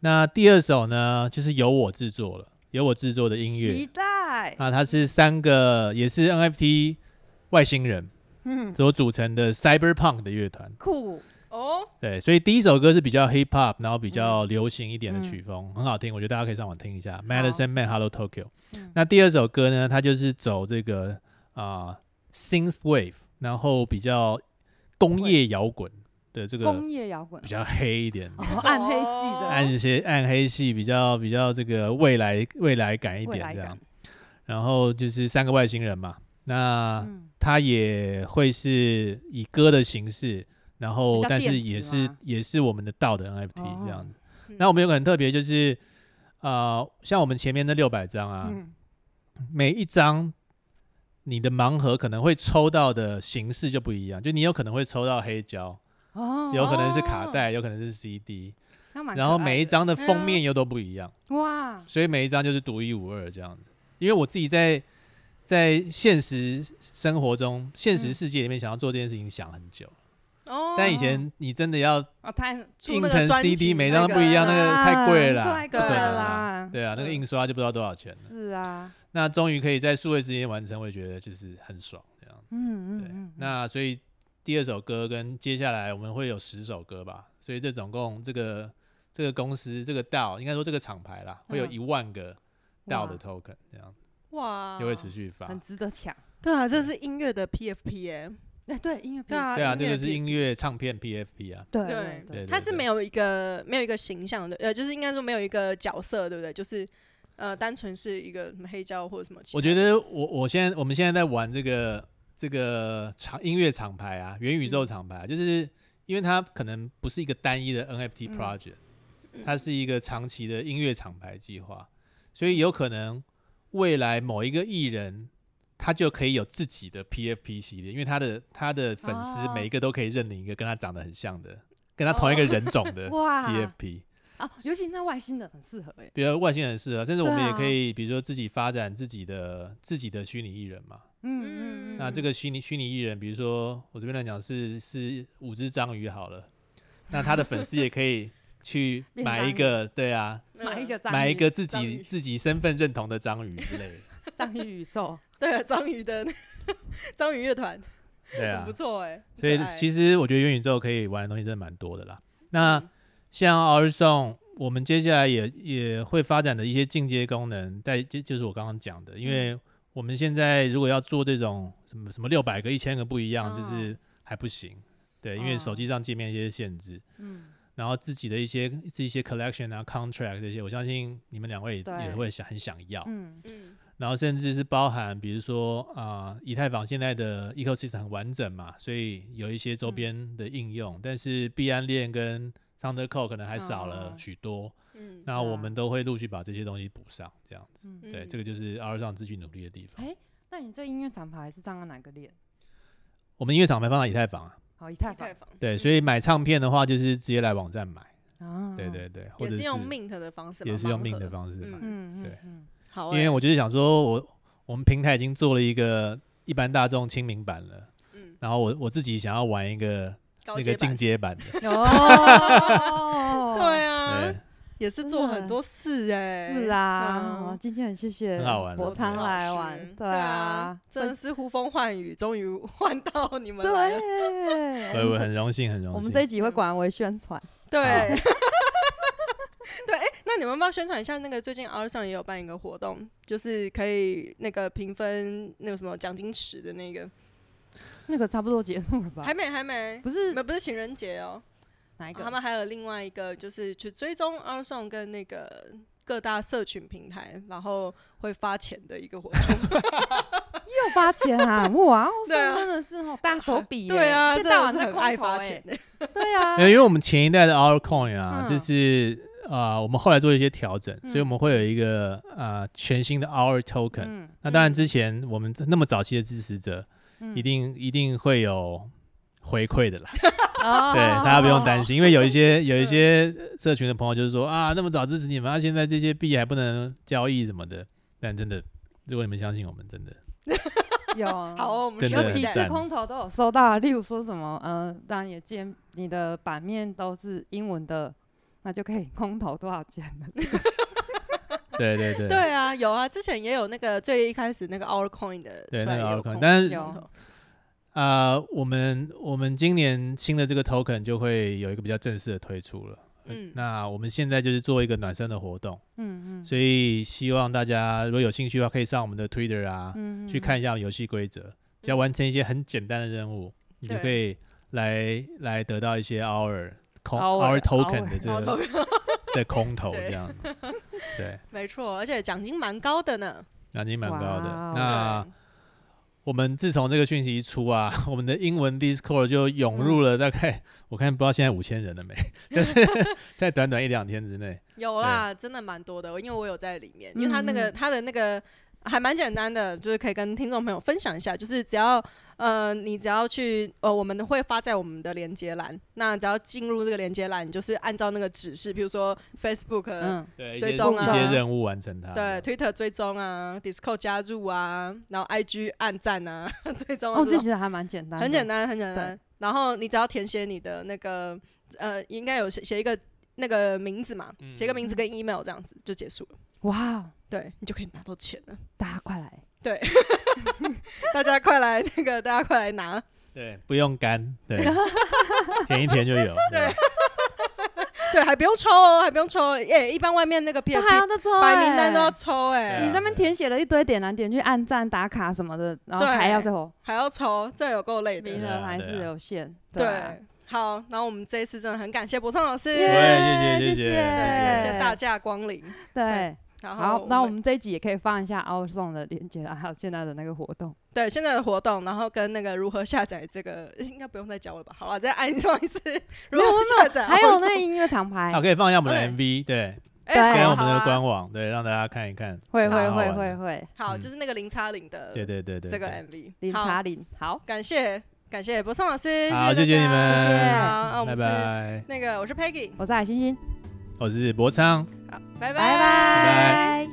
Speaker 3: 那第二首呢，就是由我制作了，由我制作的音乐，
Speaker 2: 期待，
Speaker 3: 啊，它是三个也是 NFT 外星人
Speaker 2: 嗯，
Speaker 3: 所组成的 Cyberpunk 的乐团。
Speaker 2: 酷，
Speaker 1: 哦，
Speaker 3: 对，所以第一首歌是比较 hip hop，然后比较流行一点的
Speaker 2: 嗯
Speaker 3: 曲风，很好听，我觉得大家可以上网听一下。Madison Man Hello Tokyo。
Speaker 2: 嗯
Speaker 3: 那第二首歌呢，它就是走这个啊、synth wave，然后比较工业摇滚的这个
Speaker 2: 工业摇滚
Speaker 3: 比，较黑一点，
Speaker 2: 哦，暗黑系
Speaker 1: 哦
Speaker 2: 的
Speaker 3: 暗一些暗黑系比较比较这个未来未来感一
Speaker 2: 未
Speaker 3: 点
Speaker 2: 来
Speaker 3: 这
Speaker 2: 感
Speaker 3: 样。，然后就是三个外星人嘛，那。
Speaker 2: 嗯，
Speaker 3: 它也会是以歌的形式，然
Speaker 2: 比
Speaker 3: 后
Speaker 2: 较
Speaker 3: 但
Speaker 2: 电
Speaker 3: 是
Speaker 2: 子
Speaker 3: 也是
Speaker 2: 吗哦
Speaker 3: 也是我们的道的 NFT 这样子。
Speaker 1: 嗯
Speaker 3: 那我们有个很特别，就是呃，像我们前面那六百张啊，
Speaker 2: 嗯，
Speaker 3: 每一张你的盲盒可能会抽到的形式就不一样，就你有可能会抽到黑胶，
Speaker 2: 哦，
Speaker 3: 有可能是卡带，有可能是 CD，
Speaker 2: 那蛮可爱的，嗯
Speaker 3: 然后每一张的
Speaker 1: 对啊
Speaker 3: 封面又都不一样。
Speaker 2: 哇，
Speaker 3: 所以每一张就是独一无二这样子。因为我自己在在现实生活中、现实
Speaker 2: 嗯
Speaker 3: 世界里面想要做这件事情想很久，
Speaker 1: 哦，
Speaker 3: 但以前你真的要
Speaker 2: 哦，太
Speaker 1: 出
Speaker 3: 印
Speaker 1: 那个
Speaker 3: 成
Speaker 1: 专辑
Speaker 3: CD，每
Speaker 1: 那
Speaker 3: 张
Speaker 1: 个
Speaker 3: 不一样，那个太贵了
Speaker 2: 啊
Speaker 3: 啦，
Speaker 2: 太
Speaker 1: 贵
Speaker 3: 不可能
Speaker 1: 了
Speaker 2: 啦
Speaker 3: 对啊，那个
Speaker 1: 嗯
Speaker 3: 印刷就不知道多少钱了。
Speaker 2: 是啊，
Speaker 3: 那终于可以在数位时间完成，我也觉得就是很爽这样。
Speaker 2: 嗯
Speaker 3: 对
Speaker 2: 嗯嗯，，
Speaker 3: 那所以第二首歌跟接下来我们会有十首歌吧，所以这总共这个这个公司这个道应该说这个厂牌啦，会有
Speaker 2: 嗯
Speaker 3: 一万个道的
Speaker 2: 哇哦
Speaker 3: token 这样。
Speaker 1: 哇，
Speaker 3: 就会持续发。
Speaker 2: 很值得抢。
Speaker 1: 对啊，这是音乐的 PFP 哎，
Speaker 2: 哎，对，音乐
Speaker 1: 对啊，
Speaker 3: 嗯对啊，这个是
Speaker 1: 音
Speaker 3: 音乐唱片 PFP 啊，
Speaker 2: 对
Speaker 1: 乐 P。
Speaker 2: 对
Speaker 1: 对
Speaker 3: 对
Speaker 1: 它是没有一个没有一个形象的，呃，就是应该说没有一个角色，对不对？就是呃，单纯是一个什么黑胶或者什么其他。
Speaker 3: 我觉得我我现在我们现在在玩这个这个厂音乐厂牌啊，元宇宙厂
Speaker 2: 嗯
Speaker 3: 牌啊、就是因为它可能不是一个单一的 NFT
Speaker 2: 嗯
Speaker 3: project，、它是一个长期的音乐厂牌计划，所以有可能未来某一个艺人。他就可以有自己的 PFP 系列，因为他的他的粉丝
Speaker 2: 哦
Speaker 3: 每一个都可以认领一个跟他长得很像的，跟他同一个人种的
Speaker 2: 哦 [laughs] 哇
Speaker 3: PFP。
Speaker 2: 啊，尤其那外星的很适合哎、
Speaker 3: 比如外星人是啊，甚至我们
Speaker 2: 对啊
Speaker 3: 也可以，比如说自己发展自己的自己的虚拟艺人嘛。
Speaker 2: 嗯嗯嗯，
Speaker 3: 那这个虚拟虚拟艺人，比如说我这边来讲是是五只章鱼好了，那他的粉丝也可以去
Speaker 2: [laughs] 变
Speaker 3: 买
Speaker 2: 章
Speaker 3: 一
Speaker 2: 鱼
Speaker 3: 个，对啊，
Speaker 2: 嗯
Speaker 1: 嗯
Speaker 2: 买一个章鱼，
Speaker 3: 买一个自
Speaker 1: 章
Speaker 3: 己
Speaker 1: 鱼
Speaker 3: 自己身份认同的章鱼之类的，
Speaker 2: 章鱼宇
Speaker 3: [laughs]
Speaker 2: 宙，
Speaker 1: [laughs] 对啊章鱼的 [laughs] 章鱼乐团
Speaker 3: 对
Speaker 1: 很
Speaker 2: [laughs]
Speaker 3: 啊
Speaker 1: 不。错哎，
Speaker 3: 所以其
Speaker 1: 实
Speaker 3: 实我觉得元宇宙可以玩的东西真的蛮多的啦。那像 R Song，我们接下来也也会发展的一些进阶功能，在就就是我刚刚讲的，因为我们现在如果要做这种什么什么六百个、一千个不一样，
Speaker 2: 哦
Speaker 3: 就是还不行，对，因为
Speaker 2: 哦
Speaker 3: 手机上界面一些限制，
Speaker 2: 嗯，
Speaker 3: 然后自己的一些这些 collection 啊、contract 这些，我相信你们两位也
Speaker 2: 对
Speaker 3: 也会想很想要，
Speaker 2: 嗯
Speaker 1: 嗯
Speaker 3: 然后甚至是包含比如说啊、呃以太坊现在的 ecosystem 很完整嘛，所以有一
Speaker 1: 嗯
Speaker 3: 些周边的应用，但是币安链跟 Thunderco 可能还少
Speaker 2: 哦
Speaker 3: 了许多。
Speaker 1: 嗯
Speaker 3: 那我们都会陆续把这些东西补上，这样子。
Speaker 2: 嗯，
Speaker 3: 对，
Speaker 1: 嗯
Speaker 3: 这个就是 R 上自己努力的地方。
Speaker 2: 哎那你这音乐厂牌是上了哪个链？哦
Speaker 3: 我们音乐厂牌放到以太坊啊，
Speaker 2: 好，以太坊
Speaker 1: 太坊
Speaker 3: 对，所以买唱片的话就是直接来网站买，
Speaker 2: 啊，
Speaker 3: 对，对对，或
Speaker 1: 嗯也
Speaker 3: 者
Speaker 1: 是
Speaker 3: 是
Speaker 1: 用 mint 的方式嘛，
Speaker 3: 也是用
Speaker 1: 盲
Speaker 3: 命
Speaker 1: 盒
Speaker 3: 的方式买，
Speaker 2: 嗯嗯，
Speaker 3: 对
Speaker 2: 嗯
Speaker 1: 好
Speaker 3: 因
Speaker 1: 欸，
Speaker 3: 为我就是想说我我们平台已经做了一个一般大众亲民版了，
Speaker 1: 嗯
Speaker 3: 然后我我自己想要玩一个
Speaker 1: 高
Speaker 3: 那
Speaker 1: 阶
Speaker 3: 个进
Speaker 1: 版
Speaker 2: [laughs]
Speaker 3: 阶版的，
Speaker 2: 哦， [laughs]
Speaker 1: 对啊
Speaker 3: 对，，
Speaker 1: 也是
Speaker 2: 真
Speaker 1: 做
Speaker 2: 的
Speaker 1: 很多事哎，
Speaker 2: 是啊，
Speaker 1: 嗯
Speaker 2: 哦今天很谢谢
Speaker 3: 很好玩
Speaker 2: 博
Speaker 3: 我觉
Speaker 2: 昌
Speaker 3: 得
Speaker 2: 来
Speaker 1: 老
Speaker 2: 玩
Speaker 1: 师，啊
Speaker 2: 对
Speaker 1: 啊
Speaker 2: 啊，，
Speaker 1: 真的是呼风唤雨，终于换到你们来了。
Speaker 2: 对，
Speaker 3: 我我
Speaker 2: 们这
Speaker 3: 很荣幸，很荣幸。
Speaker 2: 嗯我们这一集会广为宣传，
Speaker 1: 对，
Speaker 3: 好
Speaker 1: [laughs] 对，哎、那你们要不要宣传一下那个最近 R 上也有办一个活动，就是可以那个评分那个什么奖金池的那个，
Speaker 2: 那个差不多结束了吧？
Speaker 1: 还没还没，
Speaker 2: 不是
Speaker 1: 没不是情人节哦、
Speaker 2: 哪一
Speaker 1: 他
Speaker 2: 个？
Speaker 1: 们还有另外一个就是去追踪 R 上跟那个各大社群平台，然后会发钱的一个活动。
Speaker 2: 又发钱
Speaker 1: [laughs]
Speaker 2: 啊！哇，我
Speaker 1: 对啊
Speaker 2: 真的是哦，大手笔耶，
Speaker 1: 对啊，
Speaker 2: 这
Speaker 1: 真
Speaker 2: 大
Speaker 1: 的
Speaker 2: 碗
Speaker 1: 是
Speaker 2: 在
Speaker 1: 很
Speaker 2: 空
Speaker 1: 爱
Speaker 2: 投
Speaker 1: 发
Speaker 2: 哎
Speaker 1: 钱，的。
Speaker 2: 对啊
Speaker 3: 没，有，因为我们前一代的 Our Coin 啊，
Speaker 2: 嗯
Speaker 3: 就是啊，我们后来做一些调整，所以
Speaker 2: 嗯
Speaker 3: 我们会有一个啊全新的 Our Token。
Speaker 2: 嗯
Speaker 3: 那当然，之前我们那么早期的支持者，
Speaker 2: 嗯
Speaker 3: 一定一定会有回
Speaker 2: [laughs]
Speaker 3: 馈的啦。
Speaker 2: 哦
Speaker 3: 对，大家不用担
Speaker 2: 心，
Speaker 3: 心，因为有
Speaker 2: [laughs]
Speaker 3: 一些有一
Speaker 2: 嗯
Speaker 3: 些社群的朋友就是说啊，那么早支持你们，啊，现在这些币还不能交易什么的。但真的，如果你们相信我们，真的
Speaker 2: 有
Speaker 1: 好哦，我们
Speaker 3: 真
Speaker 1: 需
Speaker 3: 的
Speaker 1: 要
Speaker 2: 有
Speaker 3: 很
Speaker 1: 期
Speaker 2: 几
Speaker 1: 待
Speaker 2: 次
Speaker 3: 赞
Speaker 2: 空投都有收到啊，例如说什么，嗯、呃，当然也见你的版面都是英文的，那就可以 [laughs] 空投多少钱的。
Speaker 3: 对对
Speaker 2: [laughs]
Speaker 3: 对
Speaker 1: 对啊，有啊，之前也有那个最一开始那个 Our Coin 的
Speaker 3: 对
Speaker 1: 出来
Speaker 3: 那个
Speaker 1: 也有
Speaker 3: Our Coin，
Speaker 1: 空
Speaker 3: 但是
Speaker 1: 空投
Speaker 3: 啊，我们我们今年新的这个 token 就会有一个比较正式的推出了。呃
Speaker 1: 嗯
Speaker 3: 那我们现在就是做一个暖身的活动，
Speaker 2: 嗯嗯，
Speaker 3: 所以希望大家如果有兴趣的话，可以上我们的 Twitter 啊，
Speaker 2: 嗯
Speaker 3: 去看一下游戏规则。只要完成一些很简单的任务，你就可以来来得到一些 hour 空
Speaker 2: Hour，
Speaker 3: hour token 的这
Speaker 1: 然后投
Speaker 3: 个的空投
Speaker 1: 对
Speaker 3: 这样子。对，
Speaker 1: 没错，而且奖金蛮高的呢。
Speaker 3: 奖金蛮高的
Speaker 2: 哇哦。
Speaker 3: 那我们自从这个讯息一出啊， [laughs] 我们的英文 Discord 就涌入了大概，我看不知道现在五千人了没，但是在短短一两天之内，
Speaker 1: 对有啦，真的蛮多的，因为我有在里面，因为他那
Speaker 2: 嗯
Speaker 1: 个
Speaker 2: 嗯
Speaker 1: 他的那个还蛮简单的，就是可以跟听众朋友分享一下，就是只要。呃，你只要去呃，我们会发在我们的连接栏。那只要进入这个连接栏，你就是按照那个指示，比如说 Facebook，、
Speaker 2: 嗯，
Speaker 3: 对，一些
Speaker 1: 追踪
Speaker 3: 一
Speaker 1: 啊
Speaker 3: 些任务完成它。
Speaker 1: 对 Twitter 追踪啊，Discord 加入啊，然后 IG 按赞啊， [laughs] 追踪啊
Speaker 2: 哦，
Speaker 1: 这
Speaker 2: 这
Speaker 1: 种
Speaker 2: 其实还蛮简单，
Speaker 1: 很简，单，很简
Speaker 2: 对
Speaker 1: 单。然后你只要填写你的那个呃，应该有写写一个那个名字嘛，
Speaker 3: 嗯
Speaker 1: 写一个名字
Speaker 2: 嗯
Speaker 1: 跟 email 这样子就结束了。
Speaker 2: 哇，哦
Speaker 1: 对你就可以拿到钱了。
Speaker 2: 大家快来，
Speaker 1: 大家快来那个，大家快来拿。
Speaker 3: 对，不用干，
Speaker 1: [laughs]
Speaker 3: 对，填一填就有。对，
Speaker 1: 对，还不用抽哦，还不用抽哦。耶、一般外面那个 P
Speaker 2: 都还
Speaker 1: F
Speaker 2: 要再抽，
Speaker 1: 白名单都要，抽哎、
Speaker 2: 啊你
Speaker 3: 对啊
Speaker 2: 那边填写了一堆点燃点去按赞打卡什么的，然后
Speaker 1: 对
Speaker 2: 还要最后
Speaker 1: 还要抽，这有够累的
Speaker 2: 名。
Speaker 3: 对啊
Speaker 2: 额还
Speaker 3: 对
Speaker 2: 是
Speaker 3: 啊
Speaker 2: 有限，啊
Speaker 1: 对，好，然后我们这一次真的很感谢博尚老师，
Speaker 3: 耶
Speaker 1: 对
Speaker 2: 耶
Speaker 3: 谢谢谢谢
Speaker 2: 谢
Speaker 3: 对
Speaker 1: 感谢大驾光临。
Speaker 2: 对，
Speaker 1: 嗯然
Speaker 2: 好
Speaker 1: 后，
Speaker 2: 那我们这一集也可以放一下 Our Song 的链接啦，还有现在的那个活动。
Speaker 1: 对现在的活动，然后跟那个如何下载这个，应该不用再教了吧？好了，再按上一次，如
Speaker 2: 没有
Speaker 1: 何下载？
Speaker 2: 还有那个
Speaker 1: 那
Speaker 2: 音乐厂牌
Speaker 3: 好，，可以放一下我们的
Speaker 1: OK
Speaker 3: MV，对，
Speaker 2: 对
Speaker 3: 现
Speaker 1: 哎，
Speaker 3: 在
Speaker 1: 好
Speaker 3: 我们的
Speaker 1: 啊
Speaker 3: 官网，对，让大家看一看。
Speaker 2: 会
Speaker 3: 蛮
Speaker 2: 会
Speaker 3: 好
Speaker 2: 会
Speaker 3: 玩
Speaker 2: 会
Speaker 3: 的
Speaker 2: 会，
Speaker 1: 好，
Speaker 3: 嗯
Speaker 1: 就是那个零叉零的
Speaker 3: 对对对对，
Speaker 1: 这个
Speaker 3: 对
Speaker 1: MV，
Speaker 2: 零
Speaker 1: 好
Speaker 2: 查零，好，
Speaker 1: 感谢感谢博尚老师，
Speaker 3: 好，
Speaker 1: 谢
Speaker 3: 谢谢你
Speaker 1: 大
Speaker 2: 谢
Speaker 1: 家
Speaker 2: 谢
Speaker 1: 好，
Speaker 3: 们，
Speaker 1: 那我
Speaker 3: 拜
Speaker 1: 们是
Speaker 3: 拜。
Speaker 1: 那个我是 Peggy，
Speaker 2: 我是海星星，
Speaker 3: 我是博昌。
Speaker 1: 好，拜
Speaker 2: 拜
Speaker 3: 拜
Speaker 2: 拜